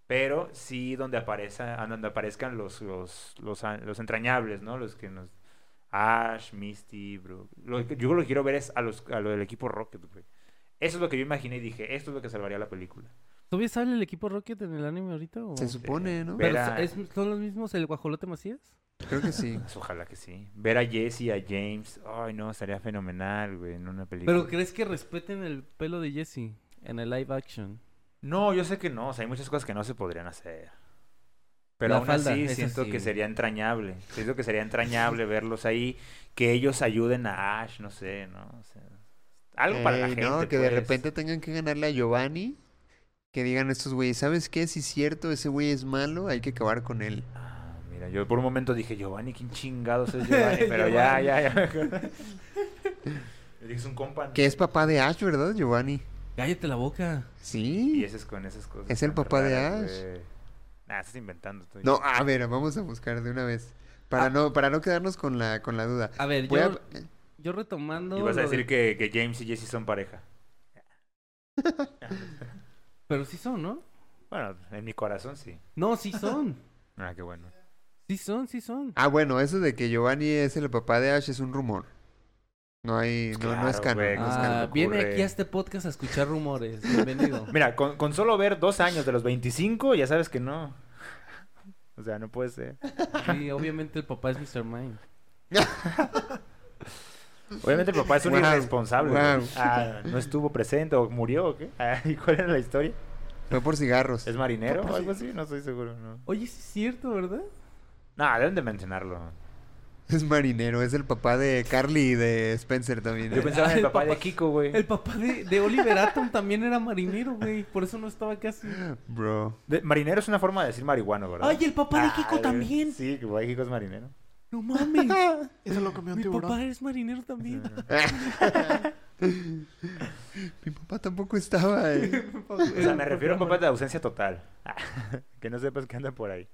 [SPEAKER 3] Pero sí donde, apareza, donde aparezcan los, los, los, a- los entrañables, ¿no? Los que nos... Ash, Misty, Brook. Lo que- yo lo que quiero ver es a los, a lo del equipo Rocket, güey. Eso es lo que yo imaginé y dije, esto es lo que salvaría la película.
[SPEAKER 5] ¿Todavía sale el equipo Rocket en el anime ahorita? O...
[SPEAKER 4] Se supone, ¿no?
[SPEAKER 3] Ve-
[SPEAKER 5] ¿Pero
[SPEAKER 3] Era-
[SPEAKER 5] es- ¿Son los mismos el guajolote Macías?
[SPEAKER 4] Creo que sí.
[SPEAKER 3] Pues ojalá que sí. Ver a Jesse, a James. Ay, no, estaría fenomenal, güey, en una película.
[SPEAKER 5] ¿Pero crees que respeten el pelo de Jesse en el live action?
[SPEAKER 3] No, yo sé que no. O sea, hay muchas cosas que no se podrían hacer. Pero
[SPEAKER 5] La
[SPEAKER 3] aún
[SPEAKER 5] falda,
[SPEAKER 3] así
[SPEAKER 5] eso
[SPEAKER 3] siento que
[SPEAKER 5] sí.
[SPEAKER 3] sería entrañable. Siento que sería entrañable verlos ahí. Que ellos ayuden a Ash, no sé, ¿no? O sea, algo para la
[SPEAKER 4] Ey,
[SPEAKER 3] gente.
[SPEAKER 4] Eh, no, que de
[SPEAKER 3] pues.
[SPEAKER 4] repente tengan que ganarle a Giovanni. Que digan estos güeyes, ¿sabes qué? Si es cierto, ese güey es malo, hay que acabar con él.
[SPEAKER 3] Ah, mira, yo por un momento dije, Giovanni, ¿quién chingados es Giovanni? Pero ya,
[SPEAKER 5] Giovanni.
[SPEAKER 3] ya, ya. me acordé. Yo dije, es un compa. ¿no?
[SPEAKER 4] Que es papá de Ash, ¿verdad, Giovanni?
[SPEAKER 5] Cállate la boca.
[SPEAKER 3] Y
[SPEAKER 4] Sí.
[SPEAKER 3] ese es con esas cosas.
[SPEAKER 4] Es el
[SPEAKER 3] tan
[SPEAKER 4] papá de
[SPEAKER 3] raras,
[SPEAKER 4] Ash.
[SPEAKER 3] güey. Nah, estás inventando. tú.
[SPEAKER 4] No, a ver, vamos a buscar de una vez. Para,
[SPEAKER 3] Ah.
[SPEAKER 4] no, para no quedarnos con la, con la duda.
[SPEAKER 5] A ver,
[SPEAKER 4] Voy a-
[SPEAKER 5] yo, yo retomando.
[SPEAKER 3] Y vas a
[SPEAKER 5] lo de-
[SPEAKER 3] decir que, que James y Jesse son pareja.
[SPEAKER 5] Pero sí son, ¿no?
[SPEAKER 3] Bueno, en mi corazón sí.
[SPEAKER 5] No, sí son.
[SPEAKER 3] Ah, qué bueno.
[SPEAKER 5] sí son, sí son.
[SPEAKER 4] Ah, bueno, eso de que Giovanni es el papá de Ash es un rumor. No hay, no, no es
[SPEAKER 3] Claro,
[SPEAKER 4] canon.
[SPEAKER 3] güey,
[SPEAKER 4] no es
[SPEAKER 3] ¿cómo
[SPEAKER 4] canon.
[SPEAKER 3] se
[SPEAKER 5] Ah,
[SPEAKER 3] te
[SPEAKER 5] viene
[SPEAKER 3] ocurre?
[SPEAKER 5] aquí a este podcast a escuchar rumores. Bienvenido.
[SPEAKER 3] Mira, con, con solo ver dos años de los 25, ya sabes que no. O sea, no puede ser.
[SPEAKER 5] Sí, obviamente el papá es Mr. Mind.
[SPEAKER 3] Obviamente el papá es un
[SPEAKER 4] Wow,
[SPEAKER 3] irresponsable. güey.
[SPEAKER 4] wow.
[SPEAKER 3] Ah, no estuvo presente o murió o qué. Ah, ¿Y cuál era la historia?
[SPEAKER 4] Fue por cigarros.
[SPEAKER 3] ¿Es marinero o algo así? No estoy seguro. No,
[SPEAKER 5] Oye, sí es cierto, ¿verdad?
[SPEAKER 3] no deben de mencionarlo.
[SPEAKER 4] Es marinero, es el papá de Carly y de Spencer también.
[SPEAKER 3] Yo
[SPEAKER 4] ¿eh?
[SPEAKER 3] pensaba en el
[SPEAKER 5] el
[SPEAKER 3] papá de
[SPEAKER 5] papá-
[SPEAKER 3] Kiko, güey.
[SPEAKER 5] El papá de, de Oliver Atom también era marinero, güey. Por eso no estaba casi.
[SPEAKER 4] Bro.
[SPEAKER 3] De- Marinero es una forma de decir marihuano, ¿verdad?
[SPEAKER 5] Ay, el papá de Kiko
[SPEAKER 3] Ah,
[SPEAKER 5] también.
[SPEAKER 3] Sí, que papá de Kiko es marinero.
[SPEAKER 5] No mames.
[SPEAKER 2] Y se lo comió un
[SPEAKER 5] Mi papá
[SPEAKER 2] tiburón.
[SPEAKER 5] es marinero también.
[SPEAKER 4] Mi papá tampoco estaba. eh.
[SPEAKER 3] O sea, me refiero a papás de ausencia total. Ah, que no sepas que andan por ahí.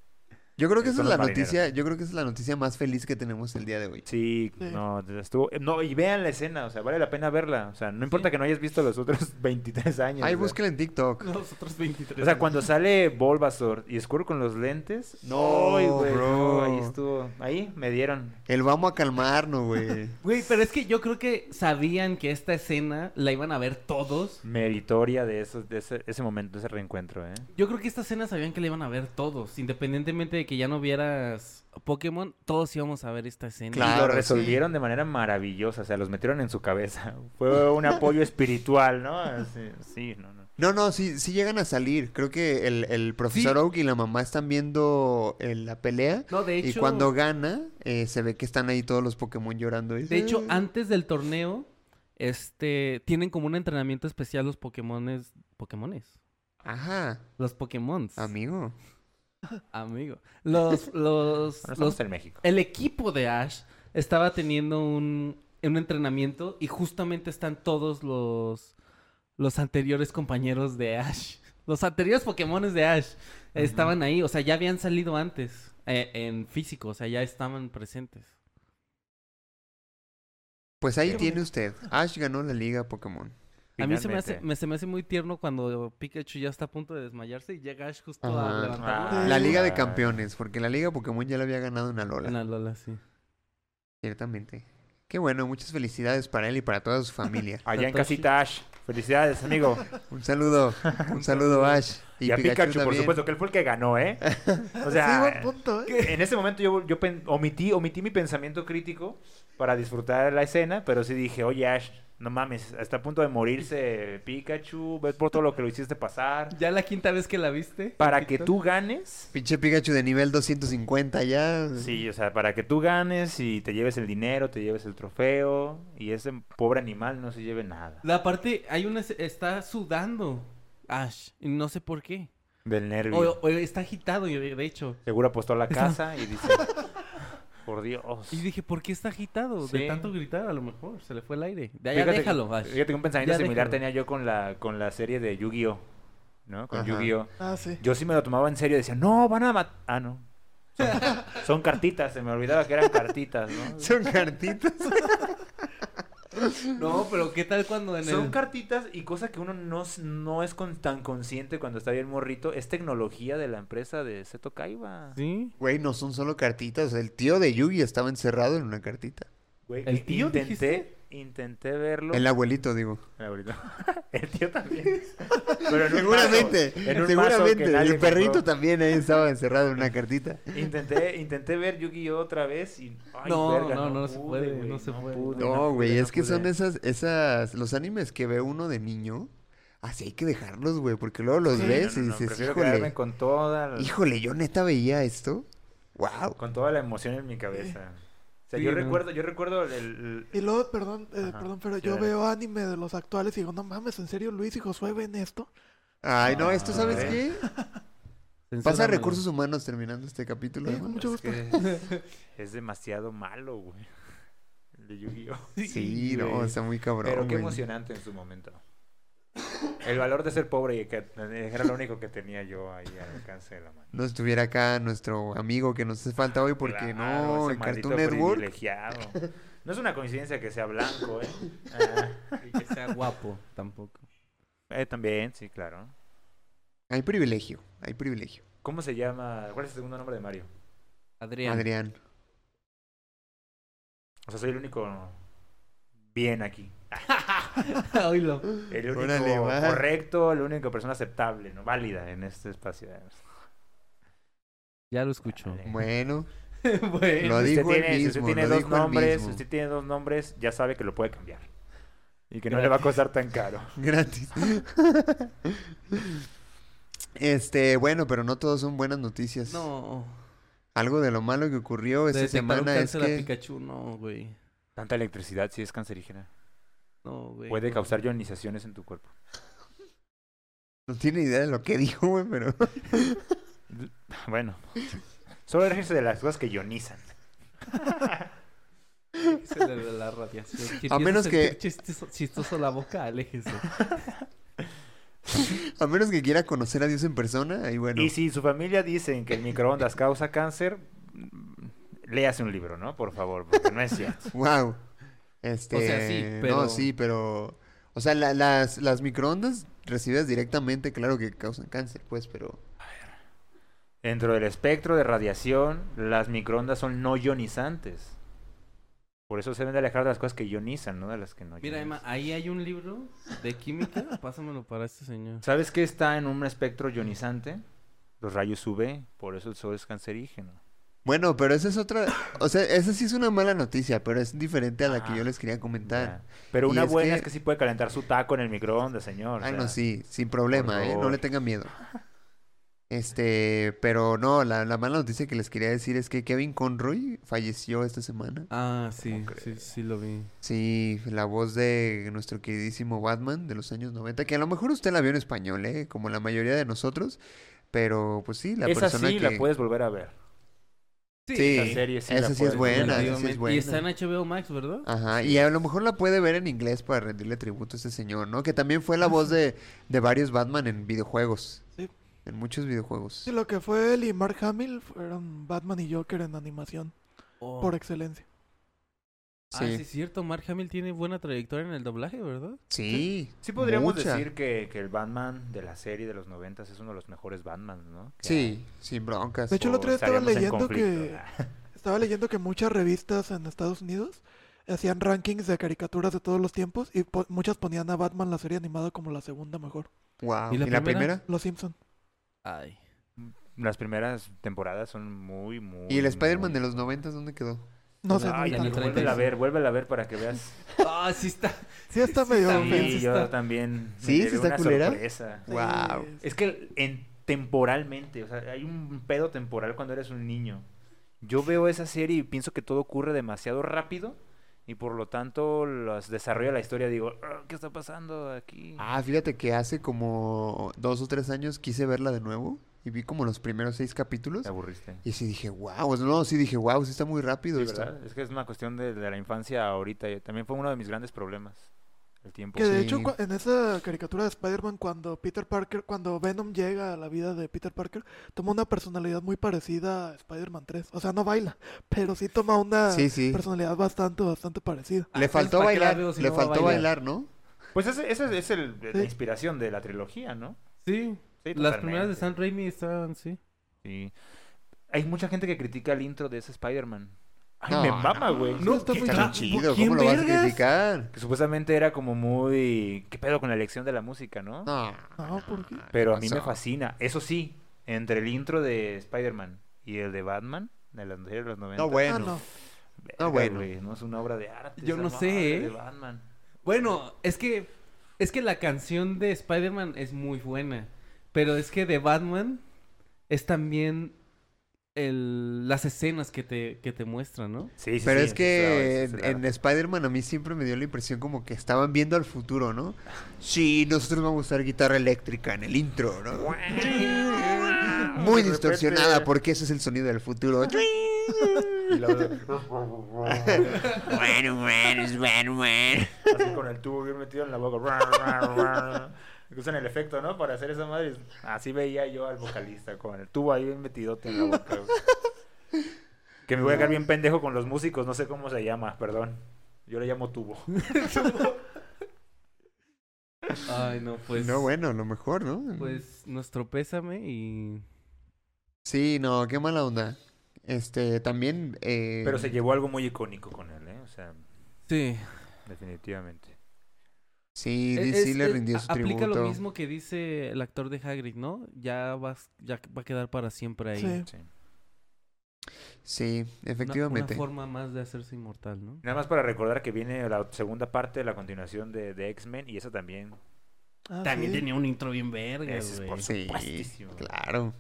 [SPEAKER 4] Yo creo que esa
[SPEAKER 3] Son
[SPEAKER 4] es la
[SPEAKER 3] los marineros.
[SPEAKER 4] noticia. Yo creo que esa es la noticia más feliz que tenemos el día de hoy.
[SPEAKER 3] Sí,
[SPEAKER 2] Sí.
[SPEAKER 3] no, estuvo... eh, No, y vean la escena, o sea, vale la pena verla. O sea, no importa que no hayas visto los otros 23 años.
[SPEAKER 4] Ay,
[SPEAKER 3] o sea.
[SPEAKER 4] búsquela en TikTok.
[SPEAKER 5] Los otros 23.
[SPEAKER 3] O sea, cuando sale Bulbasaur y Squirrel con los lentes.
[SPEAKER 5] Oh,
[SPEAKER 4] No,
[SPEAKER 3] ay, güey, no,
[SPEAKER 4] bro.
[SPEAKER 3] ahí estuvo. Ahí me dieron.
[SPEAKER 4] El vamos a calmarnos, güey.
[SPEAKER 5] Güey, pero es que yo creo que sabían que esta escena la iban a ver todos.
[SPEAKER 3] Meritoria de, esos, de ese, ese momento, de ese reencuentro, ¿eh?
[SPEAKER 5] Yo creo que esta escena sabían que la iban a ver todos. Independientemente de que ya no vieras Pokémon, todos íbamos a ver esta escena.
[SPEAKER 4] Claro.
[SPEAKER 3] Y lo
[SPEAKER 4] sí.
[SPEAKER 3] resolvieron de manera maravillosa, o sea, los metieron en su cabeza. Fue un apoyo espiritual, ¿no? Así- sí, no, no.
[SPEAKER 4] No, no, sí, sí llegan a salir. Creo que el, el profesor
[SPEAKER 5] Sí.
[SPEAKER 4] Oak y la mamá están viendo eh, la pelea.
[SPEAKER 5] No, de hecho.
[SPEAKER 4] Y cuando gana, eh, se ve que están ahí todos los Pokémon llorando.
[SPEAKER 5] De hecho, antes del torneo, este, tienen como un entrenamiento especial los Pokémones, Pokémones,
[SPEAKER 4] Ajá,
[SPEAKER 5] los Pokémons,
[SPEAKER 4] amigo.
[SPEAKER 5] amigo, los, los,
[SPEAKER 3] Bueno,
[SPEAKER 5] los-
[SPEAKER 3] estamos en México.
[SPEAKER 5] el equipo de Ash estaba teniendo un, un entrenamiento y justamente están todos los, los anteriores compañeros de Ash, los anteriores Pokémones de Ash estaban ahí, o sea, ya habían salido antes eh, en físico, o sea, ya estaban presentes.
[SPEAKER 4] Pues ahí
[SPEAKER 3] Qué
[SPEAKER 4] tiene usted. Ash ganó la liga Pokémon.
[SPEAKER 5] A mí se me, hace,
[SPEAKER 3] Finalmente.
[SPEAKER 5] me- se me hace muy tierno cuando Pikachu ya está a punto de desmayarse y llega Ash justo
[SPEAKER 4] Ajá.
[SPEAKER 5] a levantarlo.
[SPEAKER 2] Ah,
[SPEAKER 4] La liga de
[SPEAKER 3] Ah.
[SPEAKER 4] campeones, porque la liga Pokémon ya la había ganado una Lola.
[SPEAKER 5] Una Lola, sí.
[SPEAKER 4] Ciertamente. Qué bueno, muchas felicidades para él y para toda su familia.
[SPEAKER 3] Allá en
[SPEAKER 5] Satoshi.
[SPEAKER 3] casita, Ash. Felicidades, amigo.
[SPEAKER 4] Un saludo, un saludo Ash.
[SPEAKER 3] Y, a Pikachu, por
[SPEAKER 4] también.
[SPEAKER 3] supuesto, que él fue el que ganó, ¿eh? O
[SPEAKER 2] sí,
[SPEAKER 3] sea,
[SPEAKER 2] buen punto, ¿eh?
[SPEAKER 3] en ese momento yo, yo pen- omití, omití mi pensamiento crítico para disfrutar la escena, pero sí dije, oye Ash, no mames, está a punto de morirse Pikachu, ves por todo lo que lo hiciste pasar.
[SPEAKER 5] Ya la quinta vez que la viste.
[SPEAKER 3] Para que tú ganes.
[SPEAKER 4] Pinche Pikachu de nivel 250 ya.
[SPEAKER 3] Sí, o sea, para que tú ganes y te lleves el dinero, te lleves el trofeo y ese pobre animal no se lleve nada.
[SPEAKER 5] La parte, hay una, está sudando Ash, y no sé por qué.
[SPEAKER 3] Del nervio.
[SPEAKER 5] O, o está agitado, y de de hecho.
[SPEAKER 3] Seguro apostó a la casa y dice, por Dios.
[SPEAKER 5] Y dije, ¿por qué está agitado?
[SPEAKER 3] Sí.
[SPEAKER 5] De tanto gritar, a lo mejor, se le fue el aire. De allá,
[SPEAKER 3] Fíjate que-
[SPEAKER 5] déjalo, Ash.
[SPEAKER 3] Fíjate que un pensamiento
[SPEAKER 5] Ya
[SPEAKER 3] similar
[SPEAKER 5] déjalo.
[SPEAKER 3] tenía yo con la, con la serie de Yu-Gi-Oh! ¿No? Con
[SPEAKER 4] Ajá.
[SPEAKER 3] Yu-Gi-Oh!
[SPEAKER 2] Ah, sí.
[SPEAKER 3] Yo sí me lo tomaba en serio. Decía, no, van a matar. Ah, no. Son, son cartitas. Se me olvidaba que eran cartitas, ¿no?
[SPEAKER 4] Son cartitas.
[SPEAKER 5] No, pero ¿qué tal cuando en
[SPEAKER 3] Son
[SPEAKER 5] el...
[SPEAKER 3] cartitas y cosa que uno no, s- no es con- tan consciente cuando está bien morrito. Es tecnología de la empresa de Seto Kaiba.
[SPEAKER 5] Sí.
[SPEAKER 4] Güey, no son solo cartitas. El tío de Yugi estaba encerrado en una cartita.
[SPEAKER 3] Güey,
[SPEAKER 5] ¿El tío
[SPEAKER 3] intenté,
[SPEAKER 5] dijiste?
[SPEAKER 3] intenté verlo.
[SPEAKER 4] El abuelito, digo.
[SPEAKER 3] Ah, ahorita. El tío también. Pero en un
[SPEAKER 4] Seguramente,
[SPEAKER 3] mazo, en un mazo que
[SPEAKER 4] seguramente.
[SPEAKER 3] nadie
[SPEAKER 4] El perrito
[SPEAKER 3] compró.
[SPEAKER 4] también ahí estaba encerrado en una cartita.
[SPEAKER 3] Intenté, intenté ver Yu-Gi-Oh otra vez y. ay,
[SPEAKER 5] No,
[SPEAKER 3] verga,
[SPEAKER 5] no, no se
[SPEAKER 3] pude,
[SPEAKER 5] puede,
[SPEAKER 3] güey,
[SPEAKER 5] no se puede.
[SPEAKER 3] pude,
[SPEAKER 4] No, güey,
[SPEAKER 3] pude,
[SPEAKER 4] es que son
[SPEAKER 3] pude.
[SPEAKER 4] esas, esas, los animes que ve uno de niño, así hay que dejarlos, güey, porque luego los
[SPEAKER 3] Sí,
[SPEAKER 4] ves
[SPEAKER 3] no, no,
[SPEAKER 4] y
[SPEAKER 3] no,
[SPEAKER 4] dices,
[SPEAKER 3] prefiero
[SPEAKER 4] híjole,
[SPEAKER 3] quedarme con toda la,
[SPEAKER 4] híjole, yo neta veía esto. Wow.
[SPEAKER 3] con toda la emoción en mi cabeza. O sea,
[SPEAKER 5] Sí,
[SPEAKER 3] yo
[SPEAKER 5] no.
[SPEAKER 3] recuerdo, yo recuerdo el, el-
[SPEAKER 2] Y luego, perdón, eh,
[SPEAKER 3] Ajá,
[SPEAKER 2] perdón, pero
[SPEAKER 3] sí,
[SPEAKER 2] yo
[SPEAKER 3] dale.
[SPEAKER 2] veo anime de los actuales y digo, no mames, ¿en serio Luis y Josué ven esto?
[SPEAKER 4] Ay, no, esto,
[SPEAKER 3] Ah,
[SPEAKER 4] ¿sabes
[SPEAKER 3] ok.
[SPEAKER 4] qué? Pasa a recursos humanos terminando este capítulo.
[SPEAKER 2] Sí,
[SPEAKER 4] además.
[SPEAKER 2] mucho
[SPEAKER 3] es
[SPEAKER 2] gusto.
[SPEAKER 3] que es demasiado malo, güey. El de Yu-Gi-Oh.
[SPEAKER 4] Sí, no, está muy cabrón.
[SPEAKER 3] Pero qué
[SPEAKER 4] güey.
[SPEAKER 3] emocionante en su momento. El valor de ser pobre y que era lo único que tenía yo ahí al alcance de la mano.
[SPEAKER 4] No estuviera acá nuestro amigo que nos hace falta hoy porque
[SPEAKER 3] Claro,
[SPEAKER 4] no,
[SPEAKER 3] ese
[SPEAKER 4] el
[SPEAKER 3] maldito
[SPEAKER 4] Cartoon Network.
[SPEAKER 3] privilegiado. No es una coincidencia que sea blanco, ¿eh? Ah,
[SPEAKER 5] Y que sea guapo tampoco.
[SPEAKER 3] eh, también, sí, claro.
[SPEAKER 4] Hay privilegio, hay privilegio.
[SPEAKER 3] ¿Cómo se llama? ¿Cuál es el segundo nombre de Mario?
[SPEAKER 5] Adrián.
[SPEAKER 4] Adrián.
[SPEAKER 3] O sea, soy el único bien aquí.
[SPEAKER 5] Oílo.
[SPEAKER 3] El único
[SPEAKER 4] Órale, va.
[SPEAKER 3] correcto, la única persona aceptable, ¿no? Válida en este espacio.
[SPEAKER 5] Ya lo escucho.
[SPEAKER 3] Dale.
[SPEAKER 4] Bueno,
[SPEAKER 5] Bueno.
[SPEAKER 4] Lo
[SPEAKER 3] Si Eh, usted
[SPEAKER 4] dijo él
[SPEAKER 3] tiene, si usted
[SPEAKER 4] mismo,
[SPEAKER 3] tiene
[SPEAKER 4] lo
[SPEAKER 3] dos
[SPEAKER 4] dijo él
[SPEAKER 3] nombres,
[SPEAKER 4] mismo.
[SPEAKER 3] si usted tiene dos nombres, ya sabe que lo puede cambiar. Y que no le va a costar tan caro.
[SPEAKER 4] gratis. este, bueno, pero no todos son buenas noticias.
[SPEAKER 5] No.
[SPEAKER 4] Algo de lo malo que ocurrió esta
[SPEAKER 5] Detectaron
[SPEAKER 4] semana es
[SPEAKER 5] cáncer a
[SPEAKER 4] que
[SPEAKER 5] Pikachu, no, güey.
[SPEAKER 3] Tanta electricidad sí es cancerígena.
[SPEAKER 5] No, güey.
[SPEAKER 3] Puede causar ionizaciones en tu cuerpo.
[SPEAKER 4] no tiene idea de lo que dijo, güey, pero
[SPEAKER 3] Bueno. Solo déjense de las cosas que ionizan.
[SPEAKER 5] Aléjese de la- la radiación. Si empieza
[SPEAKER 4] menos
[SPEAKER 5] sentir
[SPEAKER 4] que-
[SPEAKER 5] Chistoso, chistoso la boca, aléjese.
[SPEAKER 4] a menos que quiera conocer a Dios en persona, ahí bueno.
[SPEAKER 3] Y si su familia dicen que el microondas causa cáncer, mm, léase un libro, ¿no? Por favor, porque no es cierto.
[SPEAKER 4] Wow. Este,
[SPEAKER 5] sí,
[SPEAKER 4] no,
[SPEAKER 5] pero-
[SPEAKER 4] sí, pero o sea, la- las las microondas recibidas directamente, claro que causan cáncer, pues, pero
[SPEAKER 3] Dentro del espectro de radiación, las microondas son no ionizantes. Por eso se deben de alejar de las cosas que ionizan, ¿no? De las que no
[SPEAKER 5] Mira,
[SPEAKER 3] ionizan.
[SPEAKER 5] Emma, ah. ahí hay un libro de química. Pásamelo para este señor.
[SPEAKER 3] ¿Sabes qué está en un espectro ionizante? Los rayos UV, por eso el sol es cancerígeno.
[SPEAKER 4] Bueno, pero esa es otra, o sea, esa sí es una mala noticia, pero es diferente a la que
[SPEAKER 3] Ah,
[SPEAKER 4] yo les quería comentar.
[SPEAKER 3] Ya. Pero
[SPEAKER 4] Y
[SPEAKER 3] una
[SPEAKER 4] es
[SPEAKER 3] buena
[SPEAKER 4] que-
[SPEAKER 3] es que sí puede calentar su taco en el microondas, señor. o
[SPEAKER 4] Ah, no,
[SPEAKER 3] sea,
[SPEAKER 4] sí, sin problema, ¿eh? No
[SPEAKER 3] favor.
[SPEAKER 4] le tengan miedo. Este, pero no, la, la mala noticia que les quería decir es que Kevin Conroy falleció esta semana.
[SPEAKER 5] Ah, sí,
[SPEAKER 3] ¿Cómo
[SPEAKER 5] sí, sí lo vi.
[SPEAKER 4] Sí, la voz de nuestro queridísimo Batman de los años 90, que a lo mejor usted la vio en español, ¿eh? Como la mayoría de nosotros, pero pues sí, la
[SPEAKER 3] Esa
[SPEAKER 4] persona
[SPEAKER 3] sí
[SPEAKER 4] que...
[SPEAKER 3] la puedes volver a ver.
[SPEAKER 4] Sí,
[SPEAKER 3] Esa serie sí
[SPEAKER 4] esa
[SPEAKER 3] la
[SPEAKER 4] sí es
[SPEAKER 3] puedes
[SPEAKER 4] buena,
[SPEAKER 3] volver a ver.
[SPEAKER 4] esa sí es buena.
[SPEAKER 5] Y está en HBO Max, ¿verdad?
[SPEAKER 4] Ajá, y a lo mejor la puede ver en inglés para rendirle tributo a este señor, ¿no? Que también fue la voz de, de varios Batman en videojuegos.
[SPEAKER 2] Sí.
[SPEAKER 4] En muchos videojuegos.
[SPEAKER 2] Sí, lo que fue él y Mark Hamill fueron Batman y Joker en animación,
[SPEAKER 5] Oh.
[SPEAKER 2] por excelencia.
[SPEAKER 5] Ah, sí,
[SPEAKER 4] Sí.
[SPEAKER 5] es cierto. Mark Hamill tiene buena trayectoria en el doblaje, ¿verdad?
[SPEAKER 4] Sí.
[SPEAKER 3] Sí podríamos
[SPEAKER 4] mucha.
[SPEAKER 3] decir que, que el Batman de la serie de los noventas es uno de los mejores Batman, ¿no? Que
[SPEAKER 4] Sí, sin broncas.
[SPEAKER 2] De hecho, el
[SPEAKER 3] o
[SPEAKER 2] otro día estaba
[SPEAKER 3] estaríamos en
[SPEAKER 2] leyendo que...
[SPEAKER 3] conflicto.
[SPEAKER 2] Estaba leyendo que muchas revistas en Estados Unidos hacían rankings de caricaturas de todos los tiempos y po- muchas ponían a Batman la serie animada como la segunda mejor.
[SPEAKER 4] Wow.
[SPEAKER 5] ¿Y la primera?
[SPEAKER 2] Los Simpson.
[SPEAKER 5] Ay.
[SPEAKER 3] Las primeras temporadas son muy, muy...
[SPEAKER 4] ¿Y el Spider-Man de
[SPEAKER 3] muy-
[SPEAKER 4] los 90 dónde quedó?
[SPEAKER 2] No sé,
[SPEAKER 5] Ay,
[SPEAKER 2] no
[SPEAKER 3] Ay,
[SPEAKER 5] Ah, ya
[SPEAKER 2] tanto.
[SPEAKER 5] no traen
[SPEAKER 3] vuélvela a
[SPEAKER 5] eso.
[SPEAKER 3] ver, vuélvela a ver para que veas.
[SPEAKER 5] Ah, sí está.
[SPEAKER 2] Sí está
[SPEAKER 5] sí
[SPEAKER 2] medio
[SPEAKER 5] está
[SPEAKER 3] Sí,
[SPEAKER 5] bien.
[SPEAKER 2] ofensa.
[SPEAKER 3] yo
[SPEAKER 5] está-
[SPEAKER 3] también. me
[SPEAKER 4] ¿Sí? ¿Sí
[SPEAKER 3] llevé
[SPEAKER 4] está
[SPEAKER 3] una
[SPEAKER 4] culera?
[SPEAKER 3] sorpresa.
[SPEAKER 4] Wow.
[SPEAKER 2] Sí,
[SPEAKER 3] Es que en temporalmente, o sea, hay un pedo temporal cuando eres un niño. Yo veo esa serie y pienso que todo ocurre demasiado rápido y por lo tanto los desarrollo la historia digo, "Ah, ¿qué está pasando aquí?
[SPEAKER 4] Ah, fíjate que hace como dos o tres años quise verla de nuevo y vi como los primeros seis capítulos
[SPEAKER 3] Te aburriste.
[SPEAKER 4] Pues, y sí dije, wow, no, sí dije, wow, sí está muy rápido
[SPEAKER 3] Sí,
[SPEAKER 4] esto.
[SPEAKER 3] ¿verdad? Es que es una cuestión de, de la infancia a ahorita. y También fue uno de mis grandes problemas. El tiempo.
[SPEAKER 2] Que de
[SPEAKER 4] Sí.
[SPEAKER 2] hecho cua- en esa caricatura de Spider-Man cuando Peter Parker, cuando Venom llega a la vida de Peter Parker, toma una personalidad muy parecida a Spider-Man 3. O sea, no baila, pero sí toma una
[SPEAKER 4] Sí, sí.
[SPEAKER 2] personalidad bastante, bastante parecida.
[SPEAKER 5] Ah,
[SPEAKER 4] Le
[SPEAKER 5] entonces,
[SPEAKER 4] faltó
[SPEAKER 5] ¿para qué la
[SPEAKER 4] bailar,
[SPEAKER 5] veo si
[SPEAKER 4] le
[SPEAKER 5] no va a
[SPEAKER 4] faltó
[SPEAKER 5] bailar?
[SPEAKER 4] bailar, ¿no?
[SPEAKER 3] Pues esa esa es el- la
[SPEAKER 2] Sí.
[SPEAKER 3] inspiración de la trilogía, ¿no?
[SPEAKER 5] Sí.
[SPEAKER 3] Sí,
[SPEAKER 5] Las
[SPEAKER 3] totalmente.
[SPEAKER 5] primeras de San Raimi estaban, sí.
[SPEAKER 3] Sí. Hay mucha gente que critica el intro de ese Spider-Man. Ay,
[SPEAKER 4] No,
[SPEAKER 3] me
[SPEAKER 4] no,
[SPEAKER 3] mama, güey.
[SPEAKER 2] no, está
[SPEAKER 3] Que
[SPEAKER 2] muy
[SPEAKER 3] está bien
[SPEAKER 2] raro.
[SPEAKER 4] Chido,
[SPEAKER 5] ¿Quién
[SPEAKER 4] ¿cómo lo vas a
[SPEAKER 5] vergas?
[SPEAKER 4] criticar?
[SPEAKER 3] Que supuestamente era como muy... ¿Qué pedo con la elección de la música, no?
[SPEAKER 4] No,
[SPEAKER 2] No, ¿por qué?
[SPEAKER 3] Pero a mí me
[SPEAKER 4] pasó?
[SPEAKER 3] fascina. Eso sí, entre el intro de Spider-Man y el de Batman, de las serie de los 90.
[SPEAKER 4] No,
[SPEAKER 2] Ah,
[SPEAKER 4] bueno.
[SPEAKER 2] no.
[SPEAKER 3] verga,
[SPEAKER 4] bueno.
[SPEAKER 3] güey, no es una obra de arte.
[SPEAKER 5] Yo
[SPEAKER 3] esa
[SPEAKER 5] no sé,
[SPEAKER 3] madre
[SPEAKER 5] ¿eh?
[SPEAKER 3] de Batman.
[SPEAKER 5] Bueno, es que es que la canción de Spider-Man es muy buena, pero es que de Batman es también el, las escenas que te, que te muestran, ¿no?
[SPEAKER 3] Sí, sí,
[SPEAKER 4] Pero
[SPEAKER 3] sí,
[SPEAKER 4] es
[SPEAKER 3] sí,
[SPEAKER 4] que
[SPEAKER 3] sí, sí,
[SPEAKER 4] en,
[SPEAKER 3] claro.
[SPEAKER 4] en Spider-Man a mí siempre me dio la impresión como que estaban viendo al futuro, ¿no? Sí, nosotros vamos a usar guitarra eléctrica en el intro, ¿no? Muy
[SPEAKER 3] De
[SPEAKER 4] distorsionada
[SPEAKER 3] repente-
[SPEAKER 4] porque ese es el sonido del futuro.
[SPEAKER 3] Y luego-
[SPEAKER 4] Bueno, bueno, es bueno, bueno.
[SPEAKER 3] Así con el tubo bien metido en la boca. Usan el efecto, ¿no? Para hacer esa madre. Así veía yo al vocalista con el tubo ahí metidote en la boca. güey. que me voy a quedar bien pendejo con los músicos, no sé cómo se llama, perdón. Yo le llamo tubo.
[SPEAKER 5] Ay, no, pues.
[SPEAKER 4] No, bueno, lo mejor, ¿no?
[SPEAKER 5] Pues nuestro pésame y.
[SPEAKER 4] Sí, no, qué mala onda. Este, también... eh,
[SPEAKER 3] Pero se llevó algo muy icónico con él, ¿eh? O sea,
[SPEAKER 5] Sí.
[SPEAKER 3] definitivamente.
[SPEAKER 4] Sí,
[SPEAKER 5] Es-
[SPEAKER 4] sí, sí
[SPEAKER 5] es-
[SPEAKER 4] le
[SPEAKER 5] es-
[SPEAKER 4] rindió
[SPEAKER 5] a-
[SPEAKER 4] su
[SPEAKER 5] aplica
[SPEAKER 4] tributo.
[SPEAKER 5] lo mismo que dice el actor de Hagrid, ¿no? Ya, vas, ya va a quedar para siempre ahí.
[SPEAKER 2] Sí.
[SPEAKER 5] Una-
[SPEAKER 3] Sí.
[SPEAKER 4] Sí,
[SPEAKER 5] Una,
[SPEAKER 4] efectivamente.
[SPEAKER 5] forma más de hacerse inmortal, ¿no?
[SPEAKER 3] Nada más para recordar que viene la segunda parte de la continuación de, de X-Men y esa también.
[SPEAKER 2] Ah,
[SPEAKER 5] También
[SPEAKER 2] sí.
[SPEAKER 5] tenía un intro bien verga,
[SPEAKER 3] Ese es
[SPEAKER 5] güey.
[SPEAKER 3] por
[SPEAKER 4] Sí,
[SPEAKER 3] supuestísimo.
[SPEAKER 4] claro.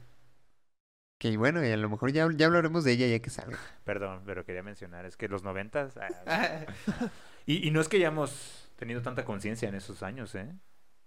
[SPEAKER 4] Que bueno, y a lo mejor ya, ya hablaremos de ella ya que salga.
[SPEAKER 3] Perdón, pero quería mencionar, es que los noventas... ah, y, y no es que hayamos tenido tanta conciencia en esos años, ¿eh?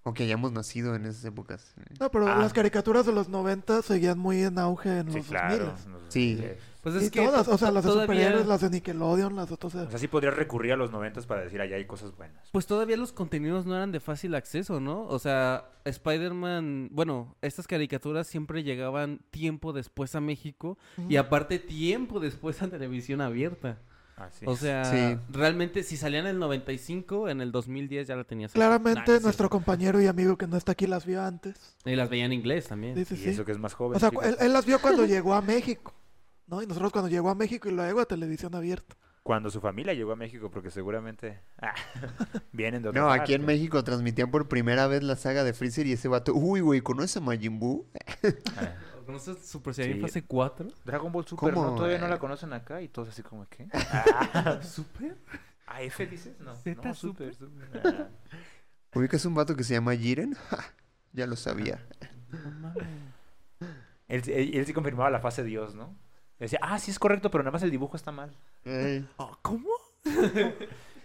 [SPEAKER 4] O que hayamos nacido en esas épocas.
[SPEAKER 2] No, pero
[SPEAKER 3] Ah.
[SPEAKER 2] las caricaturas de los 90 seguían muy en auge en
[SPEAKER 3] Sí,
[SPEAKER 2] los
[SPEAKER 3] claro.
[SPEAKER 2] 2000.
[SPEAKER 3] en los
[SPEAKER 4] Sí.
[SPEAKER 3] 2000s.
[SPEAKER 5] Pues
[SPEAKER 2] Y todas, o sea, las de
[SPEAKER 5] todavía-
[SPEAKER 2] superhéroes, las de Nickelodeon, las de todas
[SPEAKER 3] O
[SPEAKER 2] esas.
[SPEAKER 3] sea, sí podrías recurrir a los noventas para decir, allá hay cosas buenas.
[SPEAKER 5] Pues todavía los contenidos no eran de fácil acceso, ¿no? O sea, Spider-Man, bueno, estas caricaturas siempre llegaban tiempo después a México y aparte tiempo después a televisión abierta.
[SPEAKER 3] Así
[SPEAKER 5] O
[SPEAKER 3] es.
[SPEAKER 5] sea,
[SPEAKER 4] Sí.
[SPEAKER 5] realmente si salían en el 95, en el 2010 ya la tenías. aquí.
[SPEAKER 2] Claramente
[SPEAKER 5] Nah, no es
[SPEAKER 2] nuestro
[SPEAKER 5] cierto.
[SPEAKER 2] compañero y amigo que no está aquí las vio antes.
[SPEAKER 5] Y las veía en inglés también.
[SPEAKER 2] Sí, sí,
[SPEAKER 3] y
[SPEAKER 2] sí.
[SPEAKER 3] eso que es más joven.
[SPEAKER 2] O sea,
[SPEAKER 3] chicos.
[SPEAKER 2] cu- él, él las vio cuando llegó a México, ¿no? Y nosotros cuando llegó a México y luego a televisión abierta.
[SPEAKER 3] Cuando su familia llegó a México, porque seguramente ah, vienen de otra
[SPEAKER 4] No, aquí en
[SPEAKER 3] parte.
[SPEAKER 4] México transmitían por primera vez la saga de Freezer y ese vato. Uy, güey, ¿conoces a Majin Buu?
[SPEAKER 3] Ah,
[SPEAKER 5] ¿Conoces Super Saiyan
[SPEAKER 3] Sí.
[SPEAKER 5] fase 4?
[SPEAKER 3] Dragon Ball Super, ¿no?
[SPEAKER 4] ¿Cómo,
[SPEAKER 3] Todavía no
[SPEAKER 4] eh?
[SPEAKER 3] la conocen acá y todos así como, ¿qué? Ah,
[SPEAKER 5] ¿Super?
[SPEAKER 3] ¿A F dices? No,
[SPEAKER 5] ¿Z
[SPEAKER 3] no, Super, Super. Ah.
[SPEAKER 4] ¿Ubicas un vato que se llama Jiren? Ja, ya lo sabía.
[SPEAKER 3] Él, sí- él- él sí confirmaba la fase Dios, ¿no? Decía, ah, sí es correcto, pero nada más el dibujo está mal.
[SPEAKER 4] Ey.
[SPEAKER 5] ¿Cómo?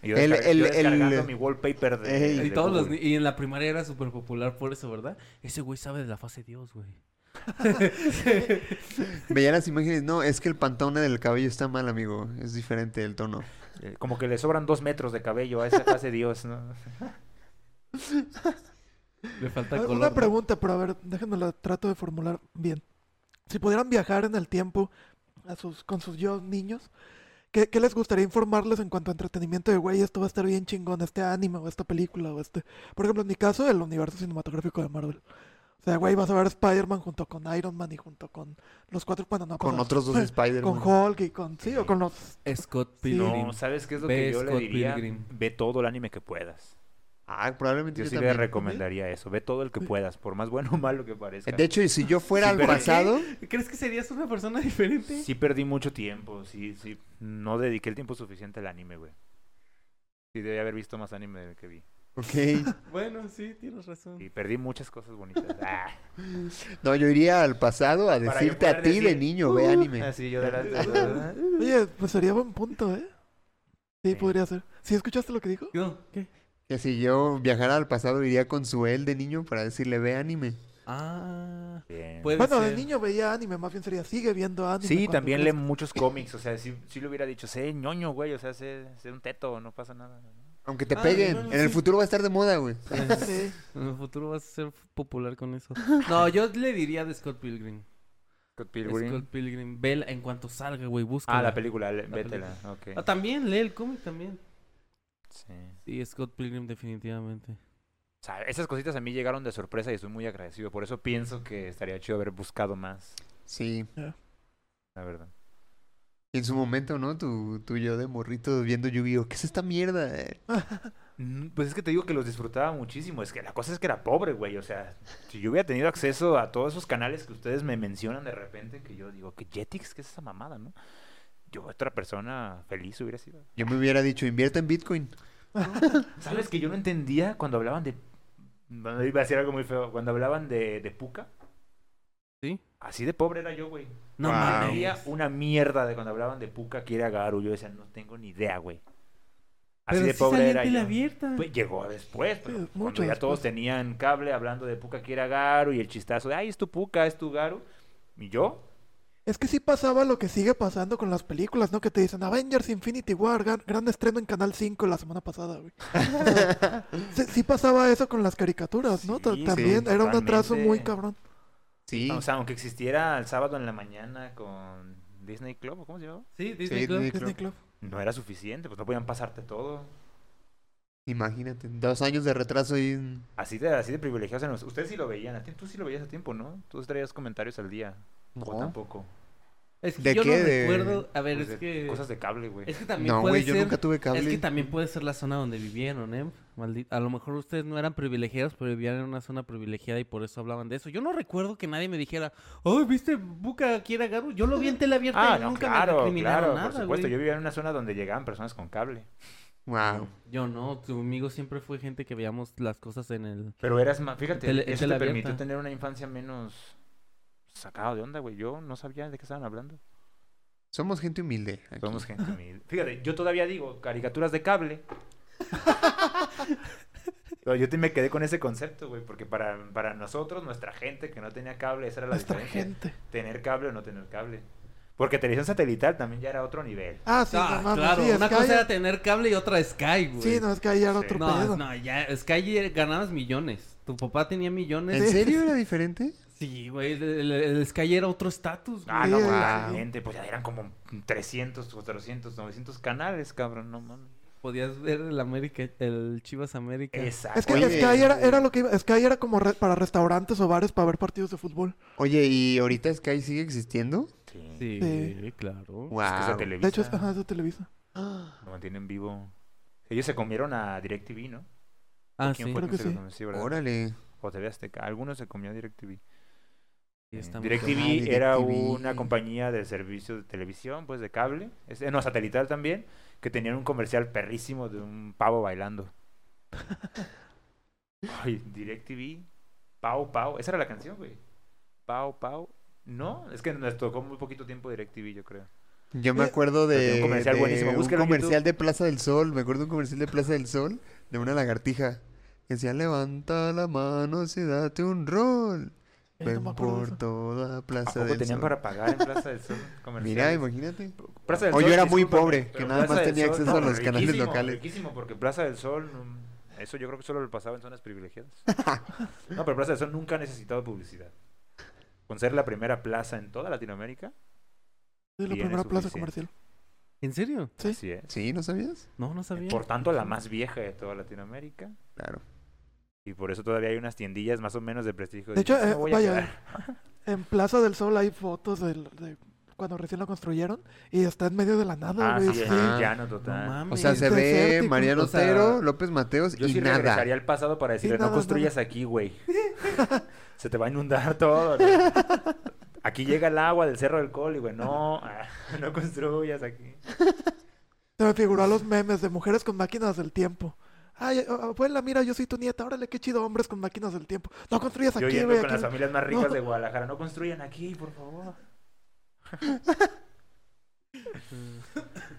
[SPEAKER 3] Y yo,
[SPEAKER 4] El-
[SPEAKER 3] descarg-
[SPEAKER 4] el-
[SPEAKER 3] yo descargando
[SPEAKER 4] el-
[SPEAKER 3] mi wallpaper de,
[SPEAKER 4] Ey.
[SPEAKER 3] de
[SPEAKER 5] Y, todos los,
[SPEAKER 3] Google.
[SPEAKER 5] ni- y en la primaria era súper popular por eso, ¿verdad? Ese güey sabe de la fase Dios, güey.
[SPEAKER 4] Veía las imágenes. No, es que el pantone del cabello está mal, amigo. Es diferente el tono.
[SPEAKER 3] Eh, Como que le sobran dos metros de cabello a esa fase Dios, ¿no?
[SPEAKER 5] Le
[SPEAKER 2] A
[SPEAKER 5] falta
[SPEAKER 2] ver,
[SPEAKER 5] color.
[SPEAKER 2] Una
[SPEAKER 5] ¿no?
[SPEAKER 2] pregunta, pero a ver, déjenme la trato de formular bien. Si pudieran viajar en el tiempo a sus, con sus yo niños, ¿qué, qué les gustaría informarles en cuanto a entretenimiento de güey? Esto va a estar bien chingón, este anime o esta película o este. Por ejemplo, en mi caso, el universo cinematográfico de Marvel. O sea, güey, vas a ver Spider-Man junto con Iron Man y junto con los cuatro pananos.
[SPEAKER 4] Con otros dos Spider-Man.
[SPEAKER 2] Con Hulk y con. Sí, o con los.
[SPEAKER 5] Scott
[SPEAKER 2] Sí.
[SPEAKER 5] Pilgrim.
[SPEAKER 3] No, ¿sabes qué es lo
[SPEAKER 5] Ve
[SPEAKER 3] que yo le
[SPEAKER 5] Scott
[SPEAKER 3] diría?
[SPEAKER 5] Pilgrim.
[SPEAKER 3] Ve todo el anime que puedas.
[SPEAKER 4] Ah, probablemente
[SPEAKER 3] Yo
[SPEAKER 4] yo
[SPEAKER 3] sí le
[SPEAKER 4] también.
[SPEAKER 3] recomendaría eso. Ve todo el que puedas, por más bueno o malo que parezca.
[SPEAKER 4] De hecho, y si yo fuera
[SPEAKER 3] Sí,
[SPEAKER 4] al
[SPEAKER 3] pero-
[SPEAKER 4] pasado,
[SPEAKER 5] ¿Crees que serías una persona diferente?
[SPEAKER 3] sí perdí mucho tiempo. Sí, sí. No dediqué el tiempo suficiente al anime, güey. Sí, debí haber visto más anime del que vi.
[SPEAKER 4] ok.
[SPEAKER 5] Bueno, sí, tienes razón.
[SPEAKER 3] Y perdí muchas cosas bonitas. Ah,
[SPEAKER 4] No, yo iría al pasado a
[SPEAKER 3] Para yo
[SPEAKER 4] decirte a
[SPEAKER 3] poder
[SPEAKER 4] ti de
[SPEAKER 3] decir, "Uh,
[SPEAKER 4] niño, ve anime.
[SPEAKER 3] así Ah, yo de las-
[SPEAKER 2] Oye, pues sería buen punto, ¿eh?
[SPEAKER 3] Sí.
[SPEAKER 2] sí. podría ser. ¿Sí escuchaste lo que dijo?
[SPEAKER 5] No, ¿qué?
[SPEAKER 4] Que si yo viajara al pasado, iría con su él de niño para decirle ve anime.
[SPEAKER 5] Ah.
[SPEAKER 3] Bien.
[SPEAKER 5] Puede
[SPEAKER 2] Bueno, de
[SPEAKER 5] ser.
[SPEAKER 2] niño veía anime, más bien sería sigue viendo anime.
[SPEAKER 3] Sí,
[SPEAKER 2] cuando
[SPEAKER 3] también lee
[SPEAKER 2] crezca.
[SPEAKER 3] muchos cómics. O sea, si, le hubiera dicho, sé ñoño, güey. O sea, sé, sé un teto, no pasa nada.
[SPEAKER 4] Aunque te
[SPEAKER 5] Ah,
[SPEAKER 4] peguen,
[SPEAKER 5] bueno,
[SPEAKER 4] en el
[SPEAKER 5] sí.
[SPEAKER 4] futuro va a estar de moda, güey.
[SPEAKER 2] Sí.
[SPEAKER 5] En el futuro vas a ser popular con eso. No, yo le diría de Scott Pilgrim.
[SPEAKER 3] Scott
[SPEAKER 5] Scott Pilgrim. Vela en cuanto salga, güey, busca.
[SPEAKER 3] Ah, la película, le- vétela. Ok.
[SPEAKER 5] también, lee el cómic también.
[SPEAKER 3] Sí.
[SPEAKER 5] Sí, Scott Pilgrim definitivamente.
[SPEAKER 3] O sea, esas cositas a mí llegaron de sorpresa y estoy muy agradecido. Por eso pienso que estaría chido haber buscado más,
[SPEAKER 4] Sí.
[SPEAKER 3] la verdad.
[SPEAKER 4] Y en su momento, ¿no? Tu, tu yo de morrito viendo Yu-Gi-Oh! ¿Qué es esta mierda? eh?
[SPEAKER 3] Mm, Pues es que te digo que los disfrutaba muchísimo. Es que la cosa es que era pobre, güey. O sea, si yo hubiera tenido acceso a todos esos canales que ustedes me mencionan de repente, que yo digo, que Jetix, ¿qué es esa mamada, no? Yo, otra persona feliz hubiera sido.
[SPEAKER 4] Yo me hubiera dicho, invierta en Bitcoin.
[SPEAKER 3] ¿Sabes que yo no entendía cuando hablaban de. Bueno, iba a decir algo muy feo. Cuando hablaban de, de Puka,
[SPEAKER 5] ¿Sí?
[SPEAKER 3] así de pobre era yo, güey.
[SPEAKER 5] No
[SPEAKER 4] Wow.
[SPEAKER 5] mames.
[SPEAKER 3] Había una mierda de cuando hablaban de Puka que era Garu. Yo decía, no tengo ni idea, güey. Así
[SPEAKER 5] Pero
[SPEAKER 3] de
[SPEAKER 5] sí
[SPEAKER 3] pobre
[SPEAKER 5] salía en
[SPEAKER 3] era
[SPEAKER 5] tele
[SPEAKER 3] yo.
[SPEAKER 5] abierta.
[SPEAKER 3] Pues llegó después, pero
[SPEAKER 2] Sí,
[SPEAKER 3] cuando
[SPEAKER 2] mucho
[SPEAKER 3] ya
[SPEAKER 2] después.
[SPEAKER 3] todos tenían cable hablando de Puka que era Garu y el chistazo de, ay, es tu Puka, es tu Garu. Y yo,
[SPEAKER 2] Es que sí pasaba lo que sigue pasando con las películas, ¿no? Que te dicen Avengers Infinity War, gran, gran estreno en Canal 5 la semana pasada, güey. O sea, sí, sí pasaba eso con las caricaturas, ¿no? Ta-
[SPEAKER 3] Sí, sí,
[SPEAKER 2] También era un atraso muy
[SPEAKER 3] totalmente.
[SPEAKER 2] cabrón.
[SPEAKER 4] Sí,
[SPEAKER 3] O sea, aunque existiera el sábado en la mañana con Disney Club, ¿o ¿cómo se llamaba?
[SPEAKER 5] Sí, Disney
[SPEAKER 4] sí,
[SPEAKER 5] Club.
[SPEAKER 4] Disney
[SPEAKER 2] Disney
[SPEAKER 4] Club.
[SPEAKER 2] Club.
[SPEAKER 3] No era suficiente, pues no podían pasarte todo.
[SPEAKER 4] Imagínate, dos años de retraso y... un-
[SPEAKER 3] Así de, así de privilegiados. eran los- Ustedes sí lo veían, a ti- tú sí lo veías a tiempo, ¿no? Tú traías comentarios al día. O
[SPEAKER 4] No.
[SPEAKER 3] tampoco.
[SPEAKER 5] Es que
[SPEAKER 4] ¿De
[SPEAKER 5] yo
[SPEAKER 4] qué?
[SPEAKER 5] no
[SPEAKER 4] De-
[SPEAKER 5] recuerdo. A ver,
[SPEAKER 3] Pues de-
[SPEAKER 5] es que.
[SPEAKER 3] Cosas de cable, güey.
[SPEAKER 5] Es que también
[SPEAKER 4] No,
[SPEAKER 5] puede
[SPEAKER 4] güey, yo
[SPEAKER 5] ser-
[SPEAKER 4] nunca tuve cable.
[SPEAKER 5] Es que también puede ser la zona donde vivieron, ¿eh? Maldi- A lo mejor ustedes no eran privilegiados, pero vivían en una zona privilegiada y por eso hablaban de eso. Yo no recuerdo que nadie me dijera, ¡Ay, viste, Buca quiere Garu! Yo lo vi en tela abierta
[SPEAKER 3] Ah,
[SPEAKER 5] y
[SPEAKER 3] no,
[SPEAKER 5] nunca me
[SPEAKER 3] claro,
[SPEAKER 5] recriminaron
[SPEAKER 3] claro,
[SPEAKER 5] nada,
[SPEAKER 3] por supuesto.
[SPEAKER 5] güey.
[SPEAKER 3] Yo vivía en una zona donde llegaban personas con cable.
[SPEAKER 4] Wow.
[SPEAKER 5] Yo no, tu amigo siempre fue gente que veíamos las cosas en el...
[SPEAKER 3] Pero eras más, fíjate,
[SPEAKER 5] Tele-
[SPEAKER 3] eso
[SPEAKER 5] tele
[SPEAKER 3] te permitió
[SPEAKER 5] abierta.
[SPEAKER 3] tener una infancia menos sacado de onda, güey. Yo no sabía de qué estaban hablando.
[SPEAKER 4] Somos gente humilde. aquí.
[SPEAKER 3] Somos gente humilde. Fíjate, yo todavía digo caricaturas de cable. No, yo te- me quedé con ese concepto, güey, porque para, para nosotros, nuestra gente que no tenía cable, esa era la
[SPEAKER 2] Nuestra
[SPEAKER 3] diferencia.
[SPEAKER 2] gente.
[SPEAKER 3] Tener cable o no tener cable. Porque televisión satelital también ya era otro nivel.
[SPEAKER 2] Ah, sí,
[SPEAKER 5] ah,
[SPEAKER 2] no mames,
[SPEAKER 5] claro,
[SPEAKER 2] sí,
[SPEAKER 5] una
[SPEAKER 2] Sky-
[SPEAKER 5] cosa era tener cable y otra Sky, güey.
[SPEAKER 2] Sí, no, es que ahí era
[SPEAKER 3] Sí.
[SPEAKER 2] otro
[SPEAKER 5] no,
[SPEAKER 2] pedo.
[SPEAKER 5] no, ya, Sky ganabas millones. Tu papá tenía millones.
[SPEAKER 4] ¿En serio era diferente?
[SPEAKER 5] Sí, güey, el, el- el Sky era otro estatus, güey.
[SPEAKER 3] Ah, no,
[SPEAKER 2] Sí,
[SPEAKER 3] totalmente. Pues ya eran como 300, 400, 900 canales, cabrón, no mames.
[SPEAKER 5] Podías ver el América, el Chivas América.
[SPEAKER 3] Exacto.
[SPEAKER 2] Es que
[SPEAKER 4] Oye,
[SPEAKER 2] Sky era, era lo que iba- Sky era como re- para restaurantes o bares para ver partidos de fútbol.
[SPEAKER 4] Oye, ¿y ahorita Sky sigue existiendo?
[SPEAKER 3] Sí.
[SPEAKER 5] Sí,
[SPEAKER 2] Sí.
[SPEAKER 5] claro.
[SPEAKER 4] Wow.
[SPEAKER 3] Es que esa Televisa
[SPEAKER 2] De hecho, es, ajá, eso Televisa.
[SPEAKER 3] lo mantienen vivo. Ellos se comieron a DirecTV, ¿no?
[SPEAKER 5] Ah,
[SPEAKER 3] ¿Quién
[SPEAKER 5] sí.
[SPEAKER 3] fue el
[SPEAKER 2] Creo
[SPEAKER 3] se
[SPEAKER 2] que
[SPEAKER 3] lo
[SPEAKER 2] sí.
[SPEAKER 3] comió? Sí, ¿verdad?
[SPEAKER 4] Órale.
[SPEAKER 3] O TV Azteca. Algunos se comió a DirecTV.
[SPEAKER 5] Sí,
[SPEAKER 3] Eh,
[SPEAKER 5] está muy
[SPEAKER 3] DirecTV
[SPEAKER 5] cabrón.
[SPEAKER 4] Ah,
[SPEAKER 3] era
[SPEAKER 4] DirecTV.
[SPEAKER 3] una compañía de servicio de televisión, pues de cable, es- eh, no, satelital también, que tenían un comercial perrísimo de un pavo bailando. Ay, DirecTV, Pau Pau, esa era la canción, güey. Pau Pau. No, es que nos tocó muy poquito tiempo DirecTV, yo creo.
[SPEAKER 4] Yo me acuerdo
[SPEAKER 3] Pero
[SPEAKER 4] de
[SPEAKER 3] tiene un comercial
[SPEAKER 4] de
[SPEAKER 3] buenísimo,
[SPEAKER 4] un
[SPEAKER 3] búsquelo en
[SPEAKER 4] comercial de Plaza del Sol. Me acuerdo de un comercial de Plaza del Sol de una lagartija que decía, levanta la mano si date un rol.
[SPEAKER 2] Eh, no
[SPEAKER 4] Ven
[SPEAKER 2] me acuerdo de
[SPEAKER 4] por
[SPEAKER 2] eso.
[SPEAKER 4] toda
[SPEAKER 3] ¿A
[SPEAKER 4] Plaza
[SPEAKER 3] poco
[SPEAKER 4] del
[SPEAKER 3] tenían
[SPEAKER 4] Sol.
[SPEAKER 3] para pagar en Plaza del Sol
[SPEAKER 4] Mira,
[SPEAKER 3] comerciales?
[SPEAKER 4] imagínate.
[SPEAKER 3] Plaza del
[SPEAKER 4] O yo era muy
[SPEAKER 3] discúlpame,
[SPEAKER 4] pobre,
[SPEAKER 3] pero
[SPEAKER 4] que nada
[SPEAKER 3] Plaza
[SPEAKER 4] más
[SPEAKER 3] del
[SPEAKER 4] tenía
[SPEAKER 3] Sol,
[SPEAKER 4] acceso a los canales
[SPEAKER 3] riquísimo,
[SPEAKER 4] locales.
[SPEAKER 3] Riquísimo, porque Plaza del Sol, mm, eso yo creo que solo lo pasaba en zonas privilegiadas. no, pero Plaza del Sol nunca ha necesitado publicidad. Con ser la primera plaza en toda Latinoamérica,
[SPEAKER 2] Sí, la
[SPEAKER 3] Bien, es
[SPEAKER 2] primera plaza
[SPEAKER 3] suficiente.
[SPEAKER 2] comercial.
[SPEAKER 5] ¿En serio?
[SPEAKER 2] Sí.
[SPEAKER 3] así es.
[SPEAKER 4] ¿Sí? ¿No sabías?
[SPEAKER 5] No, no sabía.
[SPEAKER 3] Por tanto, la más vieja de toda Latinoamérica.
[SPEAKER 4] Claro.
[SPEAKER 3] Y por eso todavía hay unas tiendillas más o menos de prestigio.
[SPEAKER 2] De hecho,
[SPEAKER 3] Dices, "Me
[SPEAKER 2] eh,
[SPEAKER 3] voy a
[SPEAKER 2] vaya,
[SPEAKER 3] quedar".
[SPEAKER 2] En Plaza del Sol hay fotos del- de cuando recién la construyeron y está en medio de la nada,
[SPEAKER 3] Ah,
[SPEAKER 2] güey.
[SPEAKER 3] sí,
[SPEAKER 2] sí.
[SPEAKER 3] es
[SPEAKER 4] Ajá.
[SPEAKER 3] llano
[SPEAKER 5] No
[SPEAKER 3] total.
[SPEAKER 5] mames.
[SPEAKER 4] O sea, se
[SPEAKER 2] Desértico.
[SPEAKER 4] ve Mariano
[SPEAKER 5] O sea,
[SPEAKER 4] Otero, López
[SPEAKER 2] Este,
[SPEAKER 4] Mateos
[SPEAKER 3] Yo
[SPEAKER 4] y
[SPEAKER 3] sí
[SPEAKER 4] nada.
[SPEAKER 3] regresaría al pasado para decirle,
[SPEAKER 2] nada,
[SPEAKER 3] no
[SPEAKER 2] nada".
[SPEAKER 3] construyas aquí, güey. Se te va a inundar todo. ¿no? Aquí llega el agua del Cerro del Col y, güey, no, ah, no construyas aquí.
[SPEAKER 2] Pues Se me figuró a los memes de mujeres con máquinas del tiempo. Ay, a- abuela, mira, yo soy tu nieta. Órale, qué chido, hombres con máquinas del tiempo. No construyas
[SPEAKER 3] Yo
[SPEAKER 2] aquí,
[SPEAKER 3] yendo
[SPEAKER 2] güey.
[SPEAKER 3] con
[SPEAKER 2] aquí
[SPEAKER 3] las
[SPEAKER 2] no-
[SPEAKER 3] familias más ricas
[SPEAKER 2] no.
[SPEAKER 3] de Guadalajara, no construyan aquí, por favor.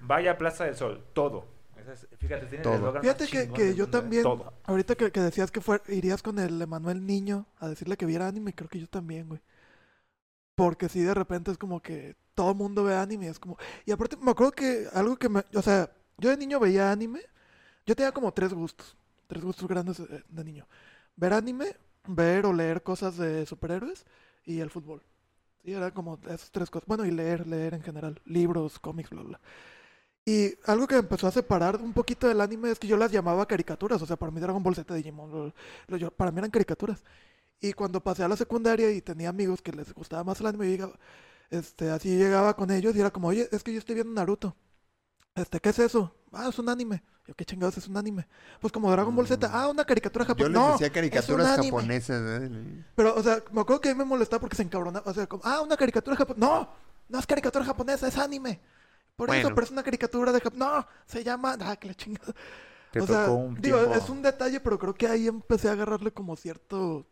[SPEAKER 3] Vaya Plaza del Sol, todo. Esa es- fíjate, tiene
[SPEAKER 4] Todo.
[SPEAKER 3] el eslogan más
[SPEAKER 2] Fíjate que,
[SPEAKER 3] chingón
[SPEAKER 2] que
[SPEAKER 3] del
[SPEAKER 2] yo
[SPEAKER 3] mundo, ¿eh?
[SPEAKER 2] también,
[SPEAKER 3] Todo.
[SPEAKER 2] ahorita que, que decías que fue, irías con el Emanuel Niño a decirle que viera anime, creo que yo también, güey. Porque si de repente es como que todo el mundo ve anime, es como... Y aparte me acuerdo que algo que me... O sea, yo de niño veía anime, yo tenía como tres gustos, tres gustos grandes eh, de niño. Ver anime, ver o leer cosas de superhéroes y el fútbol. Sí, era como esas tres cosas. Bueno, y leer, leer en general, libros, cómics, bla, bla. Y algo que me empezó a separar un poquito del anime es que yo las llamaba caricaturas. O sea, para mí Dragon Ball Z, Digimon, lo- lo- yo- para mí eran caricaturas. Y cuando pasé a la secundaria y tenía amigos que les gustaba más el anime, yo llegaba- este, así llegaba con ellos y era como, oye, es que yo estoy viendo Naruto. Este, ¿qué es eso? Ah, es un anime. Yo, ¿qué chingados es un anime? Pues como Dragon Ball Z, ah, una caricatura
[SPEAKER 4] Mm. Yo
[SPEAKER 2] japonesa.
[SPEAKER 4] les
[SPEAKER 2] No,
[SPEAKER 4] decía
[SPEAKER 2] es
[SPEAKER 4] caricaturas
[SPEAKER 2] un anime.
[SPEAKER 4] japonesas. ¿eh?
[SPEAKER 2] Pero, o sea, me acuerdo que a mí me molestaba porque se encabronaba. O sea, como, ah, una caricatura japonesa. No, no es caricatura japonesa, es anime. Por eso,
[SPEAKER 4] Bueno.
[SPEAKER 2] pero es una caricatura de Japón. No, se llama. Ah, que la chingada.
[SPEAKER 3] Te
[SPEAKER 2] o
[SPEAKER 3] tocó
[SPEAKER 2] sea,
[SPEAKER 3] un
[SPEAKER 2] digo,
[SPEAKER 3] tiempo-
[SPEAKER 2] es un detalle, pero creo que ahí empecé a agarrarle como cierto.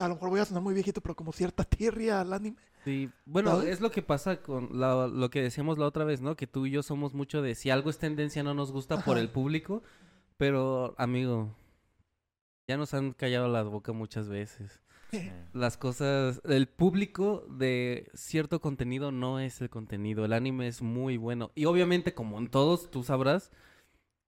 [SPEAKER 2] A lo mejor voy a sonar muy viejito, pero como cierta tirria al anime.
[SPEAKER 5] Sí, bueno,
[SPEAKER 2] ¿Sabes?
[SPEAKER 5] es lo que pasa con la- lo que decíamos la otra vez, ¿no? Que tú y yo somos mucho de si algo es tendencia no nos gusta por
[SPEAKER 2] Ajá.
[SPEAKER 5] el público, pero amigo, ya nos han callado la boca muchas veces. las cosas, el público de cierto contenido no es el contenido. El anime es muy bueno. Y obviamente, como en todos, tú sabrás,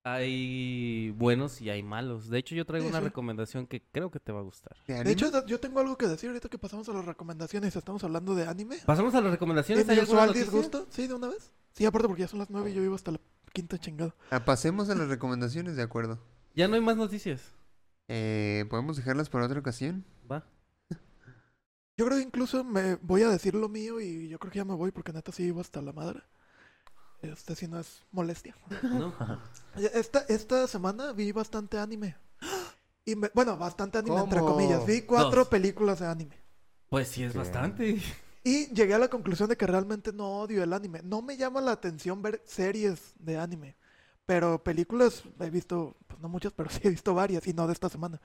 [SPEAKER 5] hay buenos y hay malos. De hecho, yo traigo
[SPEAKER 2] Sí,
[SPEAKER 5] una
[SPEAKER 2] sí.
[SPEAKER 5] recomendación que creo que te va a gustar.
[SPEAKER 4] ¿Te
[SPEAKER 2] De
[SPEAKER 4] animas?
[SPEAKER 2] hecho, yo tengo algo que decir ahorita que pasamos a las recomendaciones. Estamos hablando de anime.
[SPEAKER 5] Pasamos a las recomendaciones.
[SPEAKER 2] ¿Es mi
[SPEAKER 5] ¿Hay alguna
[SPEAKER 2] usual
[SPEAKER 5] noticia?
[SPEAKER 2] disgusto? Sí, de una vez. Sí, aparte porque ya son las nueve y yo vivo hasta la quinta chingada.
[SPEAKER 4] Ah, pasemos a las recomendaciones, de acuerdo.
[SPEAKER 5] Ya no hay más noticias.
[SPEAKER 4] Eh, ¿Podemos dejarlas para otra ocasión?
[SPEAKER 5] Va.
[SPEAKER 2] Yo creo que incluso me voy a decir lo mío y yo creo que ya me voy porque neta sí vivo hasta la madre. Este si no es molestia. E-,
[SPEAKER 5] ¿No?
[SPEAKER 2] Esta, esta semana vi bastante anime. Y me- bueno, bastante anime entre
[SPEAKER 4] ¿Cómo?
[SPEAKER 2] comillas. Vi cuatro
[SPEAKER 5] Dos.
[SPEAKER 2] películas de anime.
[SPEAKER 5] Pues sí, es
[SPEAKER 3] Sí.
[SPEAKER 5] bastante.
[SPEAKER 2] Y llegué a la conclusión de que realmente no odio el anime. No me llama la atención ver series de anime. Pero películas he visto, pues no muchas, pero sí he visto varias. Y no de esta semana.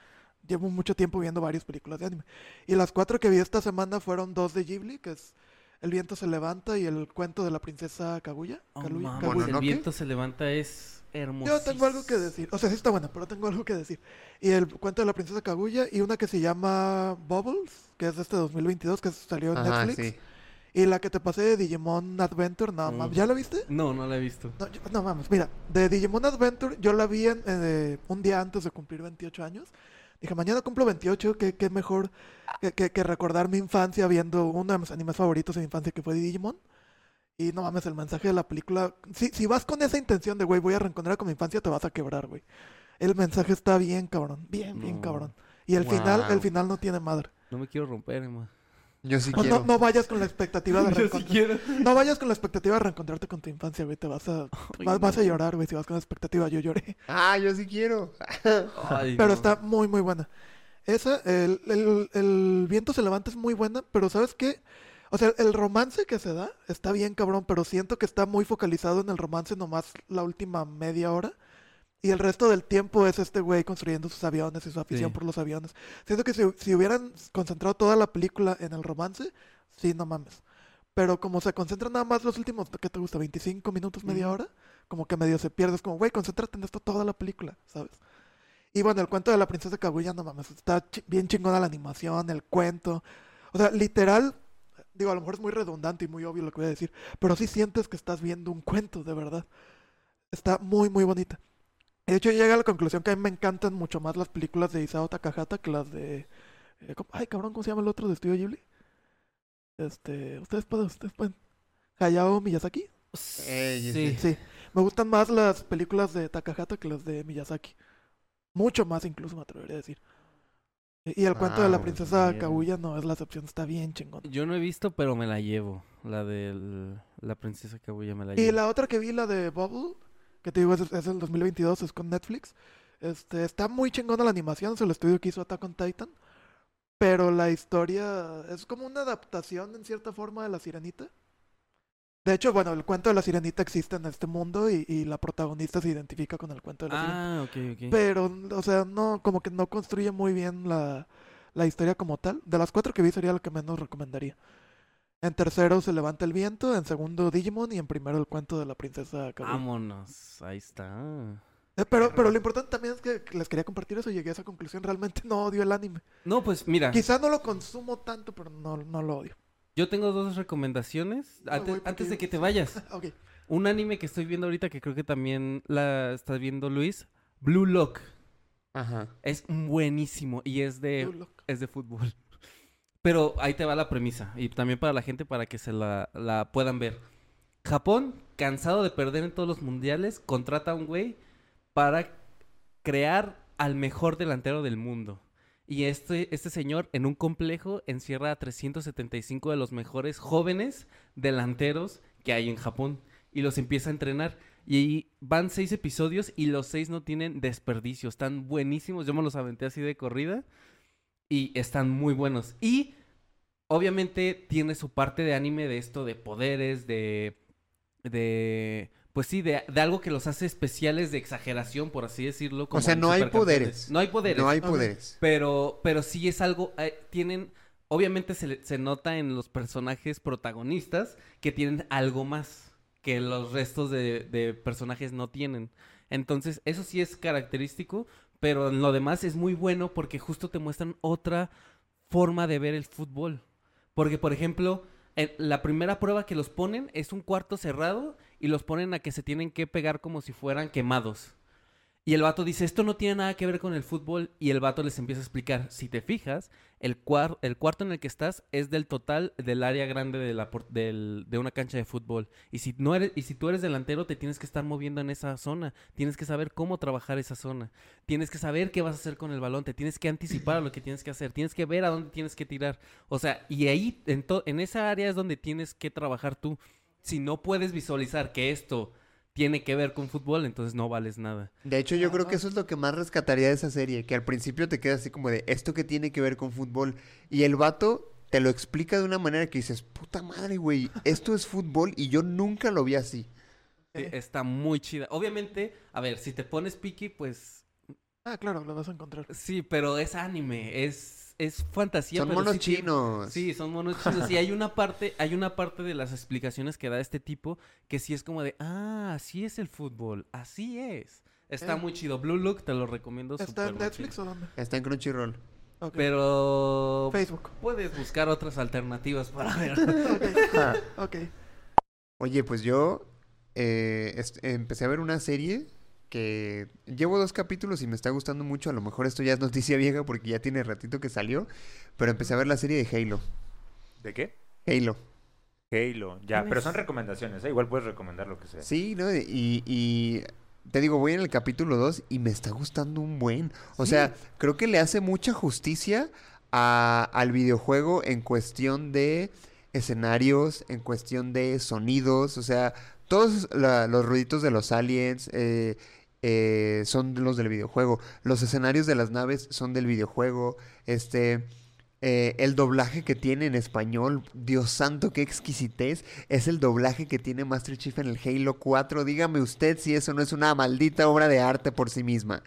[SPEAKER 2] Llevo mucho tiempo viendo varias películas de anime. Y las cuatro que vi esta semana fueron dos de Ghibli, que es El viento se levanta y El cuento de la princesa Kaguya.
[SPEAKER 5] Oh,
[SPEAKER 2] Kaluuya-
[SPEAKER 5] mames,
[SPEAKER 2] Kaguya.
[SPEAKER 5] el
[SPEAKER 4] Mononoke.
[SPEAKER 5] viento se levanta, es hermoso.
[SPEAKER 2] Yo tengo algo que decir. O sea, sí está buena, pero tengo algo que decir. Y el cuento de la princesa Kaguya y una que se llama Bubbles, que es de este 2022, que salió en
[SPEAKER 4] Ajá,
[SPEAKER 2] Netflix.
[SPEAKER 4] sí.
[SPEAKER 2] Y la que te pasé de Digimon Adventure, nada más.
[SPEAKER 5] Mm.
[SPEAKER 2] ¿Ya la viste?
[SPEAKER 5] No, no la he visto.
[SPEAKER 2] No, yo- no mames, mira, de Digimon Adventure yo la vi en, eh, un día antes de cumplir 28 años. Dije, mañana cumplo 28, qué, qué mejor que, que- que recordar mi infancia viendo uno de mis animes favoritos de mi infancia que fue Digimon. Y no mames, el mensaje de la película. Si, si vas con esa intención de, güey, voy a reencontrar con mi infancia, te vas a quebrar, güey. El mensaje está bien, cabrón. Bien, bien,
[SPEAKER 5] No.
[SPEAKER 2] cabrón. Y el final, el
[SPEAKER 4] Guau.
[SPEAKER 2] final no tiene madre.
[SPEAKER 5] No me quiero romper, Emma.
[SPEAKER 4] Yo sí
[SPEAKER 2] No, no,
[SPEAKER 4] quiero.
[SPEAKER 2] no vayas con la expectativa de
[SPEAKER 5] Yo sí
[SPEAKER 2] reencontrar-
[SPEAKER 5] quiero.
[SPEAKER 2] no vayas con la expectativa de reencontrarte con tu infancia, güey. Te vas a,
[SPEAKER 5] Ay,
[SPEAKER 2] vas, vas a
[SPEAKER 5] no.
[SPEAKER 2] llorar, güey. Si vas con la expectativa, yo lloré.
[SPEAKER 4] Ah, yo sí quiero.
[SPEAKER 5] Ay,
[SPEAKER 2] Pero
[SPEAKER 5] no.
[SPEAKER 2] está muy, muy buena. Esa, el, el- el viento se levanta es muy buena, pero ¿sabes qué? O sea, el romance que se da está bien cabrón, pero siento que está muy focalizado en el romance nomás la última media hora. Y el resto del tiempo es este güey construyendo sus aviones y su afición
[SPEAKER 5] Sí.
[SPEAKER 2] por los aviones. Siento que si, si hubieran concentrado toda la película en el romance, sí, no mames. Pero como se concentran nada más los últimos, ¿qué te gusta? ¿25 minutos, media
[SPEAKER 5] Ujú.
[SPEAKER 2] hora? Como que medio se pierde. Es como, güey, concéntrate en esto toda la película, ¿sabes? Y bueno, el cuento de la princesa Kaguya, no mames, está chi- bien chingona la animación, el cuento. O sea, literal, digo, a lo mejor es muy redundante y muy obvio lo que voy a decir, pero sí sientes que estás viendo un cuento, de verdad. Está muy, muy bonita. De hecho, yo llegué a la conclusión que a mí me encantan mucho más las películas de Isao Takahata que las de... eh, ¿cómo- Ay, cabrón, ¿cómo se llama el otro de Estudio Ghibli? Este, ustedes pueden, ustedes pueden. Hayao Miyazaki.
[SPEAKER 4] Ey,
[SPEAKER 5] sí.
[SPEAKER 2] Sí, me gustan más las películas de Takahata que las de Miyazaki. Mucho más incluso me atrevería a decir. Y y el cuento de la
[SPEAKER 4] Wow,
[SPEAKER 2] princesa
[SPEAKER 3] mierda.
[SPEAKER 2] Kaguya no es la excepción, está bien chingón.
[SPEAKER 5] Yo no he visto, pero me la llevo. La de la princesa Kaguya me la llevo.
[SPEAKER 2] Y la otra que vi, la de Bubble, que te digo es, es el 2022, es con Netflix. Este, está muy chingona la animación, es el estudio que hizo Attack on Titan. Pero la historia es como una adaptación en cierta forma de La Sirenita. De hecho, bueno, el cuento de La Sirenita existe en este mundo y, y la protagonista se identifica con el cuento de La Sirenita.
[SPEAKER 5] Ah, ok, ok.
[SPEAKER 2] Pero, o sea, no, como que no construye muy bien la, la historia como tal. De las cuatro que vi sería la que menos recomendaría. En tercero se levanta el viento, en segundo Digimon y en primero el cuento de la princesa
[SPEAKER 5] Ah,
[SPEAKER 2] Kaguya.
[SPEAKER 5] Vámonos. Ahí está.
[SPEAKER 2] Eh, pero, pero lo importante también es que les quería compartir eso, llegué a esa conclusión, realmente no odio el anime.
[SPEAKER 5] No, pues mira,
[SPEAKER 2] Quizá no lo consumo tanto, pero no, no lo odio.
[SPEAKER 5] yo tengo dos recomendaciones.
[SPEAKER 2] Me voy
[SPEAKER 5] Antes,
[SPEAKER 2] porque
[SPEAKER 5] antes
[SPEAKER 2] yo-
[SPEAKER 5] de que te vayas,
[SPEAKER 2] Ok,
[SPEAKER 5] un anime que estoy viendo ahorita que creo que también la estás viendo, Luis. Blue Lock.
[SPEAKER 4] Ajá.
[SPEAKER 5] Es buenísimo y es de
[SPEAKER 2] Blue Lock.
[SPEAKER 5] es de fútbol. Pero ahí te va la premisa. Y también para la gente para que se la, la puedan ver. Japón, cansado de perder en todos los mundiales, contrata a un güey para crear al mejor delantero del mundo. Y este, este señor en un complejo encierra a 375 de los mejores jóvenes delanteros que hay en Japón. Y los empieza a entrenar. Y ahí van seis episodios y los seis no tienen desperdicio. Están buenísimos. Yo me los aventé así de corrida y están muy buenos. Y obviamente tiene su parte de anime de esto, de poderes, de... de pues sí, de, de algo que los hace especiales de exageración, por así decirlo. como
[SPEAKER 4] sea,
[SPEAKER 5] en
[SPEAKER 4] no hay
[SPEAKER 5] Supercampeones.
[SPEAKER 4] poderes.
[SPEAKER 5] No hay poderes.
[SPEAKER 4] No hay
[SPEAKER 2] Ok.
[SPEAKER 4] poderes.
[SPEAKER 5] Pero, pero sí es algo. eh, tienen. Obviamente se, le- se nota en los personajes protagonistas que tienen algo más que los restos de, de personajes no tienen. Entonces, eso sí es característico, pero en lo demás es muy bueno porque justo te muestran otra forma de ver el fútbol. Porque, por ejemplo, en- la primera prueba que los ponen es un cuarto cerrado y los ponen a que se tienen que pegar como si fueran quemados. Y el vato dice, esto no tiene nada que ver con el fútbol. Y el vato les empieza a explicar, si te fijas, el, cuar- el cuarto en el que estás es del total del área grande de, la por- del- de una cancha de fútbol. Y si, no eres, y si tú eres delantero, te tienes que estar moviendo en esa zona. Tienes que saber cómo trabajar esa zona. Tienes que saber qué vas a hacer con el balón. Te tienes que anticipar a lo que tienes que hacer. Tienes que ver a dónde tienes que tirar. O sea, y ahí, en, to- en esa área es donde tienes que trabajar tú. Si no puedes visualizar que esto tiene que ver con fútbol, entonces no vales nada.
[SPEAKER 4] De hecho, yo creo que eso es lo que más rescataría de esa serie, que al principio te queda así como de esto que tiene que ver con fútbol y el vato te lo explica de una manera que dices, "Puta madre, güey, esto es fútbol y yo nunca lo vi así."
[SPEAKER 5] Sí, Está muy chida. Obviamente, a ver, si te pones piqui, pues
[SPEAKER 2] Ah, claro, lo vas a encontrar.
[SPEAKER 5] sí, pero es anime, es, es fantasía.
[SPEAKER 4] Son
[SPEAKER 5] pero
[SPEAKER 4] monos
[SPEAKER 5] sí tiene-
[SPEAKER 4] chinos.
[SPEAKER 5] Sí, son monos chinos. Y hay una parte, hay una parte de las explicaciones que da este tipo que sí es como de, ah, así es el fútbol, así es. Está
[SPEAKER 2] Eh.
[SPEAKER 5] muy chido. Blue Look te lo recomiendo.
[SPEAKER 2] ¿Está en
[SPEAKER 5] supermucho.
[SPEAKER 2] Netflix o dónde?
[SPEAKER 4] Está en Crunchyroll.
[SPEAKER 2] Ok.
[SPEAKER 5] Pero
[SPEAKER 2] Facebook.
[SPEAKER 5] puedes buscar otras alternativas para ver.
[SPEAKER 2] Ok, ok.
[SPEAKER 4] Oye, pues yo eh, est- empecé a ver una serie que llevo dos capítulos y me está gustando mucho. A lo mejor esto ya es noticia vieja porque ya tiene ratito que salió. Pero empecé a ver la serie de Halo.
[SPEAKER 3] ¿De qué?
[SPEAKER 4] Halo.
[SPEAKER 3] Halo, ya.
[SPEAKER 5] ¿Quién
[SPEAKER 3] Pero
[SPEAKER 5] es?
[SPEAKER 3] son recomendaciones, ¿eh? Igual puedes recomendar lo que sea.
[SPEAKER 4] Sí, ¿no? Y, y te digo, voy en el capítulo 2 y me está gustando un buen. O sea, creo que le hace mucha justicia a- al videojuego en cuestión de escenarios, en cuestión de sonidos, o sea, todos la- los ruiditos de los aliens eh, eh, son los del videojuego, los escenarios de las naves son del videojuego, este... eh, el doblaje que tiene en español, Dios santo, qué exquisitez, es el doblaje que tiene Master Chief en el Halo 4. Dígame usted si eso no es una maldita obra de arte por sí misma.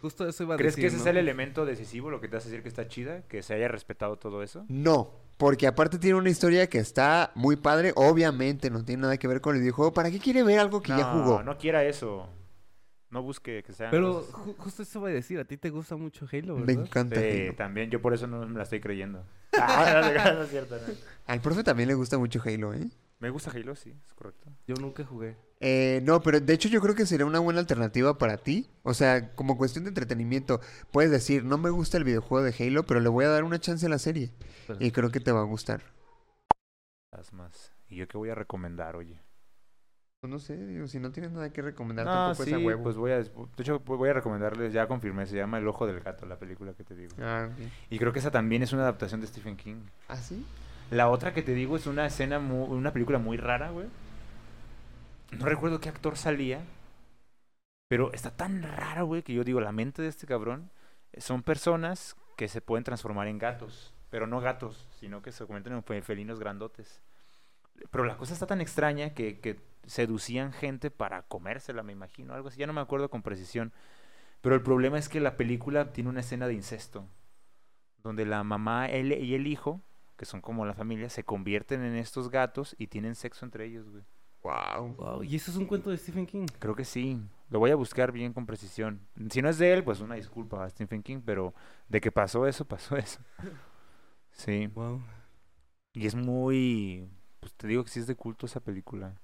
[SPEAKER 5] Justo eso iba a
[SPEAKER 3] ¿Crees
[SPEAKER 5] decir.
[SPEAKER 3] que ese
[SPEAKER 5] ¿no?
[SPEAKER 3] es el elemento decisivo, lo que te hace decir que está chida? ¿Que se haya respetado todo eso?
[SPEAKER 4] No, porque aparte tiene una historia que está muy padre. Obviamente no tiene nada que ver con el videojuego. ¿Para qué quiere ver algo que ya jugó?
[SPEAKER 3] no quiera eso. No busque que sean
[SPEAKER 5] Pero
[SPEAKER 3] cosas-
[SPEAKER 5] ju- justo eso iba a decir. A ti te gusta mucho Halo,
[SPEAKER 4] Me
[SPEAKER 5] ¿verdad?
[SPEAKER 4] encanta
[SPEAKER 3] Sí,
[SPEAKER 4] Halo.
[SPEAKER 3] también yo por eso no me la estoy creyendo. Ah, no, no, no es cierto, no.
[SPEAKER 4] Al profe también le gusta mucho Halo, ¿eh?
[SPEAKER 3] Me gusta Halo, sí, es correcto.
[SPEAKER 5] Yo nunca jugué.
[SPEAKER 4] Eh, no, pero de hecho yo creo que sería una buena alternativa para ti. O sea, como cuestión de entretenimiento, puedes decir, no me gusta el videojuego de Halo, pero le voy a dar una chance a la serie.
[SPEAKER 5] Pero-
[SPEAKER 4] Y creo que te va a gustar.
[SPEAKER 3] Las más. ¿Y yo qué voy a recomendar, oye?
[SPEAKER 4] Pues No sé, digo, si no tienes nada que recomendar,
[SPEAKER 3] No,
[SPEAKER 4] tampoco es a
[SPEAKER 3] sí,
[SPEAKER 4] huevo.
[SPEAKER 3] pues voy a... De hecho, voy a recomendarles, ya confirmé, se llama El Ojo del Gato, la película que te digo.
[SPEAKER 4] Ah, ok.
[SPEAKER 3] Y creo que esa también es una adaptación de Stephen King.
[SPEAKER 4] ¿Ah, sí?
[SPEAKER 3] La otra que te digo es una escena, mu- una película muy rara, güey. No recuerdo qué actor salía, pero está tan rara, güey, que yo digo, la mente de este cabrón eh, son personas que se pueden transformar en gatos, pero no gatos, sino que se convierten en fe- felinos grandotes. Pero la cosa está tan extraña que, que seducían gente para comérsela, me imagino, algo así, ya no me acuerdo con precisión. Pero el problema es que la película tiene una escena de incesto, donde la mamá él y el hijo que son como la familia, se convierten en estos gatos y tienen sexo entre ellos, güey.
[SPEAKER 4] Wow.
[SPEAKER 5] Wow, y eso es un cuento de Stephen King.
[SPEAKER 3] Creo que sí. Lo voy a buscar bien con precisión. Si no es de él, pues una disculpa a Stephen King, pero de que pasó eso, pasó eso. Sí.
[SPEAKER 5] Wow.
[SPEAKER 3] Y es muy... Pues te digo que sí es de culto esa película.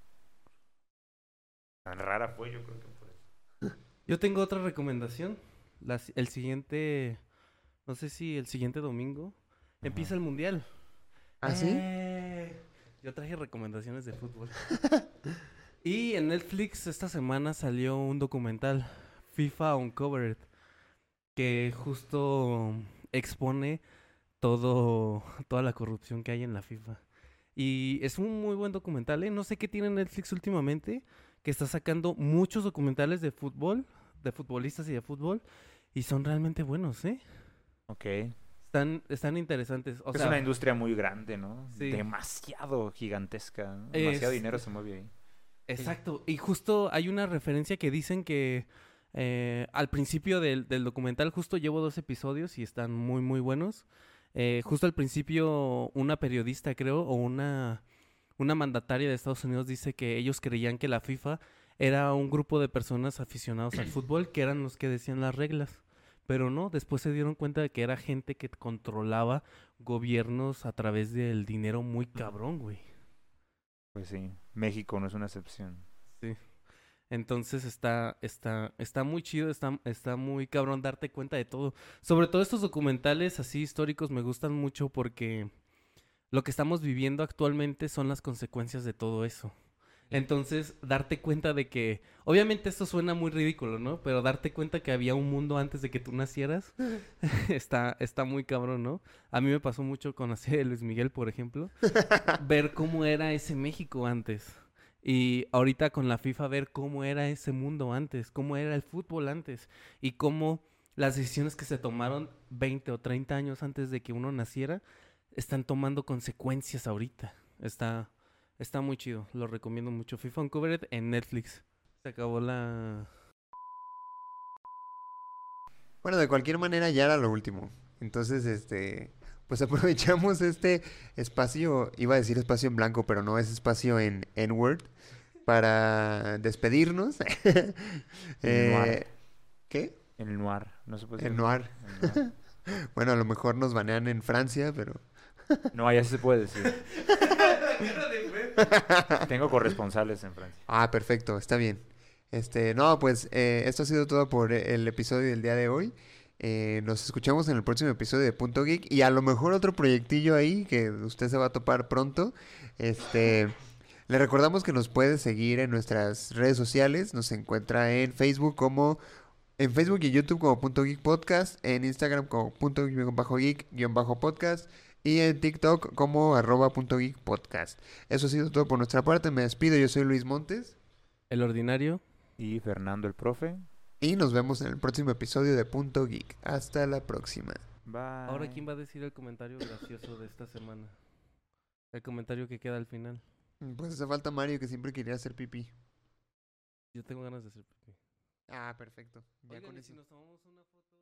[SPEAKER 3] Tan rara fue, yo creo que por eso.
[SPEAKER 5] Yo tengo otra recomendación. La si- el siguiente, no sé si el siguiente domingo empieza el mundial.
[SPEAKER 4] ¿Ah, sí?
[SPEAKER 5] Eh, Yo traje recomendaciones de fútbol. y en Netflix esta semana salió un documental, FIFA Uncovered, que justo expone todo, toda la corrupción que hay en la FIFA. Y es un muy buen documental, ¿eh? No sé qué tiene Netflix últimamente, que está sacando muchos documentales de fútbol, de futbolistas y de fútbol, y son realmente buenos, ¿eh?
[SPEAKER 3] Ok.
[SPEAKER 5] Están, están interesantes. O
[SPEAKER 3] es
[SPEAKER 5] sea,
[SPEAKER 3] una industria muy grande, ¿no?
[SPEAKER 5] Sí.
[SPEAKER 3] Demasiado gigantesca. ¿no? Demasiado
[SPEAKER 5] Es-
[SPEAKER 3] dinero se mueve ahí.
[SPEAKER 5] Exacto, y justo hay una referencia que dicen que eh, al principio del, del documental, justo llevo dos episodios y están muy, muy buenos. Eh, justo al principio, una periodista, creo, o una, una mandataria de Estados Unidos dice que ellos creían que la FIFA era un grupo de personas aficionados al fútbol que eran los que decían las reglas. Pero no, después se dieron cuenta de que era gente que controlaba gobiernos a través del dinero muy cabrón, güey.
[SPEAKER 3] Pues sí, México no es una excepción.
[SPEAKER 5] Entonces está, está, está muy chido, está, está muy cabrón darte cuenta de todo. Sobre todo estos documentales así históricos me gustan mucho porque lo que estamos viviendo actualmente son las consecuencias de todo eso. Entonces, darte cuenta de que, obviamente esto suena muy ridículo, ¿no? Pero darte cuenta que había un mundo antes de que tú nacieras, está, está muy cabrón, ¿no? A mí me pasó mucho con la serie de Luis Miguel, por ejemplo, ver cómo era ese México antes. Y ahorita con la FIFA ver cómo era ese mundo antes, cómo era el fútbol antes y cómo las decisiones que se tomaron 20 o 30 años antes de que uno naciera están tomando consecuencias ahorita. Está, está muy chido, lo recomiendo mucho. FIFA Uncovered en Netflix. Se acabó la...
[SPEAKER 4] Bueno, de cualquier manera ya era lo último. Entonces, este, pues aprovechamos este espacio, iba a decir espacio en blanco, pero no es espacio en N-Word, para despedirnos. Eh, ¿Qué?
[SPEAKER 3] El noir, no se puede
[SPEAKER 4] El
[SPEAKER 3] decir.
[SPEAKER 4] noir.
[SPEAKER 3] El noir.
[SPEAKER 4] Bueno, a lo mejor nos banean en Francia, pero...
[SPEAKER 3] No, allá sí se puede decir. Tengo corresponsales en Francia.
[SPEAKER 4] Ah, perfecto, está bien. Este, no, pues eh, esto ha sido todo por el episodio del día de hoy. Eh, nos escuchamos en el próximo episodio de Punto Geek y a lo mejor otro proyectillo ahí que usted se va a topar pronto. Este, le recordamos que nos puede seguir en nuestras redes sociales. Nos encuentra en Facebook como en Facebook y YouTube como Punto Geek Podcast, en Instagram como Punto Geek bajo Geek guión bajo Podcast y en TikTok como arroba Punto Geek Podcast. Eso ha sido todo por nuestra parte. Me despido. Yo soy Luis Montes.
[SPEAKER 5] El ordinario.
[SPEAKER 3] Y Fernando el profe.
[SPEAKER 4] Y nos vemos en el próximo episodio de Punto Geek. Hasta la próxima.
[SPEAKER 3] Bye.
[SPEAKER 5] Ahora, ¿quién va a decir el comentario gracioso de esta semana? El comentario que queda al final.
[SPEAKER 4] Pues hace falta Mario que siempre quería hacer pipí.
[SPEAKER 5] Yo tengo ganas de hacer pipí.
[SPEAKER 4] Ah, perfecto. Ya
[SPEAKER 5] Oigan,
[SPEAKER 4] con
[SPEAKER 5] ¿y
[SPEAKER 4] eso.
[SPEAKER 5] si nos tomamos una foto?